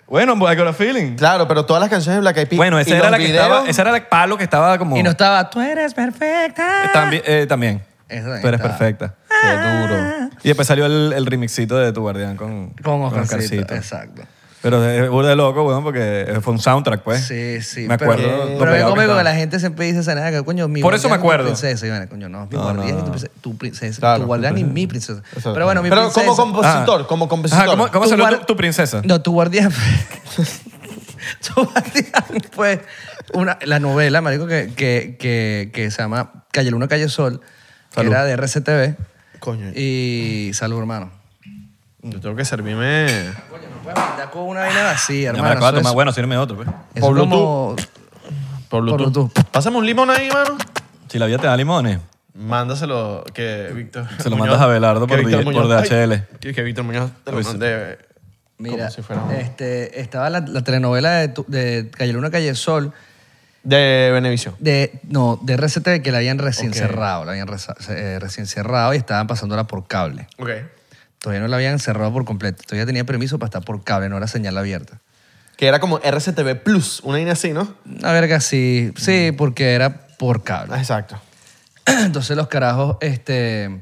Speaker 1: Bueno, I got a feeling.
Speaker 2: Claro, pero todas las canciones de Black Eyed Peas.
Speaker 1: Bueno,
Speaker 2: y
Speaker 1: esa era
Speaker 2: los
Speaker 1: la que
Speaker 2: videos-
Speaker 1: estaba, esa era la palo que estaba como...
Speaker 3: Y no estaba, tú eres perfecta.
Speaker 1: Eh, tambi- eh, también.
Speaker 3: Eso ahí
Speaker 1: Tú eres
Speaker 3: estaba.
Speaker 1: perfecta.
Speaker 2: Qué duro.
Speaker 1: Y después salió el, el remixito de tu guardián con,
Speaker 3: Con
Speaker 1: con
Speaker 3: Oscarcito.
Speaker 1: Oscarcito.
Speaker 3: Exacto.
Speaker 1: Pero es burda de loco, weón, porque fue un soundtrack, pues.
Speaker 3: Sí, sí.
Speaker 1: Me
Speaker 3: pero-
Speaker 1: acuerdo. lo
Speaker 3: Pero,
Speaker 1: pegado
Speaker 3: es
Speaker 1: que
Speaker 3: cómico
Speaker 1: estaba.
Speaker 3: que la gente siempre dice esa nada, que coño, mi
Speaker 1: Por eso
Speaker 3: guardián
Speaker 1: me acuerdo.
Speaker 3: Y tu princesa. Y bueno, coño, no, mi
Speaker 1: No,
Speaker 3: guardián
Speaker 1: no,
Speaker 3: y tu
Speaker 1: no.
Speaker 3: princesa. Tu, princesa,
Speaker 2: Claro,
Speaker 3: tu
Speaker 2: tu
Speaker 3: guardián y mi princesa. Pero bueno, mi
Speaker 2: Pero
Speaker 3: princesa.
Speaker 2: como compositor,
Speaker 1: Ah.
Speaker 2: como compositor.
Speaker 1: Ajá, ¿Cómo, cómo
Speaker 3: Tu
Speaker 1: salió
Speaker 3: guar-
Speaker 1: tu, tu princesa?
Speaker 3: No, tu guardián. tu guardián fue una, la novela, marico, que, que, que, que se llama Calle Luna, Calle Sol,
Speaker 1: Salud.
Speaker 3: que era de RCTV.
Speaker 2: Coño.
Speaker 3: Y salud, hermano.
Speaker 2: Yo tengo que servirme.
Speaker 3: Coño, no puedes mandar con una vaina así,
Speaker 1: Ya me
Speaker 3: hermano.
Speaker 1: la acabo de
Speaker 3: Eso
Speaker 1: tomar.
Speaker 3: es-
Speaker 1: Bueno, sírveme otro, pues.
Speaker 3: eso
Speaker 2: Por
Speaker 3: es como-
Speaker 2: Por
Speaker 3: Bluetooth.
Speaker 2: Pásame un limón ahí, mano.
Speaker 1: Si la vida te da limones.
Speaker 2: Mándaselo que Víctor.
Speaker 1: Se lo mandas a Belardo
Speaker 2: que
Speaker 1: por
Speaker 2: Víctor
Speaker 1: di- por
Speaker 2: Muñoz- ay,
Speaker 1: DHL.
Speaker 2: Que, que Víctor Muñoz te lo
Speaker 1: Pues-
Speaker 2: mande.
Speaker 3: Mira,
Speaker 2: como si fuera un-
Speaker 3: este, estaba la, la telenovela de, tu- de Calle Luna, Calle Sol,
Speaker 2: De Benevisión.
Speaker 3: de, no, de RCTV, que la habían recién
Speaker 2: Ok.
Speaker 3: cerrado, la habían reza- eh, recién cerrado y estaban pasándola por cable.
Speaker 2: Ok.
Speaker 3: Todavía no la habían cerrado por completo. Todavía tenía permiso para estar por cable, no era señal abierta.
Speaker 2: Que era como RCTV Plus, una línea así, ¿no?
Speaker 3: A ver, casi. Sí, porque era por cable.
Speaker 2: Ah, Exacto.
Speaker 3: Entonces los carajos este,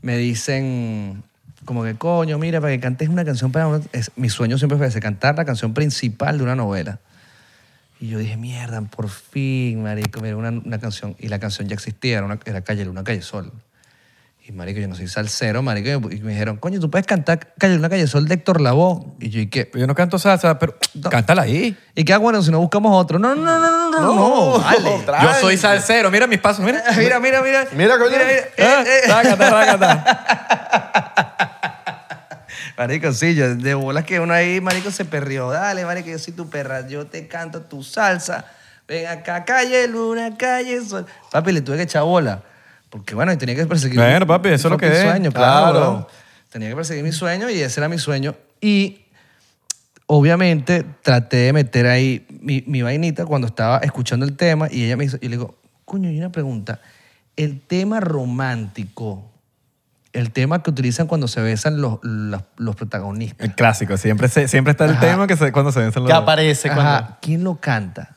Speaker 3: me dicen como que coño, mira, para que cantes una canción para una... es- mi sueño siempre fue ese, cantar la canción principal de una novela. Y yo dije, mierda, por fin, marico, mira, una, una canción. Y la canción ya existía, era, una- era Calle Luna, Calle Sol. Y marico, yo no soy salsero, marico. Y me- y me dijeron, coño, tú puedes cantar Calle Luna, Calle Sol de Héctor Lavoe. Y yo, ¿y qué?
Speaker 1: Yo no canto salsa, pero
Speaker 3: No.
Speaker 1: cántala ahí.
Speaker 3: ¿Y qué? Ah, bueno, si no buscamos otro. No, no, no, no, no,
Speaker 2: Oh,
Speaker 3: no, no, Oh, vale.
Speaker 1: Yo soy salsero, mira mis pasos, mira.
Speaker 3: Mira, mira, mira.
Speaker 2: Mira, coño.
Speaker 1: Ah,
Speaker 3: Eh, eh.
Speaker 1: tácata, tácata.
Speaker 3: Marico, sí, yo- de bolas que uno ahí, marico, se perrió. Dale, marico, yo soy tu perra, yo te canto tu salsa. Ven acá, calle luna, calle sol. Papi, le tuve que echar bola. Porque bueno, y tenía que perseguir
Speaker 1: Bueno, papi, eso es lo que
Speaker 3: fucking
Speaker 1: es.
Speaker 3: sueño, claro.
Speaker 2: Claro.
Speaker 3: weón. Tenía que perseguir mi sueño y ese era mi sueño. Y obviamente traté de meter ahí mi, mi vainita cuando estaba escuchando el tema y ella me hizo, y le digo, coño, y una pregunta. El tema romántico, el tema que utilizan cuando se besan los, los, los protagonistas.
Speaker 1: El clásico, siempre, se- siempre está el tema que se- cuando se vencen los...
Speaker 2: Que aparece cuando...
Speaker 3: Ajá, ¿Quién lo canta?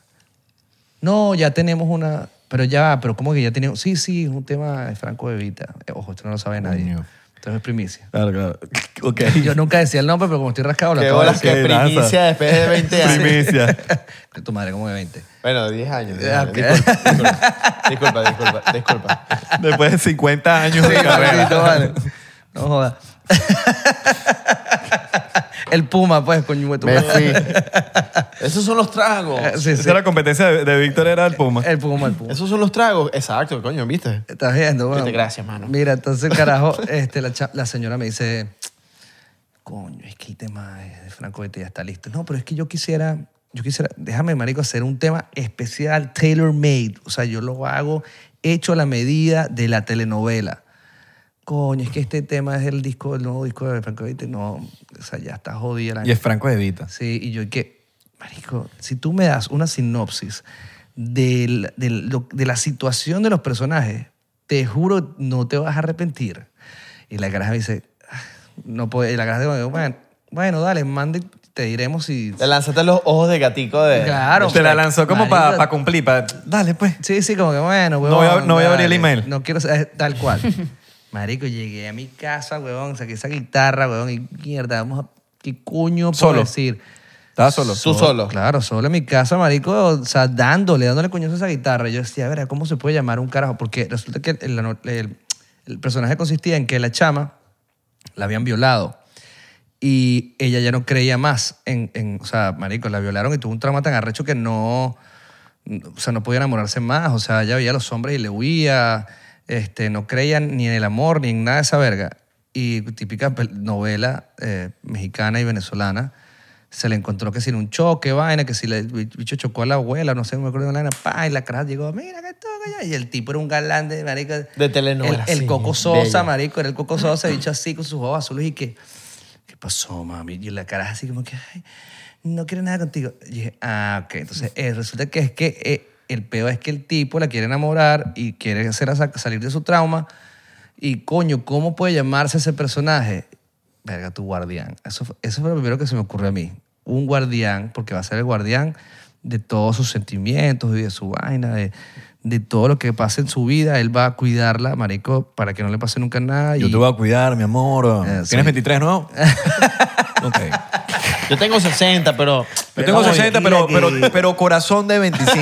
Speaker 3: No, ya tenemos una. Pero ya, va, pero ¿cómo que ya tenemos? Sí, sí, es un tema de Franco Bevita. Eh, Ojo, esto no lo sabe nadie.
Speaker 1: Coño.
Speaker 3: Esto es primicia.
Speaker 1: Claro, claro. Ok.
Speaker 3: Yo nunca decía el nombre, pero como estoy rascado, lo
Speaker 2: Qué
Speaker 3: acabo de
Speaker 2: bolas
Speaker 3: decir.
Speaker 2: que
Speaker 1: decir, lanza.
Speaker 2: primicia después de 20 años.
Speaker 1: Primicia.
Speaker 3: Tu madre, como de 20.
Speaker 2: Bueno, 10 años. 10
Speaker 3: Ah,
Speaker 2: años.
Speaker 3: ok.
Speaker 2: Disculpa, disculpa, disculpa, disculpa.
Speaker 1: Después de 50 años de
Speaker 3: Maldito,
Speaker 1: carrera.
Speaker 3: vale. No jodas. El Puma, pues, coño, de tu
Speaker 2: Me
Speaker 3: madre.
Speaker 2: fui. Esos son los tragos.
Speaker 3: Eh, Sí, Eh, sí.
Speaker 1: Esa era la competencia de, de Víctor, era el Puma.
Speaker 3: El Puma, el Puma.
Speaker 2: Esos son los tragos. Exacto, coño, ¿viste?
Speaker 3: Estás viendo, bueno.
Speaker 2: Viste, gracias, mano.
Speaker 3: Mira, entonces, carajo, este, la, cha- la señora me dice, coño, es que el tema es de Franco Vete ya está listo. No, pero es que yo quisiera, yo quisiera, déjame, marico, hacer un tema especial, tailor-made. O sea, yo lo hago hecho a la medida de la telenovela. Coño, es que este tema es el disco, el nuevo disco de Franco Vete. No, o sea, ya está jodida la
Speaker 1: Y es Franco de Vita.
Speaker 3: Sí, y yo que, marico, si tú me das una sinopsis del- del- lo- de la situación de los personajes, te juro, no te vas a arrepentir. Y la caraja me dice, "Ah, no puede, y la caraja digo, bueno, bueno, dale, mande, te diremos si...
Speaker 2: Te lanzaste los ojos de gatico de...
Speaker 3: Claro.
Speaker 1: Te la lanzó como para
Speaker 3: marico.
Speaker 1: cumplir, para... Dale, pues.
Speaker 3: Sí, sí, como que bueno,
Speaker 1: voy
Speaker 3: huevón.
Speaker 1: a- no voy a abrir el
Speaker 3: dale.
Speaker 1: email.
Speaker 3: No quiero ser- eh, tal cual. Marico, llegué a mi casa, huevón, saqué esa guitarra, huevón, y mierda, vamos a... ¿Qué coño puedo
Speaker 1: Solo.
Speaker 3: decir?
Speaker 1: Estaba solo.
Speaker 2: Tú solo.
Speaker 3: Claro, solo en mi casa, marico, o sea, dándole, dándole coñazo a esa guitarra. Y Yo decía, a ver, ¿cómo se puede llamar un carajo? Porque resulta que el, el- el- el personaje consistía en que la chama la habían violado y ella ya no creía más en, en- o sea, marico, la violaron y tuvo un trauma tan arrecho que no, o sea, no podía enamorarse más, o sea, ella veía a los hombres y le huía, este, no creía ni en el amor ni en nada de esa verga. Y típica pel- novela eh, mexicana y venezolana, se le encontró que sin un choque, vaina, que si le- el bicho chocó a la abuela, no sé, no me acuerdo de la vaina, pa, y la caraja llegó, mira que esto, que allá", y el tipo era un galán de marico.
Speaker 2: De telenovela,
Speaker 3: El, el
Speaker 2: sí,
Speaker 3: Coco Sosa,
Speaker 2: bello.
Speaker 3: marico, era el Coco Sosa, bicho así con sus ojos azules y que... ¿qué pasó, mami? Y la cara así como que, ay, no quiero nada contigo. Y dije, ah, ok. Entonces, eh, resulta que es que eh, el peo es que el tipo la quiere enamorar y quiere hacerla sa- salir de su trauma. Y coño, ¿cómo puede llamarse ese personaje? Verga, tu guardián. Eso, fue- eso fue lo primero que se me ocurrió a mí. Un guardián, porque va a ser el guardián de todos sus sentimientos y de su vaina, de, de todo lo que pase en su vida. Él va a cuidarla, marico, para que no le pase nunca nada.
Speaker 1: Yo
Speaker 3: y-
Speaker 1: te voy a cuidar, mi amor.
Speaker 3: Eh,
Speaker 1: ¿Tienes
Speaker 3: sí.
Speaker 1: 23, no? ok.
Speaker 2: Yo tengo 60, pero...
Speaker 1: Yo tengo
Speaker 3: Pero,
Speaker 1: 60,
Speaker 3: tranquila
Speaker 1: pero,
Speaker 3: que-
Speaker 1: pero, pero corazón de 25.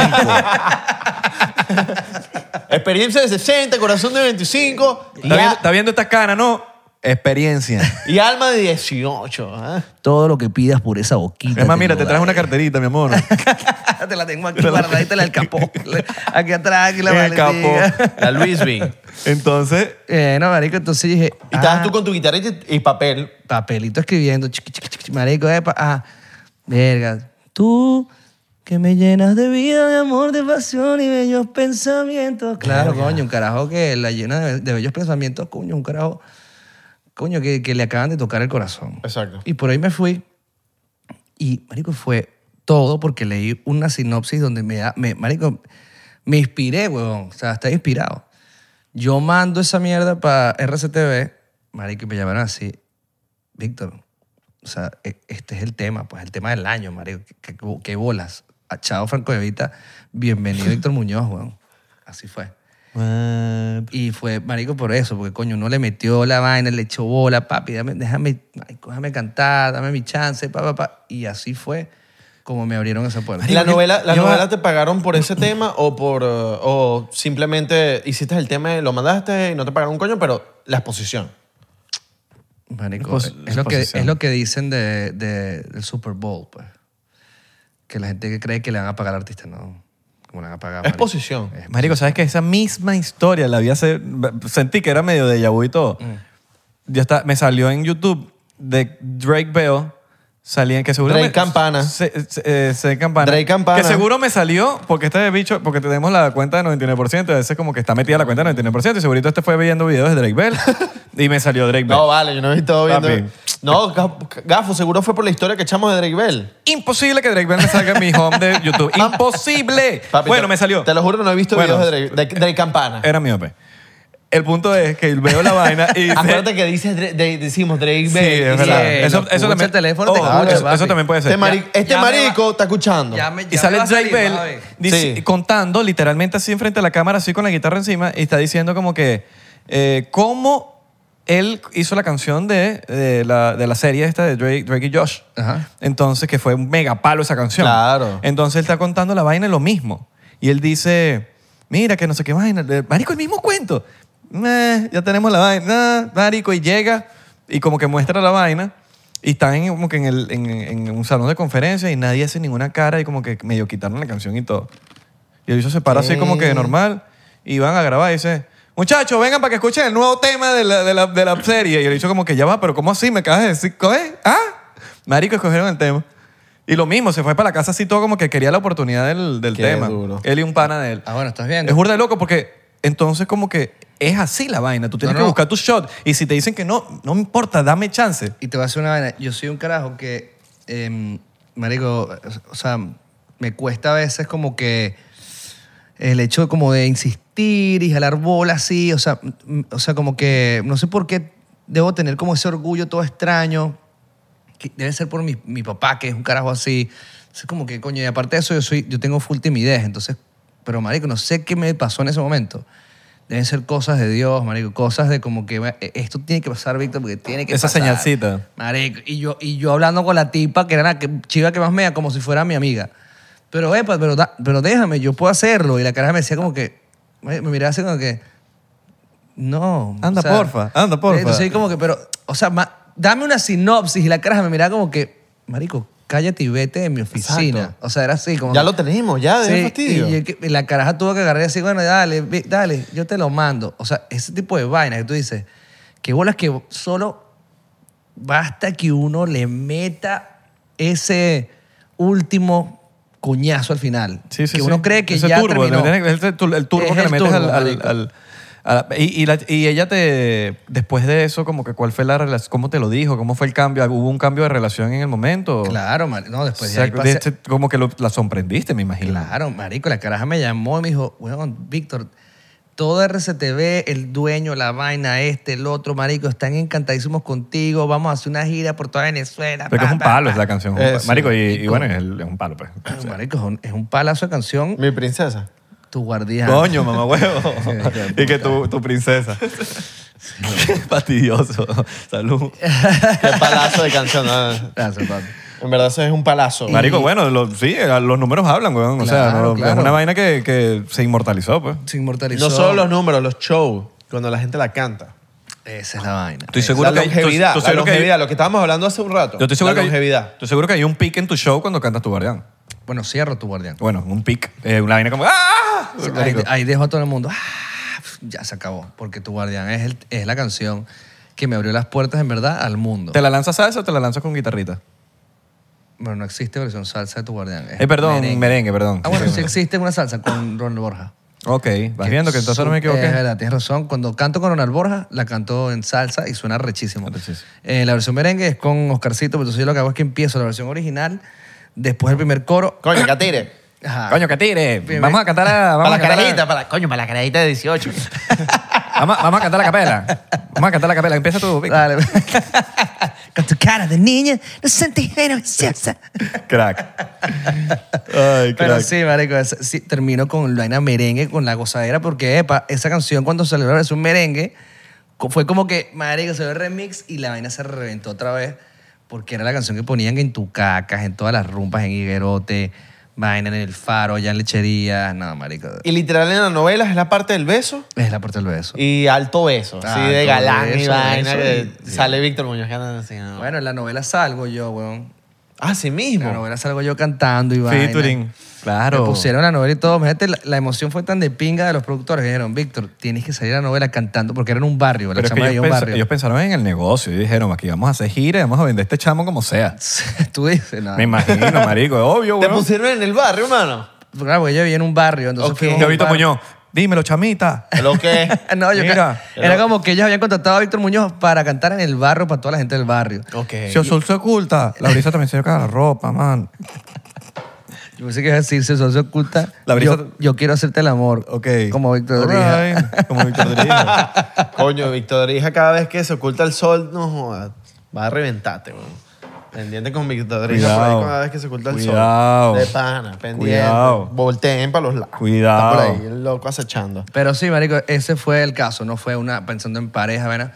Speaker 2: Experiencia de 60, corazón de 25 y,
Speaker 1: ¿Está, viendo,
Speaker 2: a-
Speaker 1: está viendo esta cara, no? Experiencia.
Speaker 2: y alma de 18. ¿ah?
Speaker 3: todo lo que pidas por esa boquita.
Speaker 1: Es más, mira,
Speaker 3: lo
Speaker 1: te traje una carterita, mi amor.
Speaker 3: daré. te la tengo aquí guardadita en el capó. Aquí atrás, aquí la
Speaker 1: En el
Speaker 3: maletica.
Speaker 1: capó.
Speaker 2: La Luis B.
Speaker 1: Entonces,
Speaker 3: Eh, no, marico, entonces dije...
Speaker 2: Y estabas
Speaker 3: ah,
Speaker 2: tú con tu guitarrita y y papel.
Speaker 3: Papelito escribiendo, chiqui, chiqui, chiqui, marico, epa, ah, verga. Tú que me llenas de vida, de amor, de pasión y bellos pensamientos. Claro, coño, un carajo que la llena de, de bellos pensamientos, coño, un carajo, coño, que, que le acaban de tocar el corazón.
Speaker 2: Exacto.
Speaker 3: Y por ahí me fui. Y, marico, fue todo porque leí una sinopsis donde me da... Me, marico, me inspiré, huevón. O sea, está inspirado. Yo mando esa mierda para RCTV. Marico, y me llamaron así. Víctor, o sea, e- este es el tema, pues el tema del año, marico. ¿Qué, qué- qué bolas? A Chao Franco de Vita, bienvenido Víctor Muñoz, weón. Así fue.
Speaker 1: What?
Speaker 3: Y fue, marico, por eso, porque coño, uno le metió la vaina, le echó bola, papi, dame- déjame, marico, déjame cantar, dame mi chance, pa, pa, pa. Y así fue como me abrieron esa puerta.
Speaker 2: ¿La novela, la
Speaker 1: yo-
Speaker 2: novela te pagaron por ese tema o por eh, o simplemente hiciste el tema, y lo mandaste y no te pagaron un coño, pero la exposición?
Speaker 3: Marico,
Speaker 1: Expos-
Speaker 3: es, lo que,
Speaker 1: exposición.
Speaker 3: es lo que dicen de, de- del Super Bowl, pues. Que la gente que cree que le van a pagar al artista, no. Como le van a pagar. marico.
Speaker 2: Exposición.
Speaker 3: Eh,
Speaker 1: Marico, ¿sabes que Esa misma historia la había... se- Sentí que era medio de vu y todo.
Speaker 2: Mm.
Speaker 1: Ya está, me salió en YouTube de Drake Bell. Salía que seguro...
Speaker 2: Drake
Speaker 1: me-
Speaker 2: Campana.
Speaker 1: Se, se- eh, se Campana.
Speaker 2: Drake Campana.
Speaker 1: Que seguro me salió porque este bicho... Porque tenemos la cuenta de 99%. A veces como que está metida la cuenta de 99%. Y segurito este fue viendo videos de Drake Bell. y me salió Drake Bell.
Speaker 2: No, vale, yo no he visto viendo.
Speaker 1: Papi.
Speaker 2: No, Gaf- Gafo, seguro fue por la historia que echamos de Drake Bell.
Speaker 1: Imposible que Drake Bell me salga en mi home de YouTube. Imposible.
Speaker 2: Papi,
Speaker 1: bueno,
Speaker 2: te-
Speaker 1: me salió.
Speaker 2: Te lo juro, no he visto
Speaker 1: Bueno, Eh,
Speaker 2: videos de Drake, de- Drake Campana.
Speaker 1: Era miope. El punto es que veo la vaina y dice-
Speaker 2: Acuérdate que dices, Dra- de- decimos Drake
Speaker 1: eh, Sí,
Speaker 2: Bell.
Speaker 1: es
Speaker 2: y dice,
Speaker 1: verdad.
Speaker 3: eh,
Speaker 1: eso, eso
Speaker 3: lo escucha
Speaker 1: también. oh,
Speaker 3: el teléfono, te escucha,
Speaker 1: eso,
Speaker 3: papi.
Speaker 1: eso también puede ser.
Speaker 2: Este, mari- este
Speaker 3: ya me
Speaker 2: marico está escuchando.
Speaker 3: ya me- ya
Speaker 1: y
Speaker 3: me
Speaker 1: sale
Speaker 3: va a
Speaker 1: Drake
Speaker 3: salir,
Speaker 1: Bell
Speaker 3: va a ver.
Speaker 1: dice-
Speaker 2: Sí.
Speaker 1: contando literalmente así frente a la cámara, así con la guitarra encima, y está diciendo como que eh, cómo él hizo la canción de, de la, de la serie esta de Drake, Drake y Josh.
Speaker 3: Ajá.
Speaker 1: Entonces, que fue un mega palo esa canción.
Speaker 2: Claro.
Speaker 1: Entonces él está contando la vaina lo mismo. Y él dice, mira que no sé qué vaina. Le- Marico, el mismo cuento. Meh, ya tenemos la vaina. Marico, y llega y como que muestra la vaina. Y están en- como que en, el- en- en un salón de conferencia y nadie hace ninguna cara y como que medio quitaron la canción y todo. Y el bicho se para así como
Speaker 3: Eh.
Speaker 1: que normal y van a grabar y dice, muchachos, vengan para que escuchen el nuevo tema de la, de la, de la serie. Y el bicho como que ya va, pero ¿cómo así? ¿Me acabas de decir? ¿Cómo es? ¿Ah? Marico, escogieron el tema. Y lo mismo, se fue para la casa así todo como que quería la oportunidad del, del
Speaker 2: Qué
Speaker 1: tema.
Speaker 2: duro.
Speaker 1: Él y un pana de él.
Speaker 3: Ah, bueno, estás viendo.
Speaker 1: Es burda de loco porque entonces como que es así la vaina. Tú tienes
Speaker 3: No,
Speaker 1: que
Speaker 3: no.
Speaker 1: buscar tu shot. Y si te dicen que no, no me importa, dame chance.
Speaker 3: Y te voy a hacer una vaina. Yo soy un carajo que, em, marico, o sea, me cuesta a veces como que el hecho como de insistir y jalar bola así, o sea, m- o sea, como que no sé por qué debo tener como ese orgullo todo extraño. que debe ser por mi, mi papá, que es un carajo así. Es como que, coño, y aparte de eso, yo, soy, yo tengo full timidez, entonces, pero marico, no sé qué me pasó en ese momento. Deben ser cosas de Dios, marico, cosas de como que "Eh, esto tiene que pasar, Víctor, porque tiene que
Speaker 1: Esa
Speaker 3: pasar".
Speaker 1: señalcita.
Speaker 3: Marico, y yo, y yo hablando con la tipa, que era la que- chiva que más mea, como si fuera mi amiga. Pero, epa, pero, da- pero déjame, yo puedo hacerlo. Y la cara me decía como que, me miraba así como que, no.
Speaker 1: Anda, porfa, anda, porfa.
Speaker 3: Entonces, yo como que, pero, o sea, ma- dame una sinopsis y la cara me miraba como que, marico, cállate y vete de mi oficina.
Speaker 2: Exacto.
Speaker 3: O sea, era así como.
Speaker 2: Ya
Speaker 3: que-
Speaker 2: lo tenemos, ya, de
Speaker 3: Sí,
Speaker 2: fastidio.
Speaker 3: Y, yo que- y la caraja tuvo que agarrar y decir, bueno, dale, ve, dale, yo te lo mando. O sea, ese tipo de vainas que tú dices, que bolas que solo basta que uno le meta ese último cuñazo al final.
Speaker 1: Sí, sí,
Speaker 3: que
Speaker 1: sí.
Speaker 3: uno cree que
Speaker 1: Ese
Speaker 3: ya
Speaker 1: turbo,
Speaker 3: terminó.
Speaker 1: le metes- el, el turbo
Speaker 3: Es
Speaker 1: que le
Speaker 3: el
Speaker 1: metes
Speaker 3: turbo,
Speaker 1: al... al-
Speaker 3: marico.
Speaker 1: al- a la- y, y la- y ella te... Después de eso, como que cuál fue la relación, cómo te lo dijo, cómo fue el cambio, hubo un cambio de relación en el momento.
Speaker 3: Claro, man. No,
Speaker 1: O
Speaker 3: después de
Speaker 1: sea,
Speaker 3: ahí pasé-
Speaker 1: de hecho, como que lo- la sorprendiste, me imagino.
Speaker 3: Claro, marico, la caraja me llamó y me dijo, weón, Víctor, todo RCTV, el dueño, la vaina, este, el otro, marico, están encantadísimos contigo, vamos a hacer una gira por toda Venezuela.
Speaker 1: Porque
Speaker 3: pa,
Speaker 1: es un
Speaker 3: pa,
Speaker 1: palo,
Speaker 3: pa".
Speaker 1: es la canción.
Speaker 2: Eh, sí.
Speaker 1: Marico, y, y bueno, es, el- es un palo, pues.
Speaker 3: Marico, es un, es un palazo de canción,
Speaker 2: Mi princesa.
Speaker 3: tu guardián.
Speaker 1: Coño, mamá huevo.
Speaker 3: Qué
Speaker 1: y que tu, tu princesa. Fastidioso. Salud.
Speaker 2: Qué palazo de canción. ¿no?
Speaker 3: Gracias, papi.
Speaker 2: En verdad, eso es un palazo.
Speaker 1: Marico, bueno, lo- sí, los números hablan, weón. O sea,
Speaker 3: Claro,
Speaker 1: no- es
Speaker 3: claro.
Speaker 1: una vaina que, que se inmortalizó, pues.
Speaker 3: Se inmortalizó.
Speaker 2: No solo los números, los shows, cuando la gente la canta.
Speaker 3: Esa es la vaina.
Speaker 1: Estoy seguro
Speaker 2: Eh, la
Speaker 1: que- tú-
Speaker 2: longevidad,
Speaker 1: tú
Speaker 2: la
Speaker 1: seguro que-
Speaker 2: longevidad, lo que estábamos hablando hace un rato.
Speaker 1: Yo estoy seguro
Speaker 2: la
Speaker 1: que hay,
Speaker 2: longevidad.
Speaker 1: estoy seguro que hay un pic en tu show cuando cantas tu guardián.
Speaker 3: Bueno, cierro tu guardián.
Speaker 1: Bueno, un pic. eh, una vaina como... ¡Ah!
Speaker 3: Sí, ahí,
Speaker 1: Marico.
Speaker 3: ahí dejo a todo el mundo. "Ah", Ya se acabó, porque tu guardián es, el- es la canción que me abrió las puertas, en verdad, al mundo.
Speaker 1: ¿Te la lanzas salsa o te la lanzas con guitarrita?
Speaker 3: Bueno, no existe versión salsa de tu guardián. es
Speaker 1: Eh, perdón, merengue,
Speaker 3: merengue.
Speaker 1: perdón.
Speaker 3: Ah, bueno, sí existe una salsa con Ronald Borja.
Speaker 1: Ok, vas viendo que entonces no me
Speaker 3: Es
Speaker 1: equivoqué.
Speaker 3: verdad, tienes razón. Cuando canto con Ronald Borja, la canto en salsa y suena rechísimo.
Speaker 1: Rechísimo.
Speaker 3: Eh, la versión merengue es con Oscarcito, pero entonces yo lo que hago es que empiezo la versión original, después el primer coro.
Speaker 2: Coño, catire.
Speaker 3: Ajá.
Speaker 1: Coño, que tire.
Speaker 3: Bien,
Speaker 1: Vamos a cantar a... Vamos
Speaker 2: Para
Speaker 1: a
Speaker 2: la
Speaker 1: cantar a-
Speaker 2: carajita, para la- coño, para la carajita de 18.
Speaker 1: Vamos, vamos a cantar la capela. Vamos a cantar la capela. Empieza tú. Vic.
Speaker 3: Dale. Con tu cara de niña, no sentí graciosa.
Speaker 1: Crack. Ay, crack.
Speaker 3: Pero sí, marico, es- sí, termino con la vaina merengue, con la gozadera, porque, epa, esa canción cuando salió la versión merengue, co- fue como que, marico, se ve remix y la vaina se reventó otra vez, porque era la canción que ponían en tu cacas, en todas las rumpas, en Higuerote, vaina en el faro, ya en lecherías, no, marico.
Speaker 2: Y literal en las novelas es la parte del beso
Speaker 3: Es la parte del beso. Ah,
Speaker 2: y alto beso. Así de
Speaker 3: Alto
Speaker 2: galán y
Speaker 3: beso,
Speaker 2: vaina.
Speaker 3: beso
Speaker 2: que
Speaker 3: y-
Speaker 2: Sale Víctor Muñoz que anda así. ¿no?
Speaker 3: Bueno, en la novela salgo yo, weón.
Speaker 2: Ah, sí
Speaker 3: En la
Speaker 2: mismo.
Speaker 3: novela salgo yo cantando y vaina.
Speaker 1: Featuring. Claro.
Speaker 3: Me pusieron la novela y todo. Imagínate, la, la emoción fue tan de pinga de los productores que dijeron, Víctor, tienes que salir a la novela cantando porque era en un barrio, la
Speaker 1: Pero es que
Speaker 3: chama
Speaker 1: ellos,
Speaker 3: vivía en un
Speaker 1: pens-
Speaker 3: barrio.
Speaker 1: ellos pensaron en el negocio y dijeron, aquí vamos a hacer gira y vamos a vender este chamo como sea.
Speaker 3: Tú dices, no.
Speaker 1: Me imagino, marico, obvio,
Speaker 2: Te
Speaker 1: weón.
Speaker 2: pusieron en el barrio, hermano.
Speaker 3: Pues Claro, porque yo vivía en un barrio, entonces
Speaker 2: Ok.
Speaker 3: fuimos a un
Speaker 1: Gabito
Speaker 3: bar-
Speaker 1: Muñoz, dímelo, chamita.
Speaker 2: Lo que
Speaker 3: No, yo ca-
Speaker 1: Mira.
Speaker 3: era como que ellos habían contratado a Víctor Muñoz para cantar en el barrio para toda la gente del barrio.
Speaker 2: Ok.
Speaker 1: Si Osul se oculta, la brisa también se caga la ropa, man.
Speaker 3: Yo pensé que iba a decir, si eso se oculta,
Speaker 1: La brisa-
Speaker 3: yo, yo quiero hacerte el amor.
Speaker 1: Ok.
Speaker 3: Como Víctor Drija.
Speaker 1: All right. Como Víctor Drija.
Speaker 2: Coño, Víctor Drija cada vez que se oculta el sol, no jodas, va a reventarte, weón. Pendiente con Víctor Drija por ahí
Speaker 1: Cuidado.
Speaker 2: cada vez que se oculta el
Speaker 1: Cuidado.
Speaker 2: sol. De pana, pendiente.
Speaker 1: Cuidado.
Speaker 2: Volteen para los lados.
Speaker 1: Cuidado.
Speaker 2: Está por ahí el loco acechando.
Speaker 3: Pero sí, marico, ese fue el caso. No fue una pensando en pareja, ¿verdad?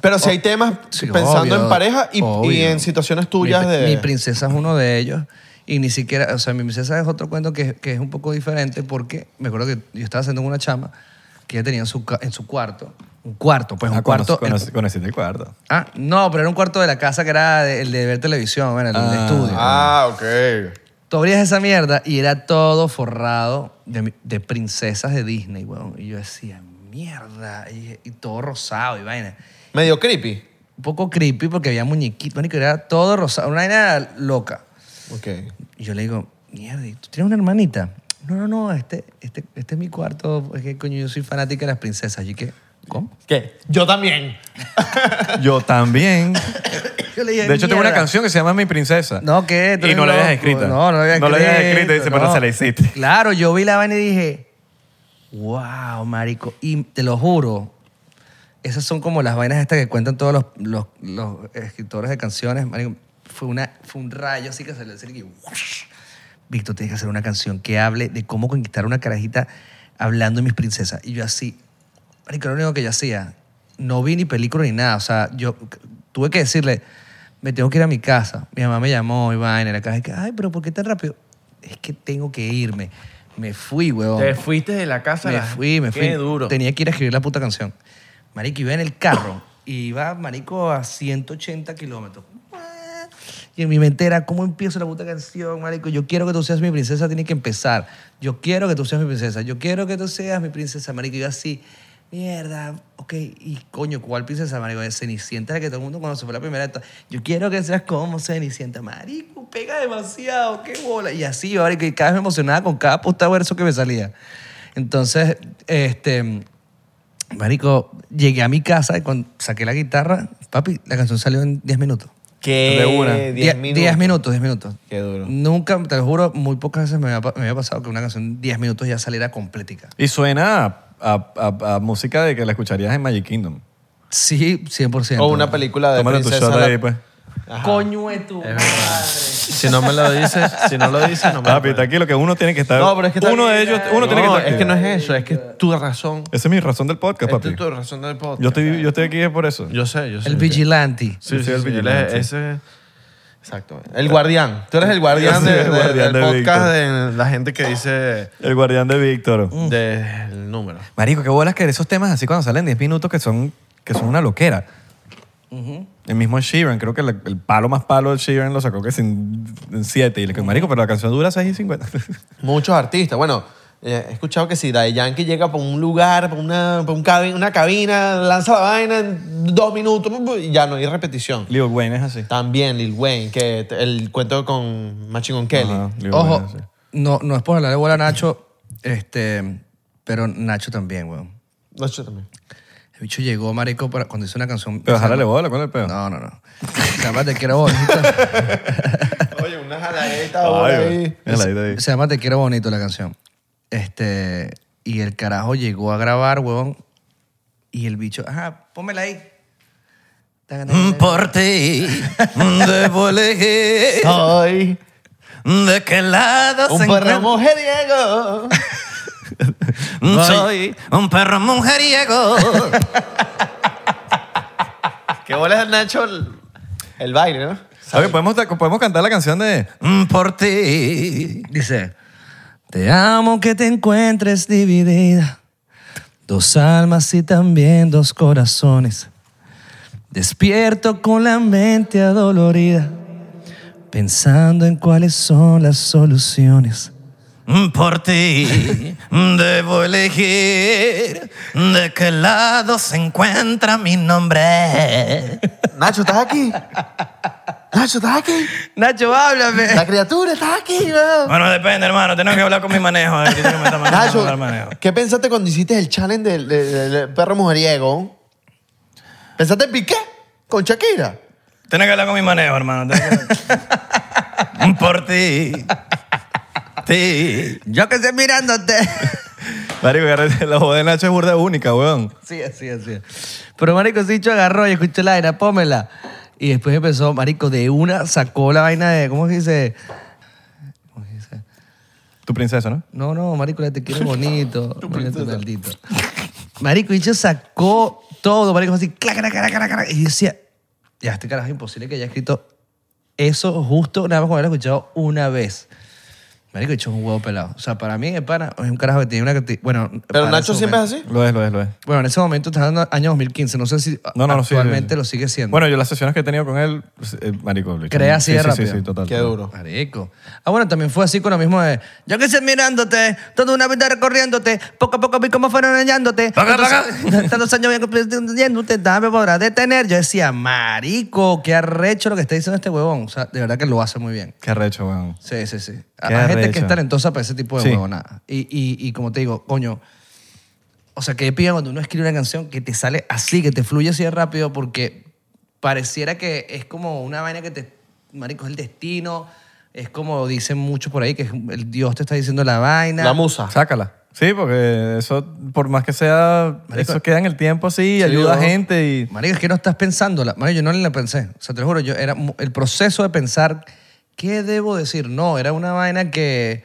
Speaker 2: Pero si hay temas
Speaker 3: Sí,
Speaker 2: pensando
Speaker 3: obvio,
Speaker 2: en pareja y, y
Speaker 3: obvio.
Speaker 2: en situaciones tuyas
Speaker 3: mi,
Speaker 2: de...
Speaker 3: mi princesa es uno de ellos. Y ni siquiera, o sea, mi princesa es otro cuento que, que es un poco diferente porque me acuerdo que yo estaba haciendo una chama que ella tenía en su, ca- en su cuarto. Un cuarto, pues un
Speaker 1: Ah,
Speaker 3: cuarto.
Speaker 1: conocí- conocí- Conociste el cuarto.
Speaker 3: ah, no, pero era un cuarto de la casa que era de- el de ver televisión, bueno, el, del
Speaker 1: Ah.
Speaker 3: estudio.
Speaker 2: Ah, ok.
Speaker 3: Tú abrías esa mierda y era todo forrado de, mi- de princesas de Disney, weón. Y yo decía, mierda. Y, y todo rosado y vaina.
Speaker 2: Medio creepy.
Speaker 3: Un poco creepy porque había muñequitos, que era todo rosado. Una vaina loca.
Speaker 2: Ok.
Speaker 3: Y yo le digo, mierda, ¿y ¿tú tienes una hermanita? No, no, no, este, este, este es mi cuarto. Es que, coño, yo soy fanática de las princesas. ¿Y qué? ¿Cómo?
Speaker 2: ¿Qué? Yo también.
Speaker 1: Yo también.
Speaker 3: Yo le dije,
Speaker 1: De hecho, tengo una
Speaker 3: "Mierda".
Speaker 1: canción que se llama Mi Princesa.
Speaker 3: No, ¿qué? Tú
Speaker 1: Y
Speaker 3: eres
Speaker 1: no la habías
Speaker 3: loco.
Speaker 1: escrita.
Speaker 3: No, no la habías
Speaker 1: No la
Speaker 3: escrito.
Speaker 1: habías escrito, dice, pero
Speaker 3: no.
Speaker 1: se la hiciste.
Speaker 3: Claro, yo vi la vaina y dije, wow, marico. Y te lo juro, esas son como las vainas estas que cuentan todos los, los- los escritores de canciones. Marico, fue, una, fue un rayo así que se le hace y ¡whoosh! Víctor, tienes que hacer una canción que hable de cómo conquistar una carajita hablando de mis princesas. Y yo así, marico, lo único que yo hacía, no vi ni película ni nada. O sea, yo c- tuve que decirle, me tengo que ir a mi casa. Mi mamá me llamó, y vaina, en la casa. y que, Ay, pero ¿por qué tan rápido? Es que tengo que irme. Me fui, weón.
Speaker 2: fuiste de la casa.
Speaker 3: Me fui, me fui. Tenía que ir a escribir la puta canción. Marico, iba en el carro. y iba, marico, a 180 kilómetros. Y en mi mente era, ¿cómo empiezo la puta canción, marico? Yo quiero que tú seas mi princesa, tiene que empezar. Yo quiero que tú seas mi princesa. Yo quiero que tú seas mi princesa, marico. Y yo así, mierda, ok. Y coño, ¿cuál princesa, marico? Es Cenicienta, la que todo el mundo conoce. Fue la primera. esta- Yo quiero que seas como Cenicienta, marico. Pega demasiado, qué bola. Y así, marico. Y cada vez me emocionaba con cada puta verso que me salía. Entonces, este... Marico, llegué a mi casa y cuando saqué la guitarra, papi, la canción salió en 10 minutos.
Speaker 2: ¿Qué?
Speaker 1: De una.
Speaker 2: Diez
Speaker 3: Die-
Speaker 2: minutos.
Speaker 3: 10 minutos, 10 minutos.
Speaker 2: Qué duro.
Speaker 3: Nunca, te lo juro, muy pocas veces me había, pa- me había pasado que una canción 10 minutos ya saliera completica.
Speaker 1: Y suena a, a- a- a música de que la escucharías en Magic Kingdom.
Speaker 3: Sí, 100%.
Speaker 2: O una película de
Speaker 1: Tómale tu
Speaker 2: princesa.
Speaker 1: shot
Speaker 2: la-
Speaker 1: ahí, pues.
Speaker 2: Ajá.
Speaker 3: Coño de tu madre.
Speaker 2: Si no me lo dices, si no lo dices, no me
Speaker 1: Papi,
Speaker 2: lo puedes.
Speaker 1: Ah, tranquilo, que uno tiene que estar.
Speaker 2: No, pero es que está-
Speaker 1: Uno de ellos, uno
Speaker 2: No,
Speaker 1: tiene que estar.
Speaker 2: es que no es eso, es que es tu razón.
Speaker 1: Esa es mi razón del podcast,
Speaker 2: Esta
Speaker 1: papi.
Speaker 2: es tu razón del podcast.
Speaker 1: Yo estoy, yo estoy aquí es por eso.
Speaker 2: Yo sé, yo sé.
Speaker 3: El vigilante.
Speaker 2: Sí,
Speaker 1: Yo soy
Speaker 2: sí,
Speaker 1: el
Speaker 2: sí, él es-
Speaker 1: vigilante.
Speaker 2: Ese... Exacto. El guardián. Tú eres el
Speaker 1: Yo
Speaker 2: guardián,
Speaker 1: soy
Speaker 2: de-
Speaker 1: el
Speaker 2: de-
Speaker 1: guardián
Speaker 2: del
Speaker 1: de
Speaker 2: podcast de la gente que dice
Speaker 1: El guardián de Víctor.
Speaker 2: del número.
Speaker 1: Marico, qué bolas que esos temas así cuando salen 10 minutos que son, que son una loquera. El mismo Sheeran, creo que la- el palo más palo de Sheeran lo sacó que sin- en 7. Y le digo, marico, pero la canción dura 6 y 50.
Speaker 2: Muchos artistas. Bueno, eh, he escuchado que si Daddy Yankee llega por un lugar, por una, por un cabi- una cabina, lanza la vaina en dos minutos pum, pum, y ya no hay repetición.
Speaker 1: Lil Wayne es así.
Speaker 2: También Lil Wayne, que t- el cuento con Machine Gun Kelly.
Speaker 1: Ajá, Lil
Speaker 3: Ojo,
Speaker 1: Wayne es así.
Speaker 3: no, no es por hablar de bola a Nacho, este, pero Nacho también, weón.
Speaker 2: No, yo también.
Speaker 3: El bicho llegó, marico, para, cuando hizo una canción...
Speaker 1: Pero jálale bola, ¿cuál es el pedo?
Speaker 3: No, no, no. Se llama Te quiero bonito.
Speaker 2: Oye, una jaladeta
Speaker 1: Ay,
Speaker 2: ahora
Speaker 1: güey.
Speaker 2: ahí.
Speaker 1: Mírala ahí, ahí.
Speaker 3: Se llama Te quiero bonito la canción. Este, y el carajo llegó a grabar, huevón. Y el bicho, ajá, pónmela ahí.
Speaker 1: Mm, Por ti mm, debo elegir
Speaker 2: Soy
Speaker 1: de qué lado se
Speaker 2: un perro
Speaker 1: encuentra. Mm,
Speaker 2: mujeriego.
Speaker 1: Soy un perro mujeriego.
Speaker 2: Qué bolas el Nacho el, el baile, ¿no?
Speaker 1: ¿Sabes? Podemos, podemos cantar la canción de Por ti.
Speaker 3: mm, Dice, te amo que te encuentres dividida, dos almas y también dos corazones. Despierto con la mente adolorida, pensando en cuáles son las soluciones. Mm,
Speaker 1: Por ti debo elegir de qué lado se encuentra mi nombre.
Speaker 2: Nacho, ¿estás aquí? Nacho, ¿estás aquí?
Speaker 3: Nacho, háblame.
Speaker 2: La criatura, ¿estás aquí? weón?
Speaker 1: Bueno, depende, hermano. Tengo que hablar con mi manejo. a ver, dice que me está mandando a
Speaker 2: Nacho,
Speaker 1: hablar manejo.
Speaker 2: ¿qué pensaste cuando hiciste el challenge del, del- del perro mujeriego? ¿Pensaste en Piqué con Shakira?
Speaker 1: Tienes que hablar con mi manejo, hermano. tengo que- Por ti. Ti.
Speaker 3: Yo que estoy mirándote.
Speaker 1: Marico, agarré- la voz de Nacho es burda única, weón.
Speaker 3: sí, así, así. Pero Marico Sicho agarró y escuchó la vaina, pómela. Y después empezó, Marico, de una sacó la vaina de, ¿cómo se dice?
Speaker 1: Tu princesa, ¿no?
Speaker 3: No, no, marico, la te quiero bonito. Maldito, maldito. Marico, y yo sacó todo, marico, así, clac, clac, clac, clac, clac, y yo decía, ya, este carajo es imposible que haya escrito eso justo nada más cuando lo he escuchado una vez. Marico, hecho un huevo pelado. O sea, para mí, el pana, es un carajo que tiene una... criti- Bueno,
Speaker 2: Pero
Speaker 3: para
Speaker 2: Nacho
Speaker 3: ese
Speaker 2: siempre es
Speaker 3: momento.
Speaker 2: así.
Speaker 1: Lo es, lo es, lo es.
Speaker 3: Bueno, en ese momento, estás hablando año 2015, no sé si
Speaker 1: No, no, no, sí,
Speaker 3: actualmente
Speaker 1: sí.
Speaker 3: lo sigue siendo.
Speaker 1: Bueno, yo las sesiones que he tenido con él, eh, marico. lo he hecho.
Speaker 3: Crea así
Speaker 1: Sí,
Speaker 3: de
Speaker 1: sí,
Speaker 3: rápido.
Speaker 1: Sí, sí, total.
Speaker 2: Qué duro.
Speaker 3: Marico. Ah, bueno, también fue así con lo mismo de yo que sé mirándote, toda una vida recorriéndote, poco a poco vi cómo fueron engañándote.
Speaker 1: Paca,
Speaker 3: Tantos-
Speaker 1: paca.
Speaker 3: Tantos años voy comprendiéndote, nada me podrás detener. Yo decía, marico, qué arrecho lo que está diciendo este huevón. O sea, de verdad que lo hace muy bien.
Speaker 1: Qué arrecho, weón.
Speaker 3: Sí, sí, sí.
Speaker 1: Qué
Speaker 3: Hay gente que
Speaker 1: arrecho.
Speaker 3: es talentosa para ese tipo de
Speaker 1: Sí.
Speaker 3: huevonada. Y, y, y como te digo, coño, o sea, que pida cuando uno escribe una canción que te sale así, que te fluye así de rápido, porque pareciera que es como una vaina que te. Marico, es el destino, es como dicen muchos por ahí, que es el Dios te está diciendo la vaina.
Speaker 2: La musa.
Speaker 1: Sácala. Sí, porque eso, por más que sea,
Speaker 3: Marico.
Speaker 1: eso queda en el tiempo así, y
Speaker 2: Sí,
Speaker 1: ayuda a
Speaker 2: weón.
Speaker 1: gente y...
Speaker 3: Marico, es que no estás pensándola. Marico, yo no la pensé. O sea, te lo juro, yo era mu- el proceso de pensar qué debo decir. No, era una vaina que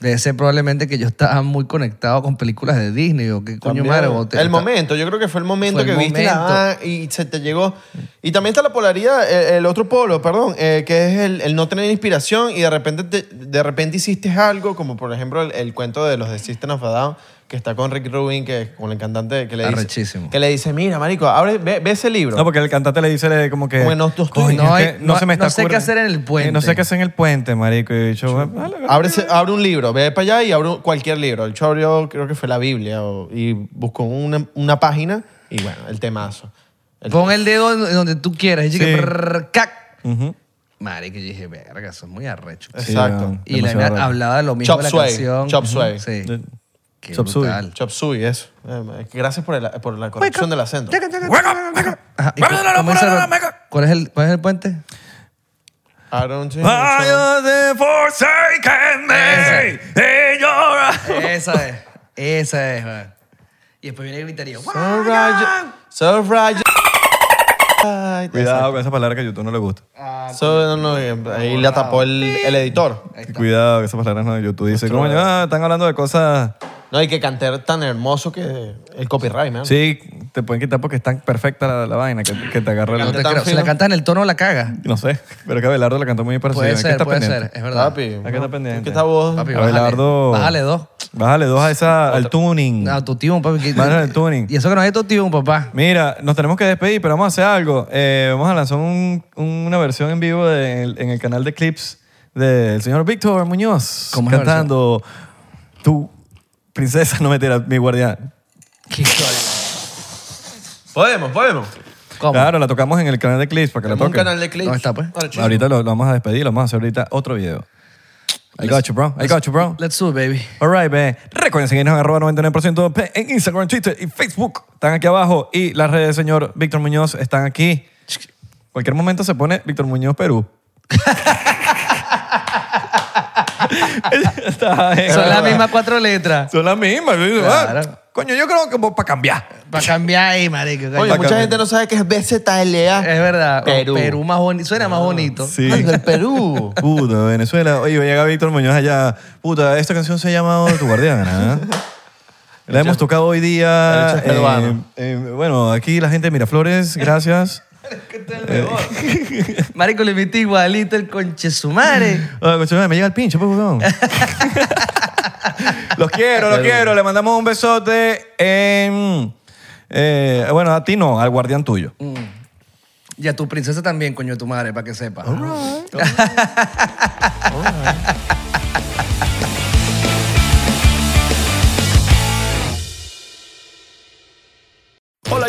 Speaker 3: debe ser probablemente que yo estaba muy conectado con películas de Disney o qué coño
Speaker 2: También.
Speaker 3: madre. o te-
Speaker 2: el
Speaker 3: ta-
Speaker 2: momento, yo creo que fue el momento
Speaker 3: Fue el
Speaker 2: que viste la
Speaker 3: momento.
Speaker 2: vaina y se te llegó. Y también está la polaridad, eh, el, otro polo, perdón, eh, que es el, el no tener inspiración y de repente, te- de repente hiciste algo, como por ejemplo el, el cuento de los de System of a Down, que está con Rick Rubin, que es con el cantante que le dice,
Speaker 3: Arrechísimo.
Speaker 2: que le dice, mira, marico, abre, ve, ve ese libro.
Speaker 1: No, porque el cantante le dice le- como que...
Speaker 2: Como que no estoy-
Speaker 1: "Coño,
Speaker 3: no
Speaker 1: es
Speaker 3: hay-
Speaker 1: que
Speaker 3: no-
Speaker 1: se me
Speaker 3: no
Speaker 1: está
Speaker 3: sé qué
Speaker 1: ocurri-
Speaker 3: hacer en el puente".
Speaker 1: Eh, No sé qué hacer en el puente, marico. Y yo, "Vale, vale".
Speaker 2: Abre, ese- abre un libro, ve para allá y abre un- cualquier libro. El chavo abrió, creo que fue la Biblia, o- y buscó una, una página y bueno, el temazo. El-
Speaker 3: Pon el dedo en donde tú quieras. Y dije,
Speaker 1: Sí.
Speaker 3: prrr, cac.
Speaker 1: Ujú.
Speaker 3: Marico, yo dije, verga, eso es muy arrecho.
Speaker 1: Sí,
Speaker 2: Exacto.
Speaker 1: weón,
Speaker 3: y la
Speaker 1: demasiado
Speaker 3: vaina
Speaker 1: raro.
Speaker 3: hablaba de lo mismo
Speaker 2: Chop
Speaker 3: de la
Speaker 2: suey,
Speaker 3: canción.
Speaker 2: chop
Speaker 3: Ujú,
Speaker 2: suey.
Speaker 3: Sí.
Speaker 1: De-
Speaker 3: Qué
Speaker 1: Chop suey.
Speaker 3: brutal.
Speaker 2: Chop suey, eso. Eh, Gracias por, el- por la corrección del acento.
Speaker 3: Ajá, ¿y cu- cómo dice el- ¿Cuál es el cuál es el puente?
Speaker 2: I don't think so.
Speaker 1: Vaya de forsaken me, de llorar.
Speaker 3: Esa es. Esa es, man. Y después viene el gritarío.
Speaker 2: So right- so right- Ay,
Speaker 1: Cuidado con esa palabra que a YouTube no le gusta.
Speaker 2: exacto. So, no, no, ahí la tapó el, el editor.
Speaker 1: Cuidado que esas palabras no YouTube dice,
Speaker 2: Nuestro-
Speaker 1: coño, ah, están hablando de cosas...
Speaker 2: No, y que cantar tan hermoso que el copyright, man.
Speaker 1: Sí, te pueden quitar porque es tan perfecta la, la vaina que, que te agarra
Speaker 3: No
Speaker 1: el...
Speaker 3: te creo. Si
Speaker 2: fino.
Speaker 3: la cantas en el tono, la cagas.
Speaker 1: No sé, pero que Abelardo la cantó muy parecido.
Speaker 3: Puede ser, puede ser. Es verdad.
Speaker 2: Papi,
Speaker 1: Hay que estar pendiente.
Speaker 2: Que esta voz.
Speaker 3: Papi, bájale.
Speaker 1: Abelardo...
Speaker 3: Bájale dos.
Speaker 1: Bájale dos a esa, al tuning.
Speaker 3: No, tu tío, papi. que-
Speaker 1: Mm. Bájale el tuning.
Speaker 3: Y eso que no es tu tío, papá.
Speaker 1: Mira, nos tenemos que despedir, pero vamos a hacer algo. Eh, vamos a lanzar un- una versión en vivo de- en, el, canal de clips del señor Víctor Muñoz.
Speaker 3: ¿Cómo es la
Speaker 1: cantando Tu princesa, no me tira mi guardián.
Speaker 3: Qué historia.
Speaker 2: Podemos, podemos.
Speaker 3: ¿Cómo?
Speaker 1: Claro, la tocamos en el canal de clips para que la
Speaker 2: Tenemos un
Speaker 1: toquen.
Speaker 2: canal de clips.
Speaker 3: ¿Dónde está, pues?
Speaker 2: Arrechísimo.
Speaker 1: Ahorita lo, lo vamos a despedir, lo vamos a hacer ahorita otro video. I got you, bro. I got you, bro.
Speaker 3: Let's do it, baby.
Speaker 1: Alright, man. Recuerden seguirnos en arroba 99% P en Instagram, Twitter y Facebook. Están aquí abajo. Y las redes del señor Víctor Muñoz están aquí. Cualquier momento se pone Víctor Muñoz Perú. Está bien.
Speaker 3: Son las mismas cuatro letras.
Speaker 1: Son las mismas.
Speaker 3: Claro.
Speaker 1: Coño, yo creo que para cambiar.
Speaker 3: Para cambiar ahí, marico. coño.
Speaker 2: Oye,
Speaker 1: Para
Speaker 2: mucha
Speaker 1: cambiar.
Speaker 2: gente no sabe que es BZLA.
Speaker 3: es verdad. O
Speaker 2: Perú.
Speaker 3: Perú más bonito. Suena más bonito.
Speaker 1: Sí.
Speaker 2: Ay, del Perú.
Speaker 1: Puta, Venezuela. Oye, llega Víctor Muñoz allá. Puta, esta canción se llama Tu Guardiana. ¿eh? La hemos tocado hoy
Speaker 2: El
Speaker 1: día.
Speaker 2: hecho es peruano.
Speaker 1: eh, eh, bueno, aquí la gente de Miraflores, gracias.
Speaker 3: Marico, le metí igualito el conche su madre.
Speaker 1: Ah, coño, me llega el pinche, pues, weón. los quiero, los quiero. Le mandamos un besote. em, eh, bueno, a ti no, al guardián tuyo.
Speaker 3: Y a tu princesa también, coño de tu madre, para que sepa.
Speaker 4: Hola,